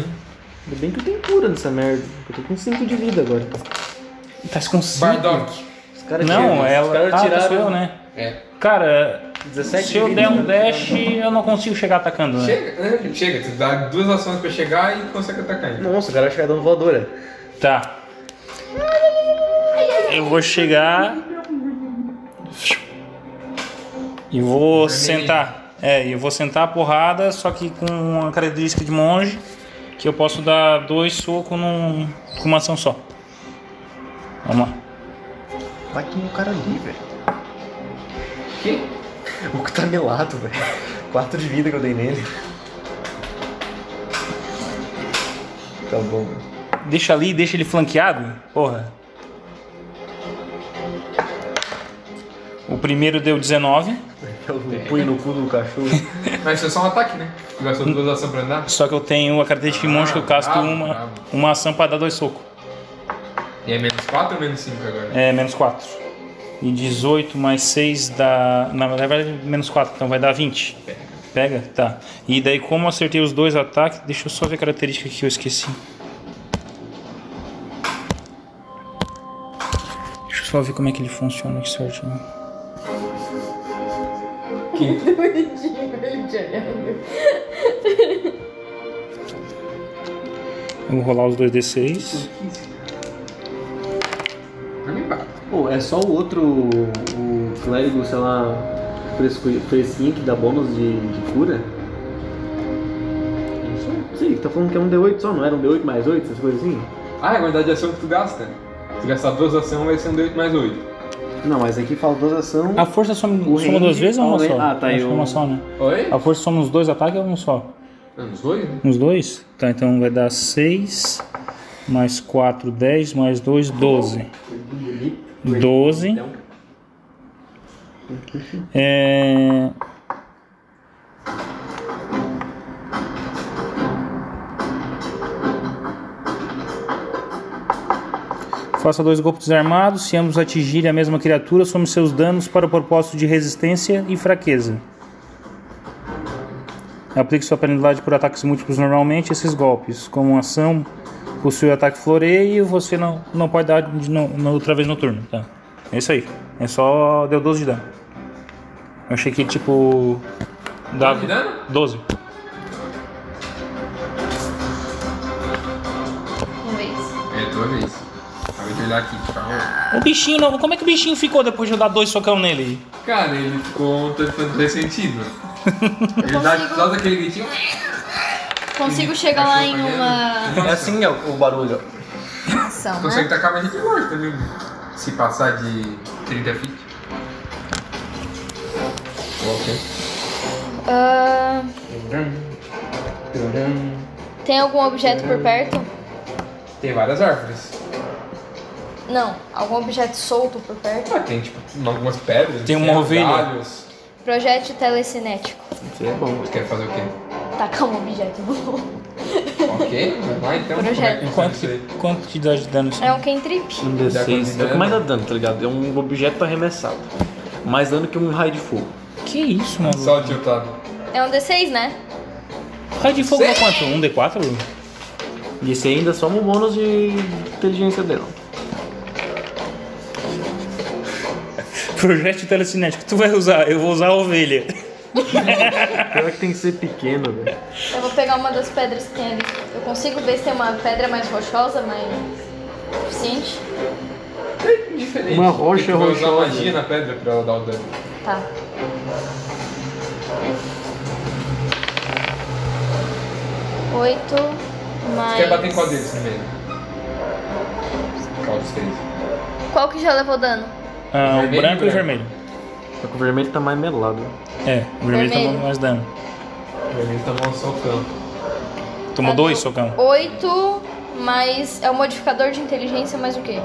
Ainda bem que eu tenho cura nessa merda. Eu tô com 5 de vida agora. Tá com cinco. Bardock. Os caras Não, tiraram- Os ela. caras Ah, tá, tiraram sou eu, né? É. Cara, 17 se de eu vida. né? der um dash, eu não consigo chegar atacando, né? Chega, né? Chega, tu dá duas ações pra chegar e consegue atacar ainda. Nossa, o cara vai chegar dando voadora. Tá. Eu vou chegar. E vou sentar. É, e eu vou sentar a porrada, só que com uma característica de monge, que eu posso dar dois socos num, com uma ação só. Vamos lá. Vai que o cara ali, velho. Que? O que tá melado, velho. Quatro de vida que eu dei nele. Tá bom, velho. Deixa ali, deixa ele flanqueado. Porra. O primeiro deu 19, É. Eu punho no cu do cachorro. Mas isso é só um ataque, né? Tu gastou duas ações pra andar. só que eu tenho a característica de monge que eu casto Ah, bravo, uma, bravo. uma ação pra dar dois socos. E é menos 4 ou menos 5 agora? É, menos 4. E 18 mais 6 dá. Na verdade, menos 4, então vai dar 20. Pega? Tá. E daí, como eu acertei os dois ataques, deixa eu só ver a característica que eu esqueci. Deixa eu só ver como é que ele funciona aqui certinho. Eu vou rolar os dois D6. Pô, é só o outro, o clérigo, sei lá, fresco, fresquinho que dá bônus de, de cura? Sim, tá falando que é um D8 só, não era um D8 mais 8, essas coisas assim? Ah, é a quantidade de ação que tu gasta. Se tu gastar duas ações, vai ser um D8 mais 8. Não, mas aqui fala duas ação. A força soma, O soma duas range, vezes ou uma o range- só? ah, tá, Acho eu- que é uma só, né? Oi? A força soma nos dois ataques ou um só? Menos 2, né? Nos dois? Tá, então vai dar 6 mais 4, 10, mais 2, 12. 12. Então, É... Faça dois golpes armados. Se ambos atingirem a mesma criatura, some seus danos para o propósito de resistência e fraqueza. Aplique sua penalidade por ataques múltiplos normalmente esses golpes. Como ação, possui o ataque floreio, você não, não pode dar de no- no- outra vez no turno. Tá? É isso aí. É só. Deu 12 de dano. Eu achei que tipo. Dava. de dano? 12. Uma vez. É, tua vez. Acabei de olhar aqui, calma. O bichinho não. Como é que o bichinho ficou depois de eu dar dois socão nele? Cara, ele ficou um tanto quanto ressentido. Ele dá consigo- só daquele gritinho. "Ah, Consigo chegar lá em uma É assim é o, o barulho. ação, Consegue né? tacar mais gente morta também. né?" Se passar de 30 feet. Ok. Ah, tem algum objeto por perto? Tem várias árvores. Não, algum objeto solto por perto? Ah, tem tipo algumas pedras. né, Tem uma ovelha. galhos. Projeto telecinético. Isso é bom. Tu quer fazer o quê? Tacar um objeto no outro. Ok, vai lá então. Projeto. Como é que funciona Quanto, isso aí? quanto te dá de dano? assim? isso? É um cantrip. Um D6. D6. É o que mais dá dano, tá ligado? É um objeto arremessado. Mais dano que um raio de fogo. Que isso, mano? Só tá. o tiltado. É um D6, né? Raio de fogo é quanto? Um D4? E esse ainda soma o bônus de inteligência dela. Projeto telecinético. Tu vai usar? Eu vou usar a ovelha. Pior que tem que ser pequeno, velho. Eu vou pegar uma das pedras que tem ali. Eu consigo ver se tem uma pedra mais rochosa, mais suficiente. Diferente. Uma rocha Tem que usar rochosa. magia na pedra pra ela dar o dano. Tá. Oito mais. Quer bater em qual deles primeiro? Qual dos três? Qual que já levou dano? Ah, o Vermelho e branco e o vermelho. branco. Só que o vermelho tá mais melado. É, o vermelho, Vermelho. tomou mais dano. Ele tomou só o campo. Tomou Tá, deu dois socão. Oito mais. É o modificador de inteligência mais o quê?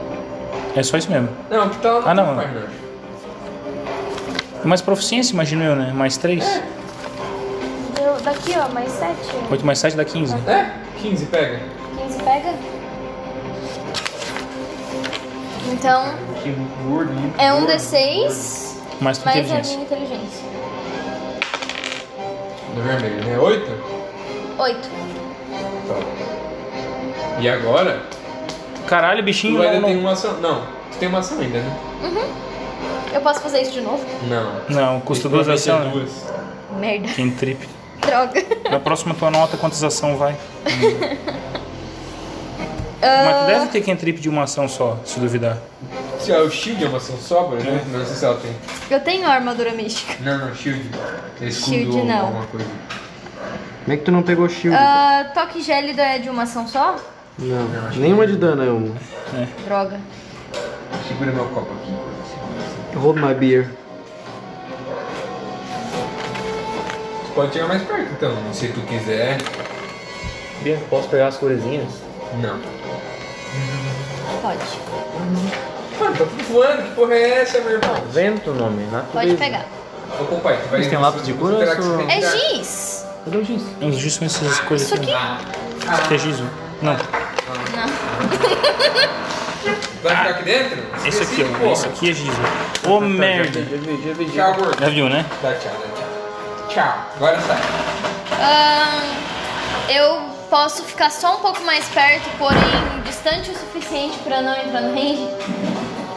É só isso mesmo. Não, que tá Ah, não. é faz dano. Mais proficiência, imagino eu, né? Mais três. É. Deu daqui, ó, mais sete. Oito mais sete dá 15. É, 15 pega. 15 pega? Então, é um D6 Mais mais tua a minha inteligência. é inteligência. Do vermelho, né? 8? 8. Tá. E agora? Caralho, Tu bichinho. ainda Não, tem não. uma ação. Não, tu tem uma ação ainda, né? Eu posso fazer isso de novo? Não. não custa duas Provavelmente é ações. Né? duas. Merda. Quem trip. Droga. Na próxima tua nota, quantas ação vai? Ah. Mas tu deve ter quem trip de uma ação só, se duvidar. Se é o shield é uma ação sobra, né? Não sei se ela tem. Eu tenho armadura mística. Não, não, shield. É escudo Shield ou não. alguma coisa. Como é que tu não pegou shield? Ah, toque gélido é de uma ação só? Não, nenhuma de dano é uma. Droga. Segura meu copo aqui. Hold my beer. Tu pode chegar mais perto então, se tu quiser. Bianca, posso pegar as coresinhas? Não. Pode. Mano, tá tudo voando, que porra é essa, meu irmão? Vento, nome, Pode natureza. pegar. Ô compadre, tu vai. Mas tem lápis de cor ou Será que só- você tem É que dar? giz! Cadê o giz? Os giz são essas coisas Isso aqui? Isso é giz, né? Não, Vai ficar aqui dentro? esse aqui, Esqueci, ó. porra. Esse aqui é giz. Ô merda. Tchau, gordo. Já viu, né? Dá tchau, dá tchau. Tchau. Agora sai. Ahn, eu posso ficar só um pouco mais perto, porém distante o suficiente pra não entrar no range.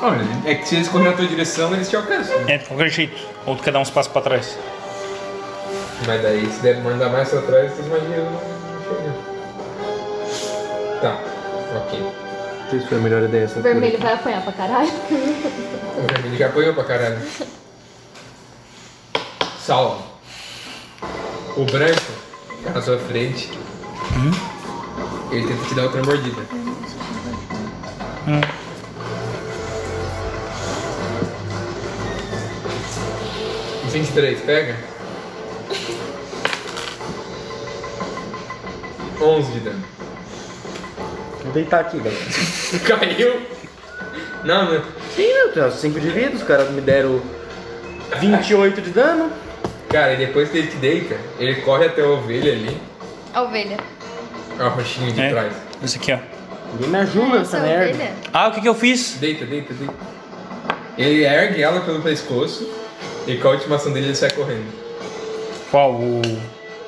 Olha, é que se eles correrem na tua direção, eles te alcançam. É de qualquer jeito. Ou tu quer dar uns passos pra trás. Mas daí, se der mandar mais pra trás, essas magias não chegam. Tá, ok. Não sei se foi a melhor ideia essa. Vermelho vai apanhar pra caralho. O vermelho já apanhou pra caralho. Salva. O branco, tá na sua frente. Ele tenta te dar outra mordida. O 23, pega. 11 de dano. Vou deitar tá aqui, galera. Caiu. Não, não. Sim, eu tenho 5 de vida, os caras me deram 28 de dano. Cara, e depois que ele te deita, ele corre até a ovelha ali. A ovelha. Ó, o roxinho de É. trás. Esse aqui, ó. Ninguém me ajuda nessa Essa é merda. ovelha? Ah, o que que eu fiz? Deita, deita, deita. Ele ergue ela pelo pescoço e com a última ação dele ele sai correndo. Qual? O...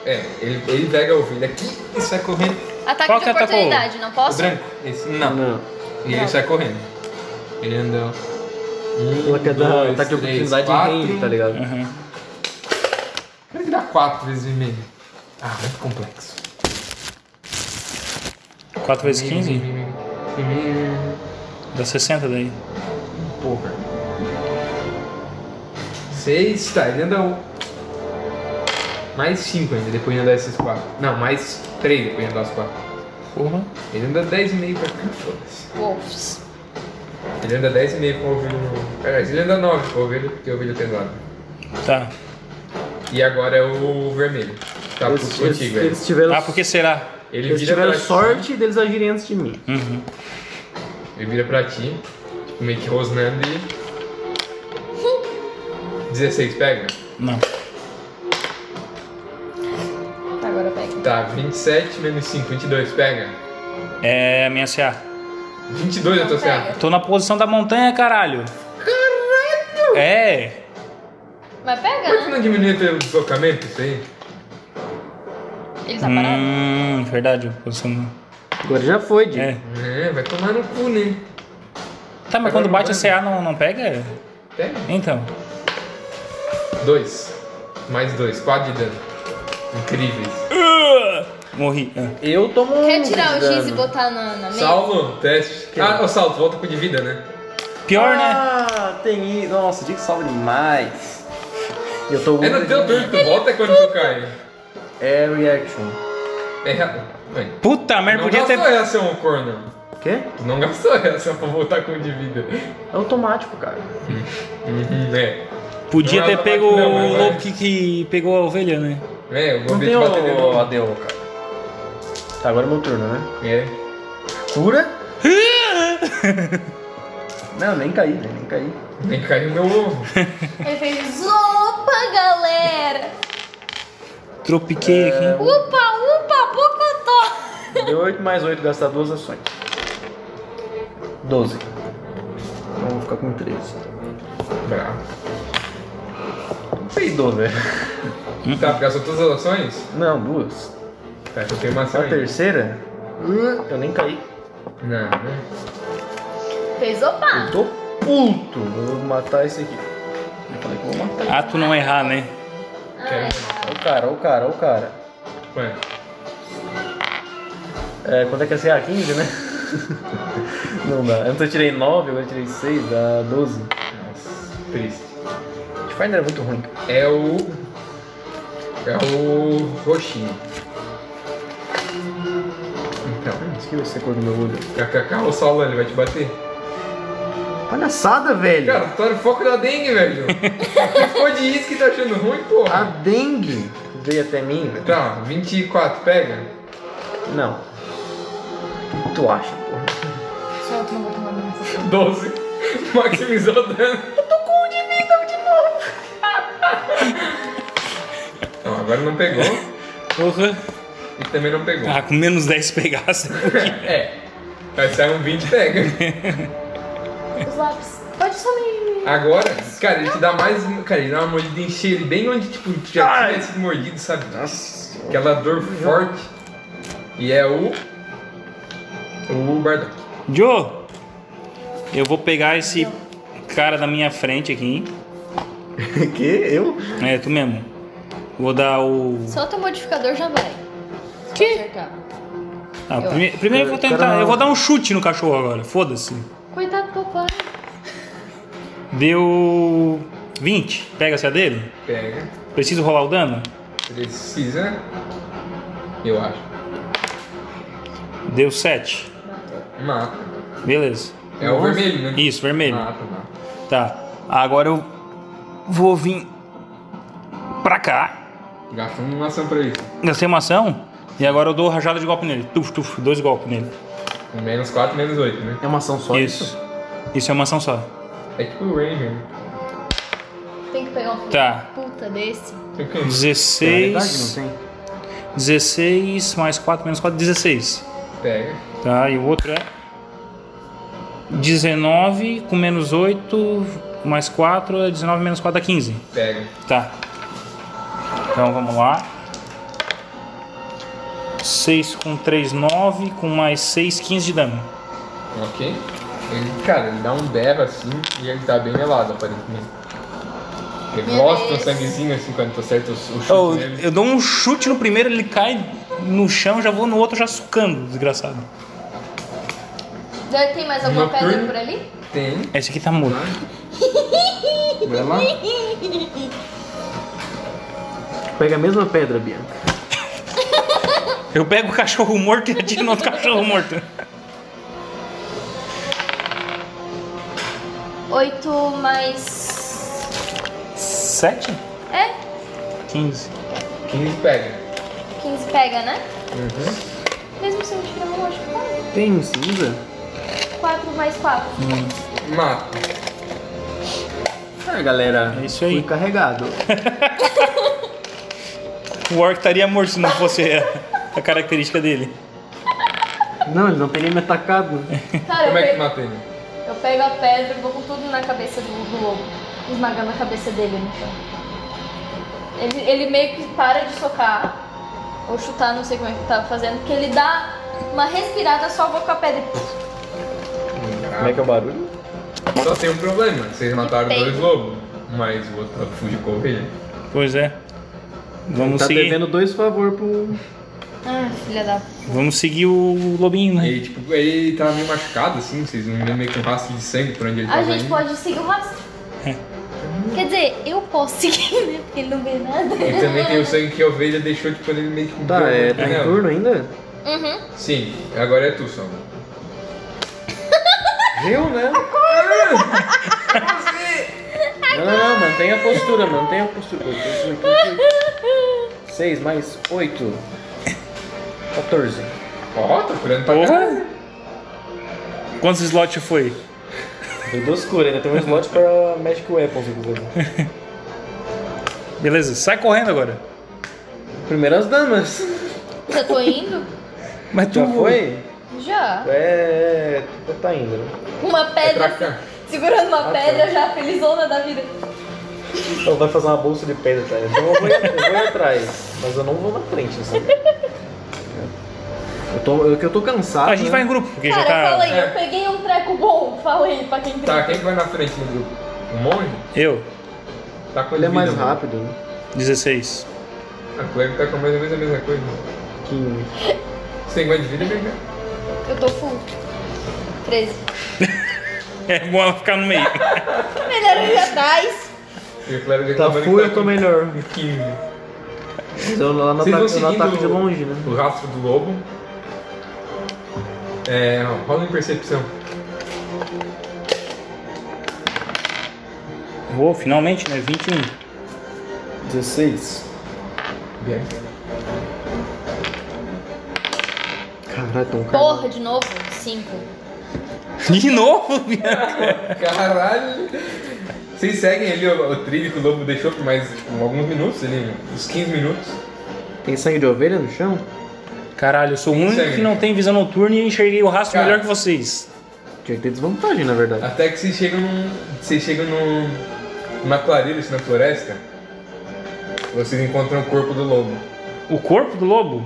É, ele, ele pega a ovelha aqui e sai correndo. Ataque Qual de que atacou? oportunidade, não O posso? branco? Esse? Não. Não, E ele sai correndo. Ele andou. Um, ela quer dar dois, ataque de três, oportunidade em quatro. range, tá ligado? Como é que dá quatro vezes e meio? Ah, muito complexo. 4 vezes 15? Dá 60 daí. Porra. Seis, tá, ele anda um. Mais cinco ainda, depois de andar esses quatro. Não, mais três depois de andar os quatro. Porra. Ele anda dez e meio pra cá, foda-se. Wolves. Ele anda dez e meio com o ovelho no... Aliás, ele anda nove com o ovelho, porque o ovelho é pesado. Tá. E agora é o vermelho. Tá pro Eles, eles- contigo, velho. eles tiveram, Ah, porque será? Ele eles vira tiveram pra ti. sorte deles agirem antes de mim. Uhum. Ele vira pra ti, tipo, meio que rosnando e... 16, pega. Não. Tá, agora pega. Tá, 27 menos 5, 22, pega. É a minha CA. 22 eu tô Pega. certo. Tô na posição da montanha, caralho. Caralho! É. Mas Por que pega, né? não diminui o teu deslocamento, isso aí? Ele tá parado. Hum, verdade. a Posição... Agora já foi, Diego. É. É, vai tomar no cu, né? Tá, mas quando bate a CA não, não pega? Pega. Então. Dois. Mais dois. Quatro de dano. Incríveis. Morri. Ah. Eu tomo um Quer 11 tirar o de giz e dano. botar na, na mesa? Salvo, teste. Ah, o salto, volta com de vida, né? Pior, né? Ah, tem isso. Nossa, o Diego salva demais. Eu tô um É no teu turno que tu volta quando tu cai. É reaction. É Ué, Puta merda, Não podia gastou ter. a reação, ô corno. O quê? Tu não gastou a reação pra voltar com de vida. É automático, cara. Uhum, é. Podia Não, ter não, não, pego mas é. o vai. lobo que, que pegou a ovelha, né? É, o Não golpe tem de bater de o novo. ADO, cara. Tá, agora é meu turno, né? É. Cura? Não, nem caí, né? nem caí. Nem caiu meu ovo. Ele fez opa, galera! Tropiquei aqui. Upa, upa, bocotó! Deu 8 mais 8, gastar duas ações. 12. Então vou ficar com 13. Bravo. Peidou, velho. Tá, gastou todas as ações? Não, duas. Tá, eu tenho uma ação A aí. terceira? Eu nem caí. Não, né? Fez opa! Eu tô puto. Eu vou matar esse aqui. Eu falei que eu vou matar. Ah, tu não errar, né? Quero. Ó o cara, ó o cara, ó o cara. Ué. É, quanto é que é CA? 15, né? Não dá. Antes eu tirei 9, agora eu tirei 6, dá 12. Nossa, triste. Pathfinder é muito ruim. É o. É o. Roxinho. Então, Hum, Esqueci essa cor do meu olho. KKK, o Saulo, ele vai te bater. Palhaçada, velho! Cara, tu tá no foco da dengue, velho. Ficou de isso que tá achando ruim, A porra. dengue veio até mim, velho. Tá, 24, pega. Não. O que tu acha, porra? Só eu que não vou tomar dano. 12. Maximizou o dano. Eu tô com um de vida de novo. Não, agora não pegou Porra. e também não pegou. Ah, com menos 10 pegasse. É. Vai sair um 20 pega. Os lápis. Pode só me. Agora, cara, ele te dá mais. Cara, ele dá uma mordida em cheiro bem onde tipo, tu já tinha sido mordido, sabe? Nossa. Aquela dor forte. E é o. O Bardock. Joe, eu vou pegar esse cara da minha frente aqui. que? Eu? É, tu mesmo. Vou dar o. Só teu modificador já vai. Que? Ah, prime- Primeiro eu vou tentar. Cara- Eu vou dar um chute no cachorro agora. Foda-se. Coitado do papai. Deu. 20. Pega-se a dele. Pega. Preciso rolar o dano? Precisa. Eu acho. Deu 7. Mata. Beleza. É o vermelho, né? Isso, vermelho. Mata, mata. Tá. Agora eu vou vir pra cá. Gastando uma ação pra isso. Gastei uma ação. E agora eu dou rajada de golpe nele. Tuf, tuf, dois golpes nele. Com menos 4, menos 8, né? É uma ação só isso. Isso é uma ação só. É tipo o Ranger. né? Tem que pegar um filho Tá. da puta desse. Tem que- 16. É Verdade, não tem? 16 mais 4 menos 4, 16. Pega. Tá, e o outro é 19 com menos 8 mais 4, é 19 menos 4 dá 15. Pega. Tá. Então vamos lá. 6 com 3, 9, com mais 6, 15 de dano. Ok. Ele, cara, ele dá um beba assim e ele tá bem melado, aparentemente. Ele Meu mostra o Deus. sanguezinho assim quando tu acerta o, o chute Oh, nele. eu dou um chute no primeiro, ele cai no chão, já vou no outro já sucando, desgraçado. Já Tem mais alguma Uma pedra turma. por ali? Tem. Esse aqui tá morto. Vai lá. Pega a mesma pedra, Bianca. Eu pego o cachorro morto e atiro no outro cachorro morto. Oito mais. 7? É? 15. 15 pega. 15 pega, né? Uhum. Mesmo se eu tirar um, acho que vai. Tem um cinza? 4 mais 4. Mata. Ah, galera. É isso aí. Fui carregado. O Orc estaria morto se não fosse a, a característica dele. não, ele não teria me atacado. Cara, Como é eu, que pego, mata ele? eu pego a pedra e vou com tudo na cabeça do, do lobo. Esmagando a cabeça dele no chão. Ele, ele meio que para de socar. Ou chutar, não sei como é que tava fazendo. Porque ele dá uma respirada, só vou com a pedra. e- Como é que é o barulho? Só tem um problema. Vocês mataram Tem. dois lobos, mas o outro fugiu com a ovelha. Pois é. Vamos tá seguir. devendo dois favor pro. Ah, filha da. Tá Vamos seguir o lobinho, né? E tipo, ele tava meio machucado assim, vocês não viram meio que um rastro de sangue por onde ele tá A tava gente indo. pode seguir o rastro. É. Quer dizer, eu posso seguir, né? Porque ele não vê nada. E também tem o sangue que a ovelha deixou tipo quando ele meio que Tá, deu é. um Tá em nela. turno ainda? Uhum. Sim, agora é tu, Sam. Viu, né? Não, não, não, mantenha a postura, mantenha a postura. 8, 8, 8. 6 mais 8. 14. Ó, tá curando pra cá. Porra! Quantos slots foi? Deu duas cores, ainda tem um slot pra Magic Weapon, se quiser. Beleza, sai correndo agora. Primeiras damas. Já tô indo? Mas tu Já foi? Já. É. Tá indo. né? Uma É pra pedra. cá. tá. Segurando uma Ah, pedra já, felizona da vida. Então vai fazer uma bolsa de pedra, tá? Então eu vou, eu vou atrás, mas eu não vou na frente, né, sabe? Eu tô, eu, que eu tô cansado. A gente né? vai em grupo, porque Cara, já tá. fala aí, É. eu peguei um treco bom. Fala aí pra quem tem. Tá, quem que vai na frente do grupo? O monge? Eu, Tá com Ele é mais vida, rápido, né? 16. mano. A Cleve tá com mais ou menos a mesma coisa. 15. Você tem quanto de vida, Bengá? Eu tô full. 13. É bom ela ficar no meio. Melhor ir atrás. E o clérigo Tá reclamando full, que eu tô com melhor. 15. Mas eu não Vocês vão ataco, eu não seguindo ataco de longe, né? o rastro do lobo. É, rola em percepção. Vou, finalmente, né? 21. 16. Bem. Caralho, um tão caro. Porra, de novo. 5. De novo, Bianca? Caralho! Vocês seguem ali o, o trilho que o lobo deixou por mais tipo, alguns minutos, ali, uns 15 minutos. Tem sangue de ovelha no chão? Caralho, eu sou o único Segue. que não tem visão noturna e enxerguei o rastro Cara. melhor que vocês. Tinha que ter desvantagem, na verdade. Até que vocês chegam num. Vocês chegam num. numa clareira assim, na floresta. Vocês encontram o corpo do lobo. O corpo do lobo?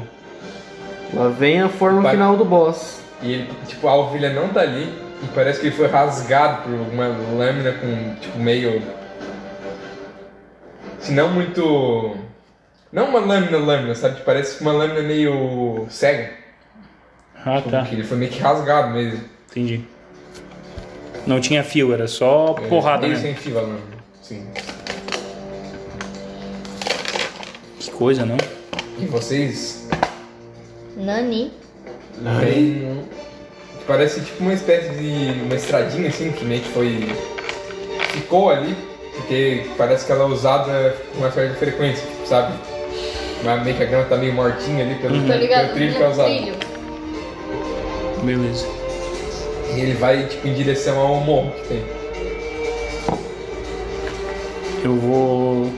Lá vem a forma Vai. final do boss. E ele, tipo, a ovelha não tá ali. E parece que ele foi rasgado por uma lâmina com, tipo, meio. Se não muito. Não uma lâmina, lâmina, sabe? Tipo, Parece uma lâmina meio cega. Ah, tá. Porque ele foi meio que rasgado mesmo. Entendi. Não tinha fio, era só porrada, Meio né? sem fio a lâmina. Sim. Que coisa, não? E vocês Nani. Tem um- Parece tipo uma espécie de. uma estradinha assim, que meio que foi. ficou ali, porque parece que ela é usada com uma certa frequência, tipo, sabe? Mas meio que a grama tá meio mortinha ali pelo, Tô Uhum. Tá ligado pelo no trilho que é usado. trilho. Beleza. E ele vai tipo em direção ao morro que tem. Eu vou.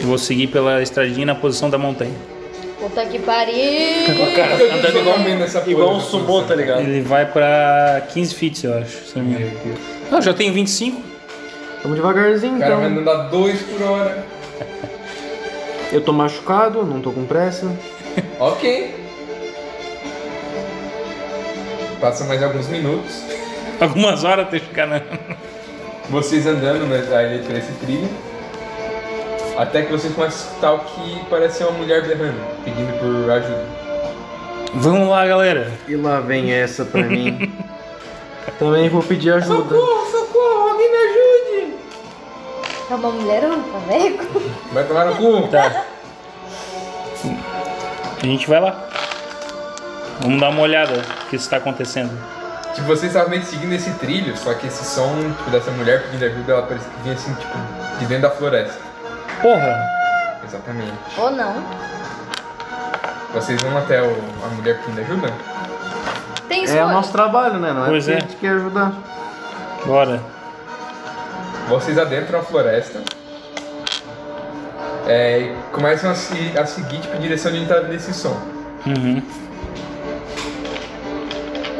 Eu vou seguir pela estradinha na posição da montanha. Puta que pariu. Eu tô dormindo nessa um porra, nessa tá posição. um tá ligado? Ele vai pra 15 feet, eu acho. Se não me engano. Eu já tenho 25. Vamos devagarzinho, O cara vai então. andar dois por hora. Eu tô machucado, não tô com pressa. Ok. Passam mais alguns minutos. Algumas horas até ficar na. vocês andando né, ali por esse trilho, até que vocês começam a escutar o que parece ser uma mulher berrando, pedindo por ajuda. Vamos lá, galera. E lá vem essa pra mim. Também vou pedir ajuda. socorro, alguém me ajude! É uma mulher ou um caneco? Vai tomar no cu! Tá. A gente vai lá. Vamos dar uma olhada no que está acontecendo. Tipo, vocês estavam meio que seguindo esse trilho, só que esse som tipo, dessa mulher pedindo ajuda, ela parecia que vinha assim, tipo, de dentro da floresta. Porra! Exatamente. Ou não. Vocês vão até o- a mulher pedindo ajuda? Tem É escolha. o nosso trabalho, né? Não é Pois porque é. a gente quer ajudar. Bora. Vocês adentram a floresta. É, e começam a, se, a seguir, tipo, em direção de entrada desse som. Uhum.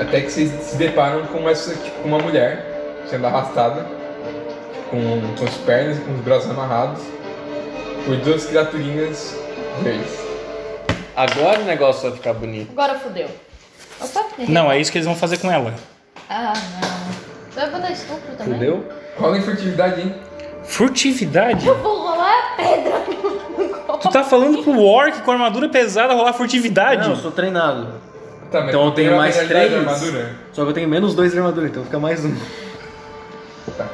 Até que vocês se deparam com essa, tipo, uma mulher sendo arrastada, com, com as pernas e com os braços amarrados, por duas criaturinhas verdes. Agora o negócio vai ficar bonito. Agora fudeu. Opa, errei. Não, é isso que eles vão fazer com ela. Ah, não. Você vai botar estupro também? Rola em furtividade, hein? Furtividade? Vou rolar a pedra. Tu tá falando pro Orc com armadura pesada rolar furtividade? Não, eu sou treinado. Tá, mas Então eu tenho primeiro mais a penalidade três. da armadura. Só que eu tenho menos dois de armadura, então fica mais um. Tá.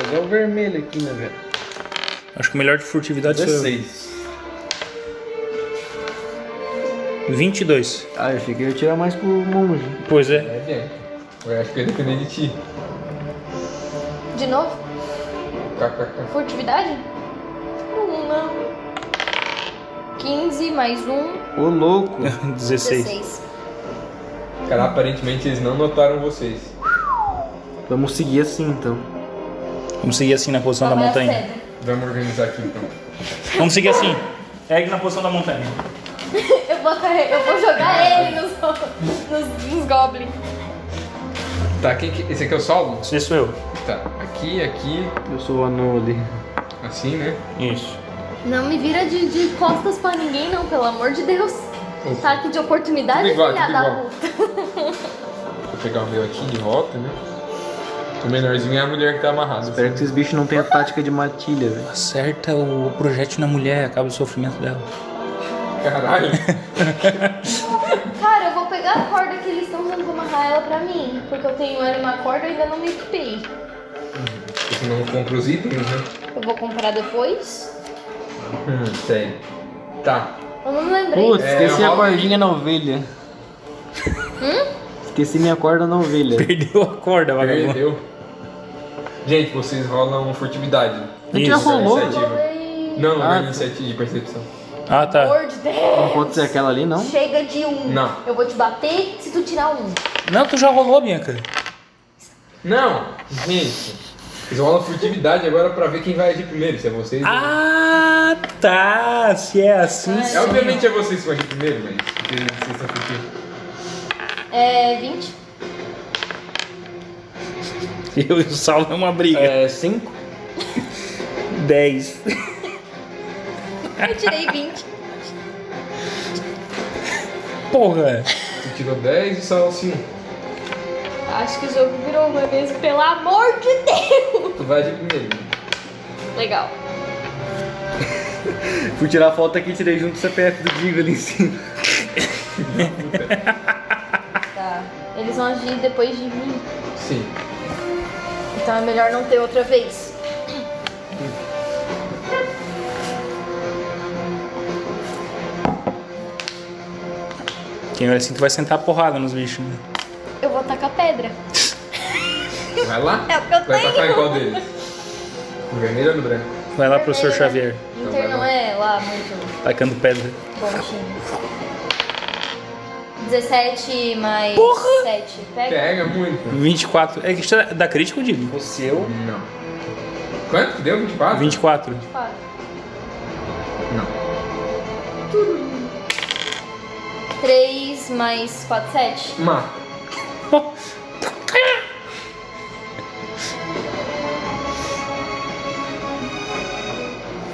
Pegar o vermelho aqui, né, velho? Acho que o melhor de furtividade sou 16. eu. 22. Ah, eu achei que eu ia tirar mais pro monge. Pois é. É, Bianca. Eu acho que ia depender de ti. De novo? KKK. Furtividade? Não, não. 15 mais 1, Ô, louco. 16. 16. Cara, aparentemente eles não notaram vocês. Vamos seguir assim, então. Vamos seguir assim na posição da Toma a montanha. pedra. Vamos organizar aqui então. Vamos seguir assim. Egg na posição da montanha. Eu vou, correr- eu vou jogar ele nos, nos, nos goblins. Tá, quem que... esse aqui é o Saulo? Esse sou eu. Tá, aqui, aqui, Eu sou o anão ali. assim, né? Isso. Não me vira de, de costas pra ninguém, não, pelo amor de Deus. Opa. Ataque de oportunidade, Tudo igual, filha tudo da igual. puta. Vou pegar o meu aqui de volta, né? O menorzinho é a mulher que tá amarrada. Espero que esses bichos não tenham tática de matilha, velho. Acerta o projeto na mulher, acaba o sofrimento dela. Caralho. Cara, eu vou pegar a corda que eles estão usando pra amarrar ela pra mim. Porque eu tenho ela em uma corda e ainda não me equipei. Porque senão não compra os itens, né? Eu vou comprar depois. Hum, sei. Tá. Eu não lembrei. Putz, É, esqueci a rola aí. cordinha na ovelha. Esqueci minha corda na ovelha. Perdeu a corda, vagabundo. Perdeu. Gente, vocês rolam furtividade. A gente já Isso. rolou. Iniciativa. Falei. Não, não Tá Ah, é tá. iniciativa de percepção. Ah, tá. Amor de Deus. Não pode ser aquela ali, não? Chega de um. Não. Eu vou te bater se tu tirar um. Não, tu já rolou, Bianca. Não! Gente, vocês rolam furtividade agora pra ver quem vai agir primeiro, se é vocês. ou- Ah, tá. Se é assim, É, obviamente é vocês que vão agir primeiro, mas vocês vocês estão furtivos. É 20. eu e o Saulo é uma briga. É, cinco? 10. Eu tirei 20. Porra. Você tirou 10 e só 5. Acho que o jogo virou uma vez, pelo amor de Deus. Tu vai agir primeiro. Legal. Fui tirar a foto aqui e tirei junto o CPF do Digo ali em cima. Tá. Eles vão agir depois de mim. Sim. Então é melhor não ter outra vez. Quem olha assim, tu vai sentar a porrada nos bichos, né? Eu vou tacar pedra. Vai lá? É o que eu Vai tacar em tenho. qual deles? No vermelho ou no branco? Vai lá, professor Xavier, Inter não é lá muito tacando pedra. bom time. 17 mais 7. Pega. Pega muito. 24. É que isso é da crítica, eu digo. é O seu. Não. Quanto que deu? 24? 24. Quatro. Não. 3 mais 4, 7. Mata.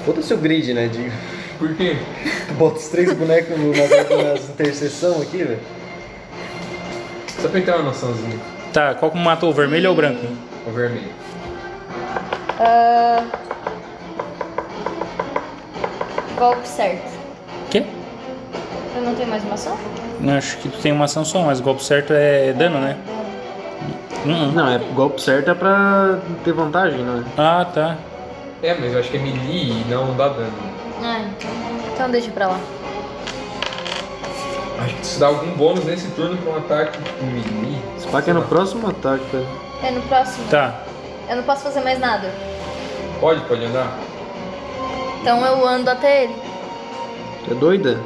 Foda-se o grid, né, Digo? Por quê? Tu bota os três bonecos no- nas, nas interseções aqui, velho. Só pra ter uma noçãozinha. Tá, qual que matou? O vermelho ou o branco? O vermelho. Golpe certo. Quê? Eu não tenho mais uma ação? Eu Acho que tu tem uma ação só, mas o golpe certo é dano, né? Hum, hum. Não, é golpe certo é pra ter vantagem, não é? Ah, tá. É, mas eu acho que é melee e não dá dano. Ah, então. Então deixa pra lá. Acho que se dá algum bônus nesse turno pra um ataque com melee. Se pá que é no próximo ataque, cara. É no próximo. Tá. Eu não posso fazer mais nada. Pode, pode andar? Então eu ando até ele. É doida?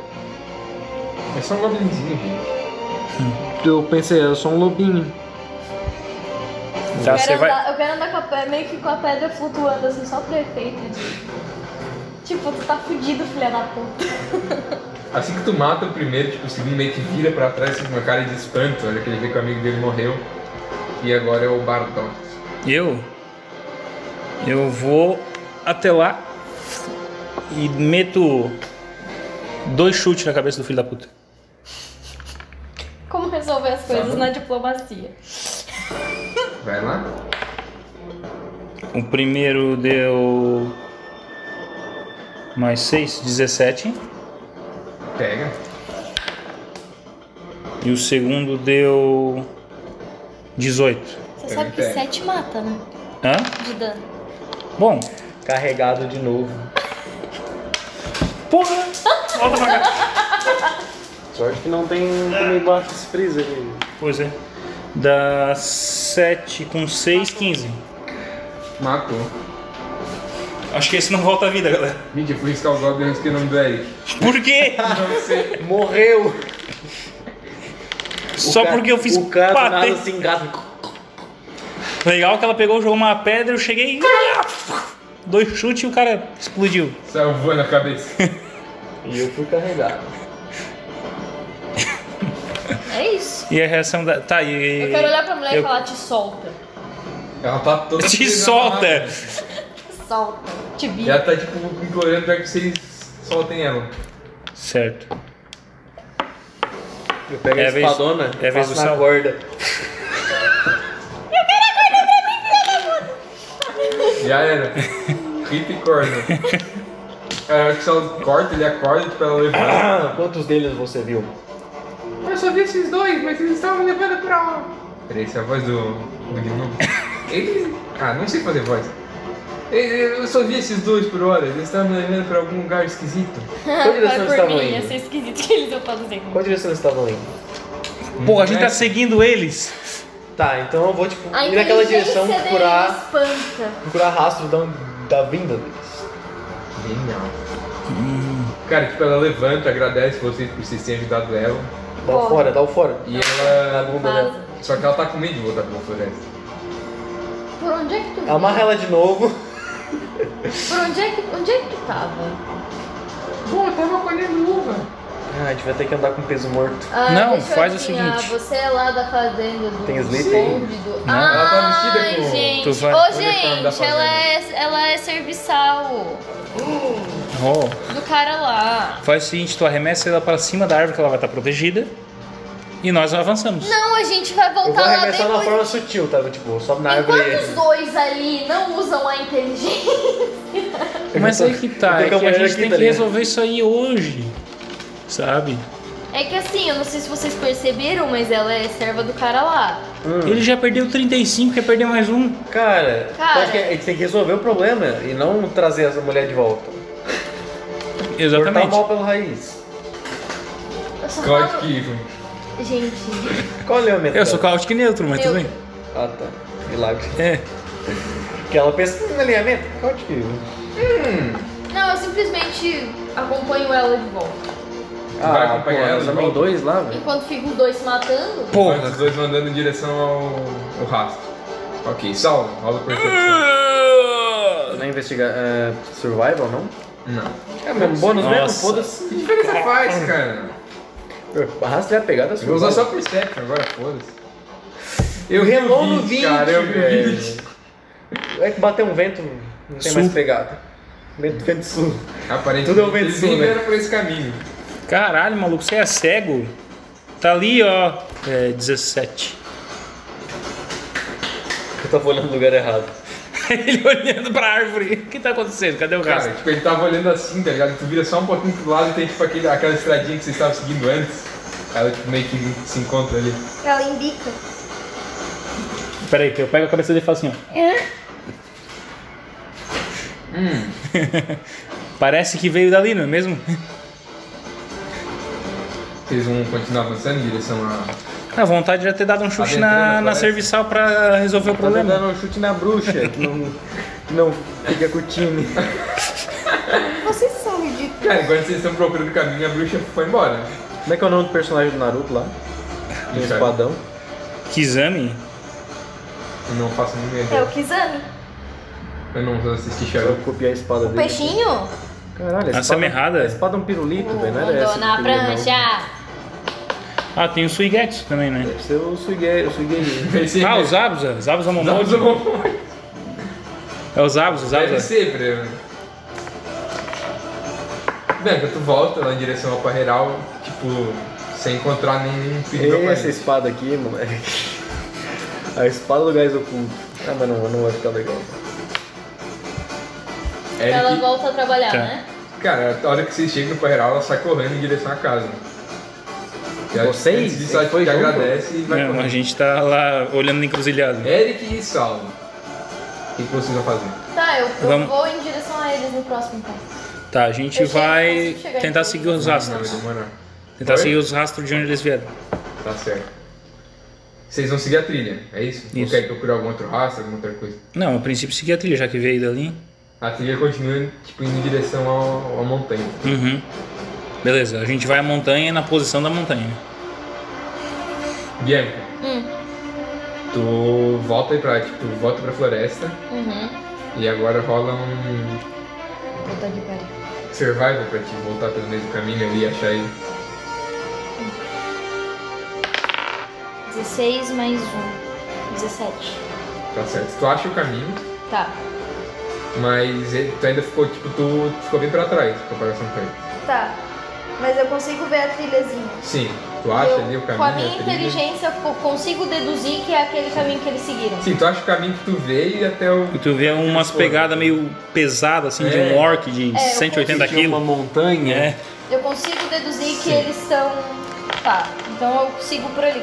É só um goblinzinho, gente. Eu pensei, eu sou um lobinho. Tá, eu, você quero vai. andar, eu quero andar com a pedra, meio que com a pedra flutuando assim, só pro efeito de- Tipo, tu tá fudido, filha da puta. Assim que tu mata o primeiro, tipo, o segundo meio que vira pra trás assim, com uma cara de espanto. Olha que ele vê que o amigo dele morreu. E agora é o Bardock. Eu. Eu vou até lá e meto dois chutes na cabeça do filho da puta. Como resolver as coisas na diplomacia? Vai lá. O primeiro deu. Mais 6, 17. Pega. E o segundo deu. 18. Você sabe que pego. 7 mata, né? Hã? De dano. Bom. Carregado de novo. Porra! Volta pra cá. Sorte que não tem comigo baixo esse freezer aí. Pois é. Dá 7 com 6, 15. Matou. Acho que esse não volta à vida, galera. Gente, eu fui riscar o Goblin antes que o nome do Eric. Por quê? Não sei. Morreu! Só porque eu fiz O cara do nada patê. se engata. Legal que ela pegou, jogou uma pedra, eu cheguei. ah, Dois chutes e o cara explodiu. Saiu voando na cabeça. E eu fui carregado. É isso. E a reação da. Tá, e. Eu quero olhar pra mulher eu- e falar, te solta. Ela tá toda. Te presa na solta! mata. Solta. Te vi. E ela tá tipo implorando pra que vocês soltem ela. Certo. Eu pego É a vez- espadona, é vez passo do na sal. corda. Já era. Rita e corda. Ah, Cara, eu acho que se ela corta, ele acorda, tipo, ela levanta. Quantos deles você viu? Eu só vi esses dois, mas eles estavam me levando pra. Peraí, essa é a voz do. do Gnomo. Eles. Ah, não sei fazer voz. Eu- Eu eu só vi esses dois por hora, eles estavam me levando pra algum lugar esquisito. Qual direção eles Vai por estavam mim, ia indo? ser esquisito que eles eu posso dizer. Qual direção eles estavam indo? Porra, a gente Né? tá seguindo eles. Tá, então eu vou, tipo, A ir naquela inteligência direção dele procurar, espanta. procurar rastro da, da vinda deles. Genial. Cara, tipo, ela levanta, agradece vocês por vocês terem ajudado ela. Dá o Porra. fora, dá o fora. E ela. Na bunda dela. Vaza. Só que ela tá com medo de voltar pra floresta. Por onde é que tu Amarra ela de novo. Por onde é que, onde é que tu tava? Bom, eu tava colhendo uva. Ah, a gente vai ter que andar com peso morto. Ah, Não, deixa eu faz o adivinhar, seguinte. Você é lá da fazenda do Tem Slip Sleep aí? do... Não. Ai, Ela tá vestida com- gente. Tu vai- Ô, Olha a forma da gente, ela é, ela é serviçal Ó, do cara lá. faz o seguinte, tu arremessa ela pra cima da árvore que ela vai estar protegida. E nós avançamos. Não, a gente vai Eu voltar vou lá arremessar na depois. forma sutil, tá? Tipo, sobe na árvore Enquanto os e... dois ali não usam a inteligência, Mas aí que tá, Eu tô é com que a a mulher gente aqui, tem tá ligado? que resolver isso aí hoje. Sabe? É que assim, eu não sei se vocês perceberam, mas ela é serva do cara lá. Ele já perdeu 35, quer perder mais um. Cara, Cara. acho que a gente tem que resolver o problema e não trazer essa mulher de volta. Cortar o Exatamente. mal pela raiz. Eu só Eu acho falo... que. Gente, Qual é o elemento? Eu sou dela? caótico e neutro, mas tudo bem. Ah, tá. Milagre. É. Que ela pensa "Hum, alinhamento. Caótico. não, eu simplesmente acompanho ela de volta. Ah, vai acompanhar ela de também volta? dois lá, velho. Enquanto ficam os dois se matando, Porra. Os dois vão andando em direção ao, ao rastro. Ok, salva. Rola por percepção. Não é investigar. é, survival, não? Não. É mesmo, bônus Nossa. mesmo? Foda-se. Que diferença faz, cara? Arrasta a pegada Eu vou usar survival. só perception agora, foda-se. Eu Relou vi no 20, cara, eu vi velho. 20. É que bateu um vento, não tem Sul. mais pegada. Vento, vento sul. Aparentemente, Tudo é um vento eles sul, nem né? vieram por esse caminho. Caralho, maluco, você é cego? Tá ali, ó. É, 17. Eu tava olhando no lugar errado. Ele olhando pra árvore. O que tá acontecendo? Cadê o Cara, cara? tipo, ele tava olhando assim, tá ligado? Tu vira só um pouquinho pro lado e tem tipo aquele, aquela estradinha que vocês estavam seguindo antes. Ela tipo, meio que se encontra ali. Ela indica. Pera aí, que eu pego a cabeça dele e falo assim, ó. É? Parece que veio dali, não é mesmo? Vocês vão continuar um, avançando em direção a. A vontade de já ter dado um chute Adentrando a na, na floresta. serviçal pra resolver o Tô problema. dando um chute na bruxa, que não, que não fica com o time. Vocês são ridículos. Cara, enquanto vocês estão procurando o caminho, a bruxa foi embora. Como é que é o nome do personagem do Naruto lá? Do Cara. espadão. Que exame? Eu não faço nenhuma é o ideia. Kizami. Eu não vou assistir Eu charuto. vou copiar a espada O dele. peixinho? Caralho, a Essa é uma errada. A espada é um pirulito, velho. Não era essa. Mandou na que eu queria, não. prancha. Ah, tem o Suigetsu também, né? Deve ser o Suigei. O Suigei. Pensei Ah, que- o Zabuza. Zabuza Não, Momod. eu vou- É o Zabuza, Deve Zabuza. ser, Breno. né? Bem, quando tu volta lá em direção ao Parreiral, tipo, sem encontrar nenhum perigo Ei, essa aparente. espada aqui, moleque. A espada do gás oculto. Ah, mas não, não vai ficar legal. Ela Eric, volta a trabalhar, Tá. né? cara, a hora que vocês chegam no Parreiral, ela sai correndo em direção à casa. E ela- Vocês? antes disso, ela Foi te junto? agradece e vai Não, a correndo. gente tá lá olhando encruzilhado. Eric e Salvo. O que que vocês vão fazer? Tá, eu, eu Vamos. vou em direção a eles no próximo então. passo. Tá, a gente Eu chego, vai consigo chegar tentar em né? seguir os Tá Não vai rastros. demorar. Tentar Oi? seguir os rastros de onde eles vieram. Tá certo. Vocês vão seguir a trilha, é isso? Ou Isso. quer procurar algum outro rastro, alguma outra coisa? Não, a princípio seguir a trilha, já que veio dali. A trilha continua, tipo, indo em direção ao- à montanha. Uhum. Beleza, a gente vai à montanha na posição da montanha. Bianca. Tu volta aí pra, tipo, volta pra floresta Uhum. e agora rola um Puta que pariu. survival pra te voltar pelo mesmo caminho ali e achar ele. 16 mais 1. 17. Tá certo. Tu acha o caminho, Tá. mas ele- tu ainda ficou, tipo, tu ficou bem pra trás em comparação com ele. Tá. Mas eu consigo ver a trilhazinha. Sim, tu acha Eu- ali o caminho. é com a a minha trilha. inteligência, eu consigo deduzir que é aquele caminho que eles seguiram. Sim, tu acha o caminho que tu veio e até o. E tu vê umas pegadas meio pesadas, assim, de É. um orc de eu 180 Tinha uma quilos. montanha. É. Eu consigo deduzir que eles são Tá, então eu sigo por ali.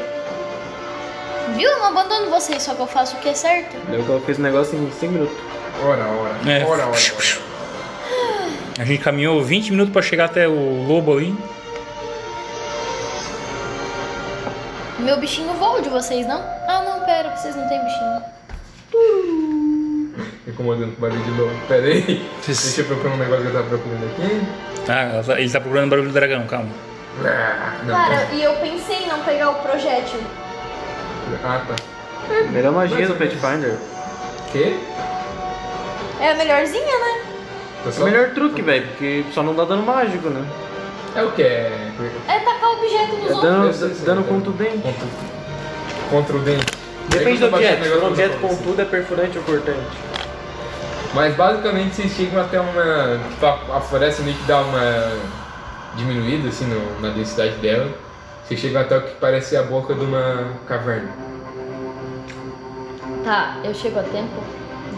Viu? Eu não abandono vocês, só que eu faço o que é certo. Eu coloquei esse negócio em 5 minutos. Ora, ora. É. Ora, ora, ora. A gente caminhou 20 minutos pra chegar até o lobo ali. Meu bichinho voa de vocês, não? Ah, não, pera, vocês não têm bichinho. Me incomodando com o barulho de novo. Pera aí. Deixa eu procurar um negócio que eu tava procurando aqui. Tá, ela tá- ele tá procurando o barulho do dragão, calma. Ah, Não, Cara, e eu pensei em não pegar o projétil. tá. Ah, tá. Melhor magia do Pathfinder. Quê? É a melhorzinha, né? Tá É O só... melhor truque, velho, porque só não dá dano mágico, né? É o que? É É tacar o objeto nos É outros. dano, sei, sei, dano sei. contundente. contra, contra o dente. Depende do Eu assim. tô baixando objeto. o negócio Se for um pra objeto você. contudo, é perfurante ou cortante. Mas basicamente vocês chegam até uma. Tipo, a, a floresta meio que dá uma diminuída assim no- na densidade dela. Vocês chegam até o que parece a boca de uma caverna. Tá, eu chego a tempo.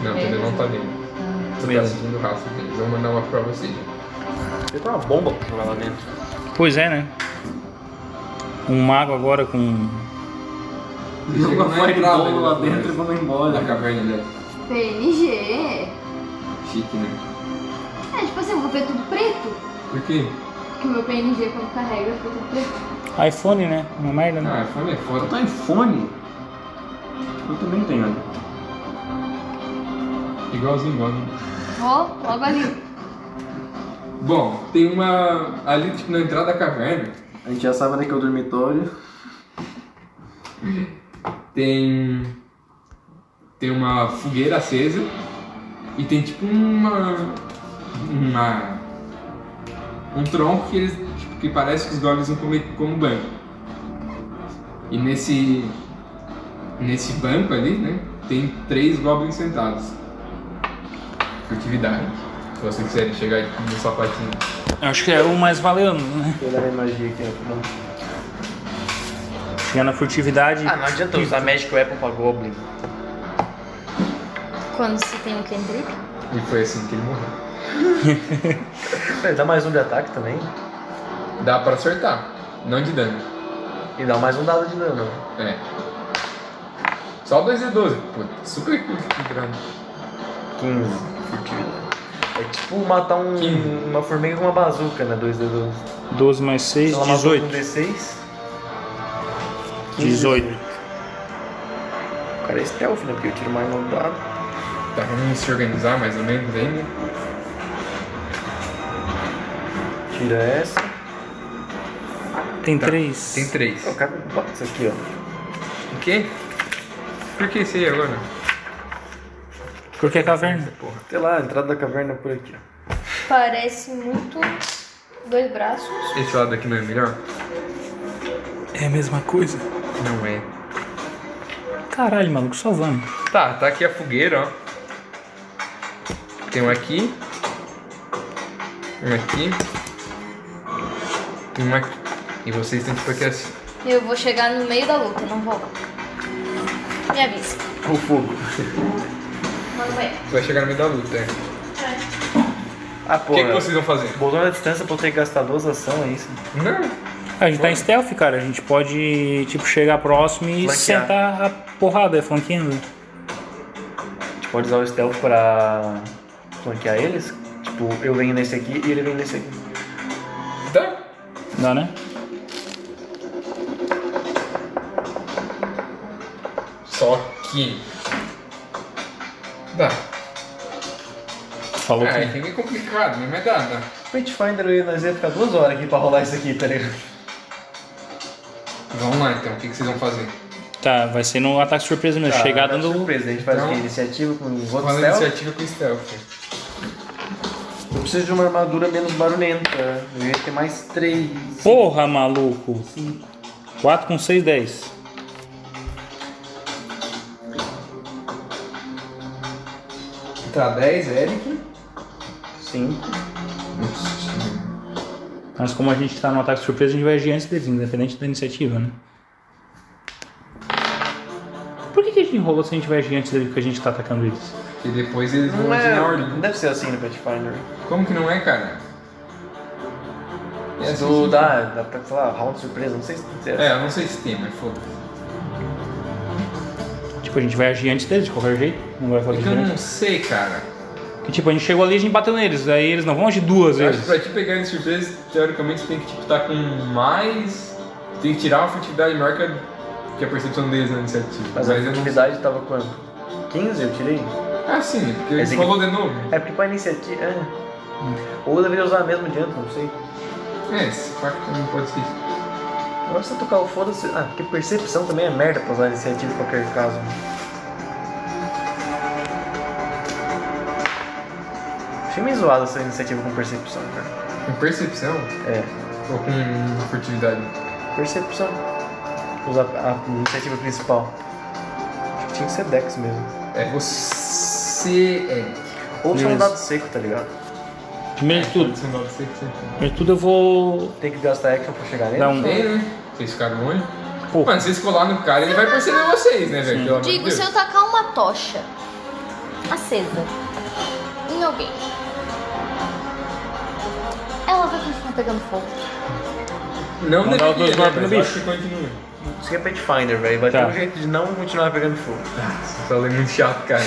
Não, É. ainda não tá dentro. Você tá Beleza. seguindo o rastro deles. Vou mandar uma pra vocês. Tem uma bomba pra jogar lá dentro. Pois é, né? Um mago agora com. Chega Joga na fora de entrada bolo da lá floresta. dentro e vamos Olha a embora. caverna ali. PNG. ó. Chique, né? É, tipo assim, eu vou ver tudo preto. Por quê? Porque o meu PNG quando carrega fica tudo preto. iPhone, né? Uma merda, né? Ah, fome é Eu foda. tô em fone. Eu também tenho. Igualzinho, igualzinho. Ó, logo ali. Bom, tem uma. Ali, tipo, na entrada da caverna, A gente já sabe onde é que é o dormitório. tem tem uma fogueira acesa e tem tipo uma uma um tronco que eles tipo, que parece que os goblins vão comer como banco e nesse nesse banco ali né tem três goblins sentados furtividade se você quiser chegar no sapatinho Acho que é o mais valendo, né? Tem da magia aqui, ó. Chegando na furtividade. Ah, não adianta usar Magic Weapon pra Goblin. Quando se tem um Kendrick. e foi assim que ele morreu Dá mais um de ataque também. dá pra acertar não de dano E dá mais um dado de dano. É. Só 2 e 12. Pô, super curto de grana. 15. É tipo matar um, 15. uma formiga com uma bazuca, né? 2D12. 12 mais 6, Ela matou com 18. um D6. 18. O cara é stealth, né? Porque eu tiro mais no dado. Tá vamos se organizar mais ou menos aí, né? Tira essa. Tem Tá. 3. Tem 3. O cara bota isso aqui, ó. O quê? Por que esse aí agora? Porque é caverna. Porra. Sei lá, a entrada da caverna é por aqui, ó. Parece muito dois braços. Esse lado aqui não é melhor? É a mesma coisa. Não é. Caralho, maluco, só vamos. Tá, tá aqui a fogueira, ó. Tem um aqui. Um aqui. E um aqui. E vocês têm que ficar aqui assim. Eu vou chegar no meio da luta, não vou. Me avisa. O fogo. Manda ver. Você vai chegar no meio da luta, é. Ah, O pô. que, que vocês vão fazer? Bolão na distância pra eu ter que gastar duas ações, é isso? Não. A gente tá em stealth, cara. A gente pode, tipo, chegar próximo e Flanquear. sentar a porrada, é flanqueando. A gente pode usar o stealth pra flanquear eles. Tipo, eu venho nesse aqui e ele vem nesse aqui. Tá. Dá, né? Só que. Dá. Falou Ah, que. é que é complicado, né? mas dá, dá. Pathfinder, eu ia- nós ia ficar duas horas aqui pra rolar isso aqui, tá ligado? Vamos lá então, o que, que vocês vão fazer? Tá, vai ser no ataque surpresa mesmo. Tá, Chegar tá dando. Surpresa, a gente faz Então- o quê? Iniciativa com o voto Fala a stealth? iniciativa com stealth. Eu preciso de uma armadura menos barulhenta. Eu ia ter mais três. Porra, maluco! 4 com 6, 10. Tá, 10, Eric. Cinco. Mas como a gente tá no ataque surpresa, a gente vai agir antes deles, independente da iniciativa, né? Por que, que a gente enrolou se a gente vai agir antes deles porque a gente tá atacando eles? E depois eles vão Não agir na é. ordem. Não deve ser assim no Pathfinder. Como que não é, cara? É assim do, que- da, da, pra- sei lá, round surpresa, não sei se tem. né? É, eu não sei se tem, mas foda-se. Tipo, a gente vai agir antes deles, de qualquer jeito. Não vai fazer É que eu diferença. não sei, cara. Que tipo, a gente chegou ali e a gente bateu neles. Aí eles não vão agir duas Eu acho que vezes. pra te pegar de surpresa, teoricamente você tem que tipo, tá com mais. Tem que tirar uma furtividade maior que a, que a percepção deles né, na iniciativa. é Mas a eu não atividade tava quanto? 15 eu tirei? é tipo, Ah, sim, porque ele Mas tem que- falou de novo. É porque pra iniciativa. É. Ou eu deveria usar mesmo adianta, não sei. É, esse facto não pode ser. Agora se eu tocar o foda-se. Ah, porque percepção também é merda pra usar iniciativa em qualquer caso. Achei meio zoado essa iniciativa com percepção, cara. Com tipo percepção É, ou com furtividade? percepção. Usar a iniciativa principal. Acho que tinha que ser Dex mesmo. É você. É. Ou só um Beleza. dado seco, tá ligado? Primeiro de tudo, Você não dá pra ser, você tem. primeiro de tudo eu vou Tem que gastar action pra chegar nele. dar um. Tem, né? Vocês ficaram longe. Pô. Mano, se vocês colar no cara, ele vai perceber vocês, né, velho? Pelo amor de Digo, Deus. se eu tacar uma tocha acesa em alguém, ela vai continuar pegando fogo. Não Não dá os deveria, né, dois golpes mas no eu acho que continua. Isso aqui é Pathfinder, velho. Vai Tá. ter um jeito de não continuar pegando fogo. Essa lei é muito chato, cara.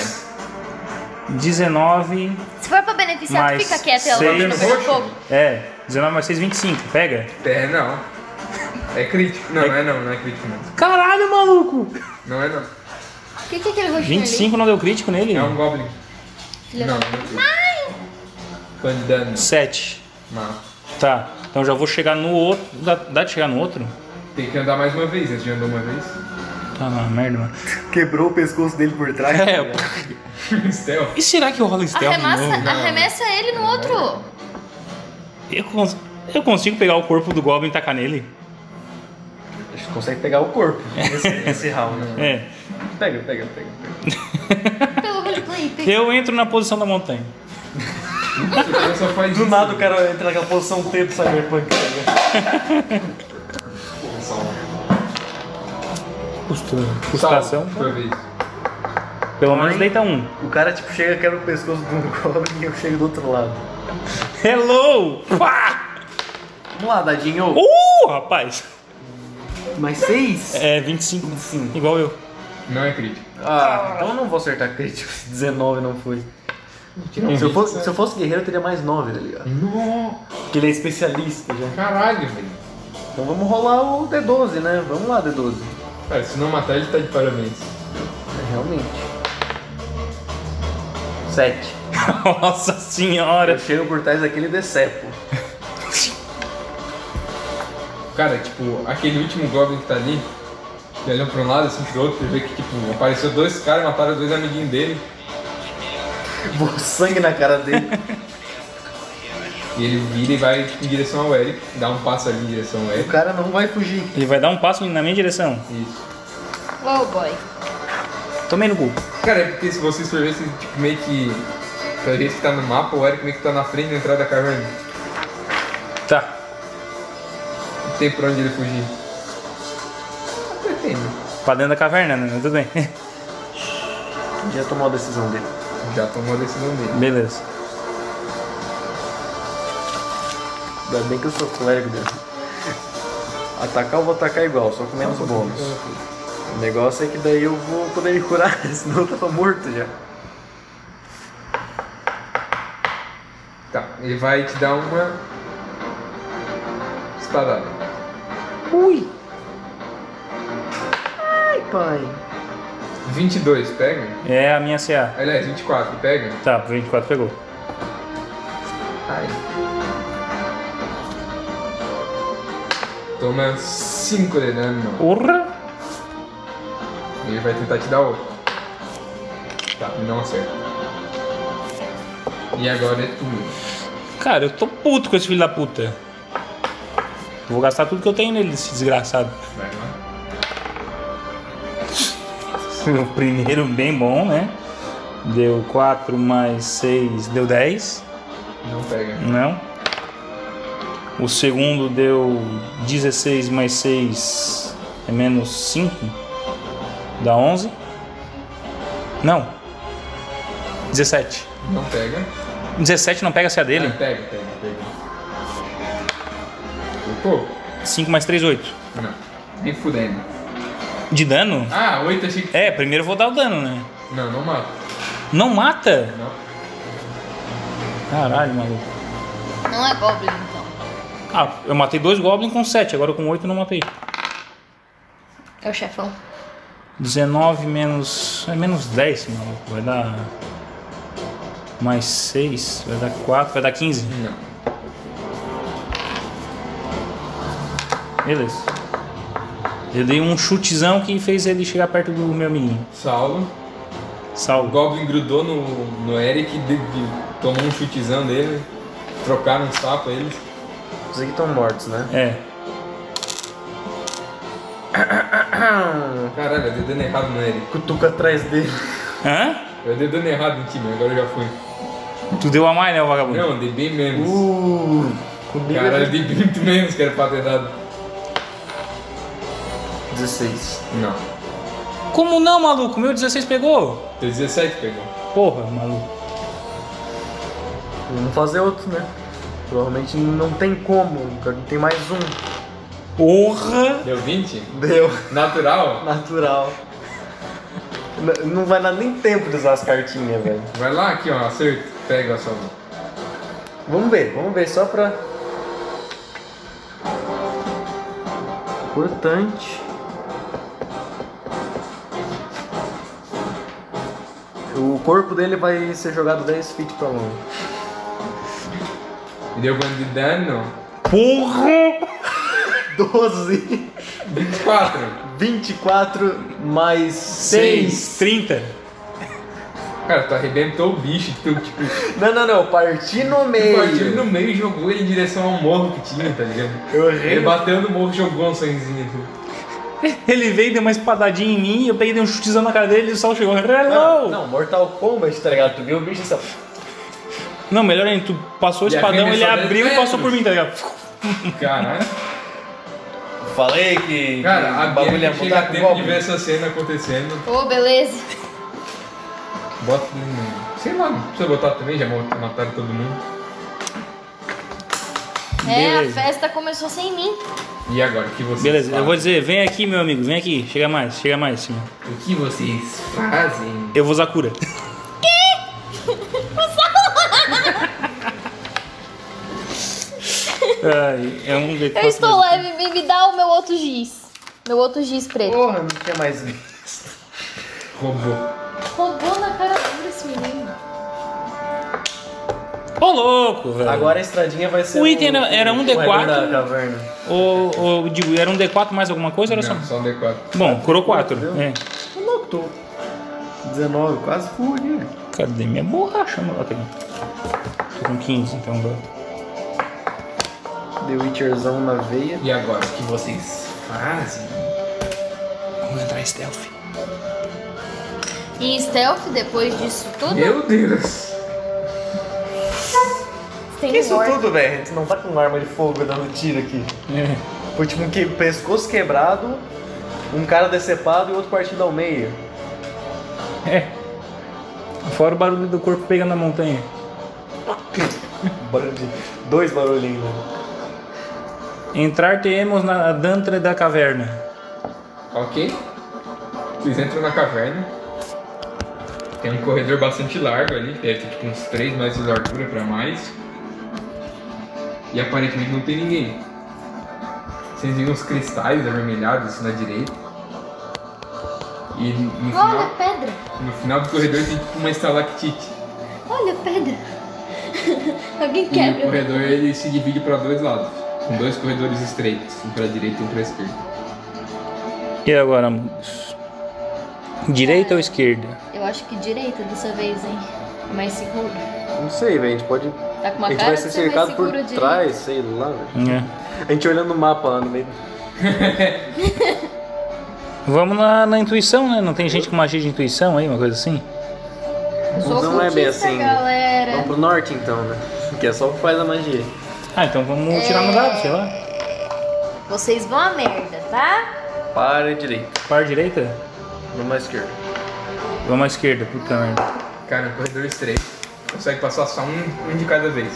19. Se for pra beneficiar, Mais tu fica quieto e ela seis. continua pegando fogo. É, 19 mais 6, 25. Pega. É, não. É crítico. Não, não é não, não é crítico não. Caralho, maluco! Não é não. O que, que é aquele roxinho 25 não deu crítico nele? É um goblin. Filha Não, não é crítico. Quanto de dano? 7. Não. Tá, então já vou chegar no outro. Dá, dá de chegar no outro? Tem que andar mais uma vez, antes de andar uma vez. Tá na merda, mano. Quebrou o pescoço dele por trás. É, pô. Stealth. E será que eu rolo ali? stealth de Arremessa, é novo? né? arremessa ele no outro. Eu, cons- eu consigo pegar o corpo do Goblin e tacar nele? A gente consegue pegar o corpo nesse, nesse round. né? É. Pega, pega, pega. Pelo roleplay, pega. Eu entro na posição da montanha. Esse cara só faz Do isso. nada o cara entra naquela posição teto cyberpunk. tá ligado? Costura. Salvo, Custação. Uma vez. Pelo menos deita um. O cara tipo chega, quebra o pescoço de um goblin e eu chego do outro lado. Hello! Pá! Vamos lá, dadinho. Uh, rapaz! Mais seis? É 25. Sim. Igual eu. Não é crítico. Ah, então eu não vou acertar crítico se 19 não foi. um Se eu, vinte, fosse, se eu fosse guerreiro, eu teria mais 9, tá ligado? No, Porque ele é especialista já. caralho, velho. Então vamos rolar o D12, né? Vamos lá, D12. Cara, se não matar, ele tá de parabéns. É, realmente. 7. Nossa Eu senhora! chego por trás daquele decepo. Cara, tipo, aquele último Goblin que tá ali, ele olhou pra um lado, assim pro outro, e vê que, tipo, apareceu dois caras, mataram dois amiguinhos dele, Boa sangue na cara dele. e ele vira e vai em direção ao Eric, dá um passo ali em direção ao o Eric. cara não vai fugir. Ele vai dar um passo na minha direção. Isso. Oh boy. Tomei no cu. Cara, é porque se vocês for ver, vocês, tipo, meio que. Pelo jeito que tá no mapa, o Eric meio que tá na frente da entrada da caverna. Tá. Não tem pra onde ele fugir. Até tem, né? Pra dentro da caverna, né? Tudo bem. Já tomou a decisão dele. Já tomou a decisão dele. Beleza. Ainda bem que eu sou clérigo dele. Atacar eu vou atacar igual, só com menos bônus. O negócio é que daí eu vou poder me curar, senão eu tava morto já. Tá, ele vai te dar uma. espadada. Ui! Ai, pai. 22, pega? É a minha CA. Aliás, 24, pega? Tá, 24 pegou. Ai. Toma 5 de dano. mano. Urra! Ele vai tentar te dar outro. Tá, não acerta. E agora é tu. Cara, eu tô puto com esse filho da puta. Eu vou gastar tudo que eu tenho nele, esse desgraçado. Vai lá. O primeiro bem bom, né? Deu 4 mais 6, deu 10. Não pega. Não. O segundo deu 16 mais 6 é menos 5. Dá 11. Não. 17. Não Então pega. 17 não pega a CA é dele? Ah, pega, pega, pega. Pô, 5 mais 3, 8. não. Nem fudendo. De dano? Ah, 8 achei que. É, primeiro eu vou dar o dano, né? Não, não mata. Não mata? Não. Caralho, maluco. Não é Goblin, então. Ah, eu matei dois Goblin com 7, agora com 8 eu não matei. É o chefão. 19 menos. É menos 10, maluco. Vai dar. Mais 6, vai dar 4, vai dar 15. Não. Beleza. Eu dei um chutezão que fez ele chegar perto do meu menino. Saulo. O Salgo. Goblin grudou no, no Eric, de- de- tomou um chutezão dele, trocaram um sapo eles. Vocês aqui estão mortos, né? É. Caralho, eu dei dano errado no Eric. Cutuca atrás dele. Hã? Eu dei dano errado no time, agora eu já fui. Tu deu a mais, né, o vagabundo? Não, eu dei bem menos. Uh, comigo é Caralho, eu dei muito menos que era pra ter dado. 16. Não. Como não, maluco? Meu 16 pegou? Deu 17 pegou. Porra, maluco. Vamos fazer outro, né? Provavelmente não tem como, não tem mais um. Porra! Deu 20? Deu. Natural? Natural. N- Não vai dar nem tempo de usar as cartinhas, velho. Vai lá aqui, ó, acerto. Pega a sua mão. Vamos ver, vamos ver, só pra. Importante. O corpo dele vai ser jogado 10 feet pra longe. Me deu quanto de dano? Porra! 12, 24. 24 mais 6. 30. Cara, tu arrebentou o bicho, tu tipo, Não, não, não, parti no meio. partiu ele no meio um e jogou ele em direção ao morro que tinha, tá ligado? Eu Ele errei. bateu no morro e jogou um sanguezinho. assim. Ele veio, deu uma espadadinha em mim, eu peguei, dei um chutezão na cara dele e o Sal chegou. Hello! Não, não, Mortal Kombat, tá ligado? Tu viu o bicho assim, ó. Não, melhor ainda, tu passou o E espadão, arremessou ele abriu e 10 passou por mim, tá ligado? Caralho. Falei que. Cara, a que o bagulho ia Bia chega mudar a com tempo golpe. de ver essa cena acontecendo. Ô, beleza. Bota. hum, Sei lá, não precisa botar também, já mot- mataram todo mundo. É, a Beleza. festa começou sem mim. E agora, o que vocês Beleza, eu fazem? vou dizer, vem aqui, meu amigo, vem aqui, chega mais, chega mais, senhor. O que vocês fazem? Eu vou usar cura. Ai, é um D4 Eu estou mesmo. leve, me, me dá o meu outro giz. Meu outro giz preto. Porra, não tinha mais. Robô. Roubou na cara dura esse menino. Ô, louco, velho. Agora a estradinha vai ser. O item era- era um o corredor D4. da caverna. Ou, ou, digo, era um D4 mais alguma coisa? Era Não, só. só um D4. Bom, curou 4. Entendeu? É. Não Notou. 19, quase né? fui ali. Cadê minha é borracha? Mano? Lá, tá aqui. Tô com 15, então. dá. The Witcherzão na veia. E agora, o que vocês fazem? Vamos entrar em stealth. E stealth, depois disso tudo, Meu Deus! tem Que isso war. tudo, velho? A gente não tá com arma de fogo dando tiro aqui. É. Foi tipo um que, pescoço quebrado, um cara decepado e outro partido ao meio. é. Fora o barulho do corpo pegando na montanha. Barulho de- Dois barulhinhos. né? Entrar temos na dantra da caverna. Ok. Vocês entram na caverna. Tem um corredor bastante largo ali, deve ter tipo uns 3 metros de largura pra mais. E aparentemente não tem ninguém. Vocês viram uns cristais avermelhados assim, na direita. E no Olha, final, pedra. no final do corredor tem tipo uma estalactite. Olha, pedra. Alguém E o quebra. corredor ele se divide pra dois lados. Com dois corredores estreitos, um pra direita e um pra esquerda. E agora, amigos? Direita ou esquerda? Eu acho que direita dessa vez, hein? É mais seguro. Não sei, velho. A gente pode. Tá com a uma gente cara vai de ser ser mais cercado por seguro de trás, sei lá, velho. É. A gente olhando o mapa lá no meio. Vamos na, na intuição, né? Não tem gente com magia de intuição aí, uma coisa assim? Eu sou Não é bem ocultista, assim. galera. Vamos pro norte então, né? Que é só o que faz a magia. Ah, então vamos tirar no dado, sei lá. Vocês vão a merda, tá? Para a direita, Par direita? vamos à esquerda. Vamos à esquerda, puta merda. Cara, um corredor estreito. Consegue passar só um, um de cada vez.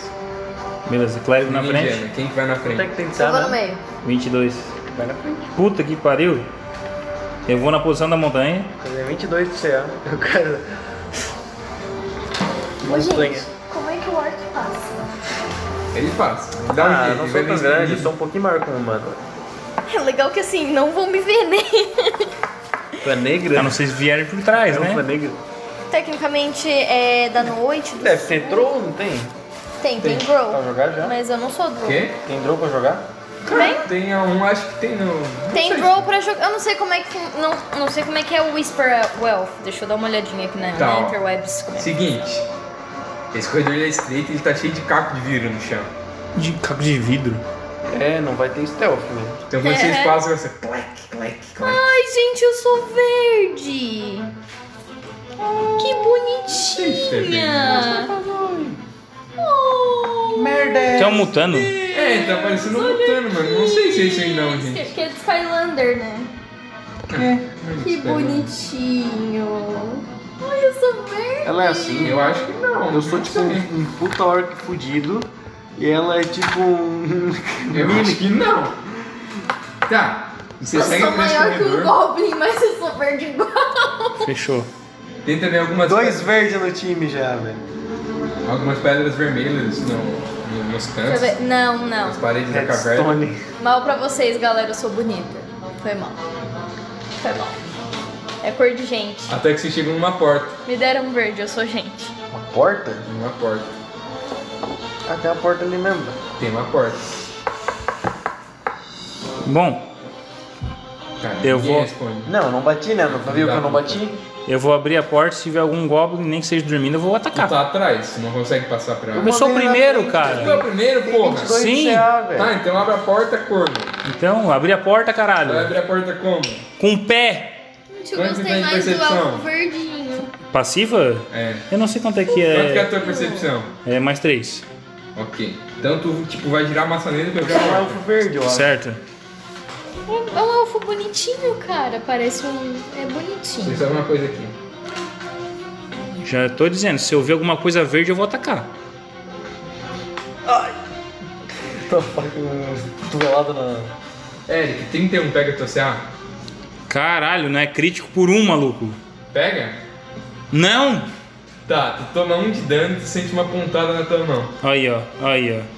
Beleza, Clérigo na Ninguém frente. engana. Quem que vai na Até frente? que tem que ser, Eu vou no né? meio. 22. Vai na frente. Puta que pariu. Eu vou na posição da montanha. Fazer 22 pro CA. Eu quero. Ô, Montanha. gente, como é que o orc passa? Ele passa. Dá um Ah, jeito. eu não ele vai sou tão bem grande, eu espremido. sou um pouquinho maior que um humano. É legal que assim, não vão me ver, né? Tu é negra? A não ser se vierem por Tá trás, Tu é né? negra. Tecnicamente é da noite. Do... Deve ter troll, não tem? Tem, tem Tem. Tá grow. Pra jogar já? Mas eu não sou grow. Quê? Tem troll pra jogar? Tem? Tem um, acho que tem no. não Tem sei. grow pra jogar. Eu não sei como é que não, não sei como é que é o Whisper Wealth. Deixa eu dar uma olhadinha aqui na, na Tá, ó. interwebs. como é. Seguinte. Esse corredor ele é estreito e ele tá cheio de caco de vidro no chão. De caco de vidro. É, não vai ter stealth, né? Então quando vocês É. passam, vai ser clac, clac, clac. Ai, gente, eu sou verde. Que bonitinha. Oh. Você é um mutano? É, tá parecendo um mutano, mano. Não sei se é isso aí não, gente. Que é de Skylander, né? Que bonitinho. Ai, eu sou verde. Ela é assim, Eu acho que não. eu sou Não tipo sei. um, um puta orc fudido e ela é tipo um. Eu acho que não. Tá. Você Eu segue sou por esse maior que um corredor. Goblin, mas eu sou verde igual. Fechou. Tem também algumas, Dois verdes no time já, velho. algumas pedras vermelhas no, no- nos Deixa eu cantos. ver. Não, Nas não. paredes da é caverna. Redstone. Mal pra vocês, galera, eu sou bonita. Foi mal. Foi mal. É cor de gente. Até que você chega numa porta. Me deram um verde, eu sou gente. Uma porta? Numa porta. Ah, tem uma porta ali mesmo. Tem uma porta. Bom, Cara, Eu ninguém vou- responde. Não, não bati, né? Não viu que eu não bati? eu vou abrir a porta. Se tiver algum goblin, nem que seja dormindo, eu vou Tu atacar. tá atrás, não consegue passar pra Eu ela. sou o primeiro, Tu é o cara. primeiro, porra. Dois Sim. CA, velho. Tá, então abre a porta, corno. Então, abri a porta, Vai caralho. abrir a porta como? Com o pé. Gente, eu Quanto tem gostei de mais do percepção? alvo verdinho. Passiva? É. Eu não sei quanto é que Quanto que é a é. tua percepção? É mais três. Ok. Então tu, tipo, vai girar a maçaneta pra abrir a É um porta. elfo verde, ó. Certo? É é um elfo bonitinho, cara. Parece um. É bonitinho. Tem só uma coisa aqui. Já tô dizendo, se eu ver alguma coisa verde, eu vou atacar. Tô fucking tuvelado na. Eric, 31 pega teu CA? Caralho, não é crítico por um, maluco. Pega? Não! Tá, tu toma um de dano e tu sente uma pontada na tua mão. Aí, ó, aí, ó.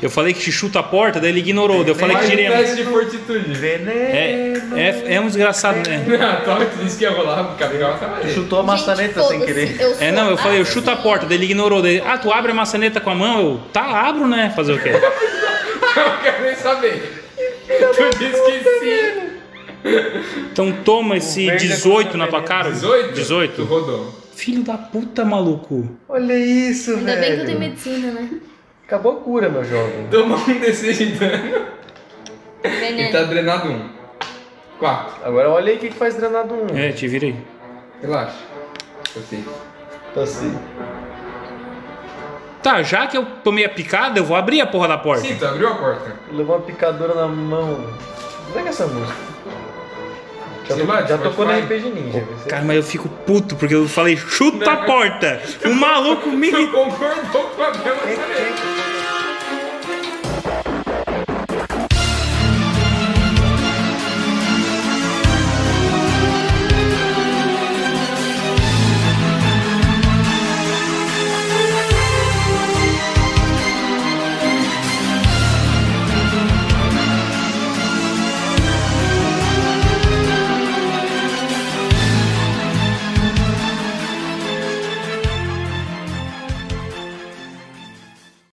Eu falei que chuta a porta, daí ele ignorou. Daí eu falei que Faz um tirei. teste de fortitude. né? É, é, é um desgraçado, né? Ah, tá, tu disse que ia rolar, porque abriu uma cavaleira. Chutou a maçaneta sem foda-se, querer. Eu sou É, não, eu falei, eu chuto a assim. porta, daí ele ignorou. Daí, ah, tu abre a maçaneta com a mão? Eu, tá, abro, né? Fazer o quê? Eu quero nem saber. Tu disse que sim. Então toma esse verde é 18 na coisa tua cara. 18? Tu 18. rodou. Filho da puta, maluco. Olha isso, Ainda velho. bem que eu tenho medicina, né? Acabou a cura, meu jovem. Toma um DC de dano e Veneno. tá drenado um. Quatro. Agora olha aí o que que faz drenado 1. É, te virei. Relaxa. Eu sei. Tá assim. Tá, já que eu tomei a picada, eu vou abrir a porra da porta. Sim, tu abriu a porta. Levou uma picadura na mão. Como é que é essa música? Já, Já tocou na RPG Ninja. vai ser- Cara, mas eu fico puto porque eu falei, chuta a porta! O Um maluco me Tu concordou com a minha maneira.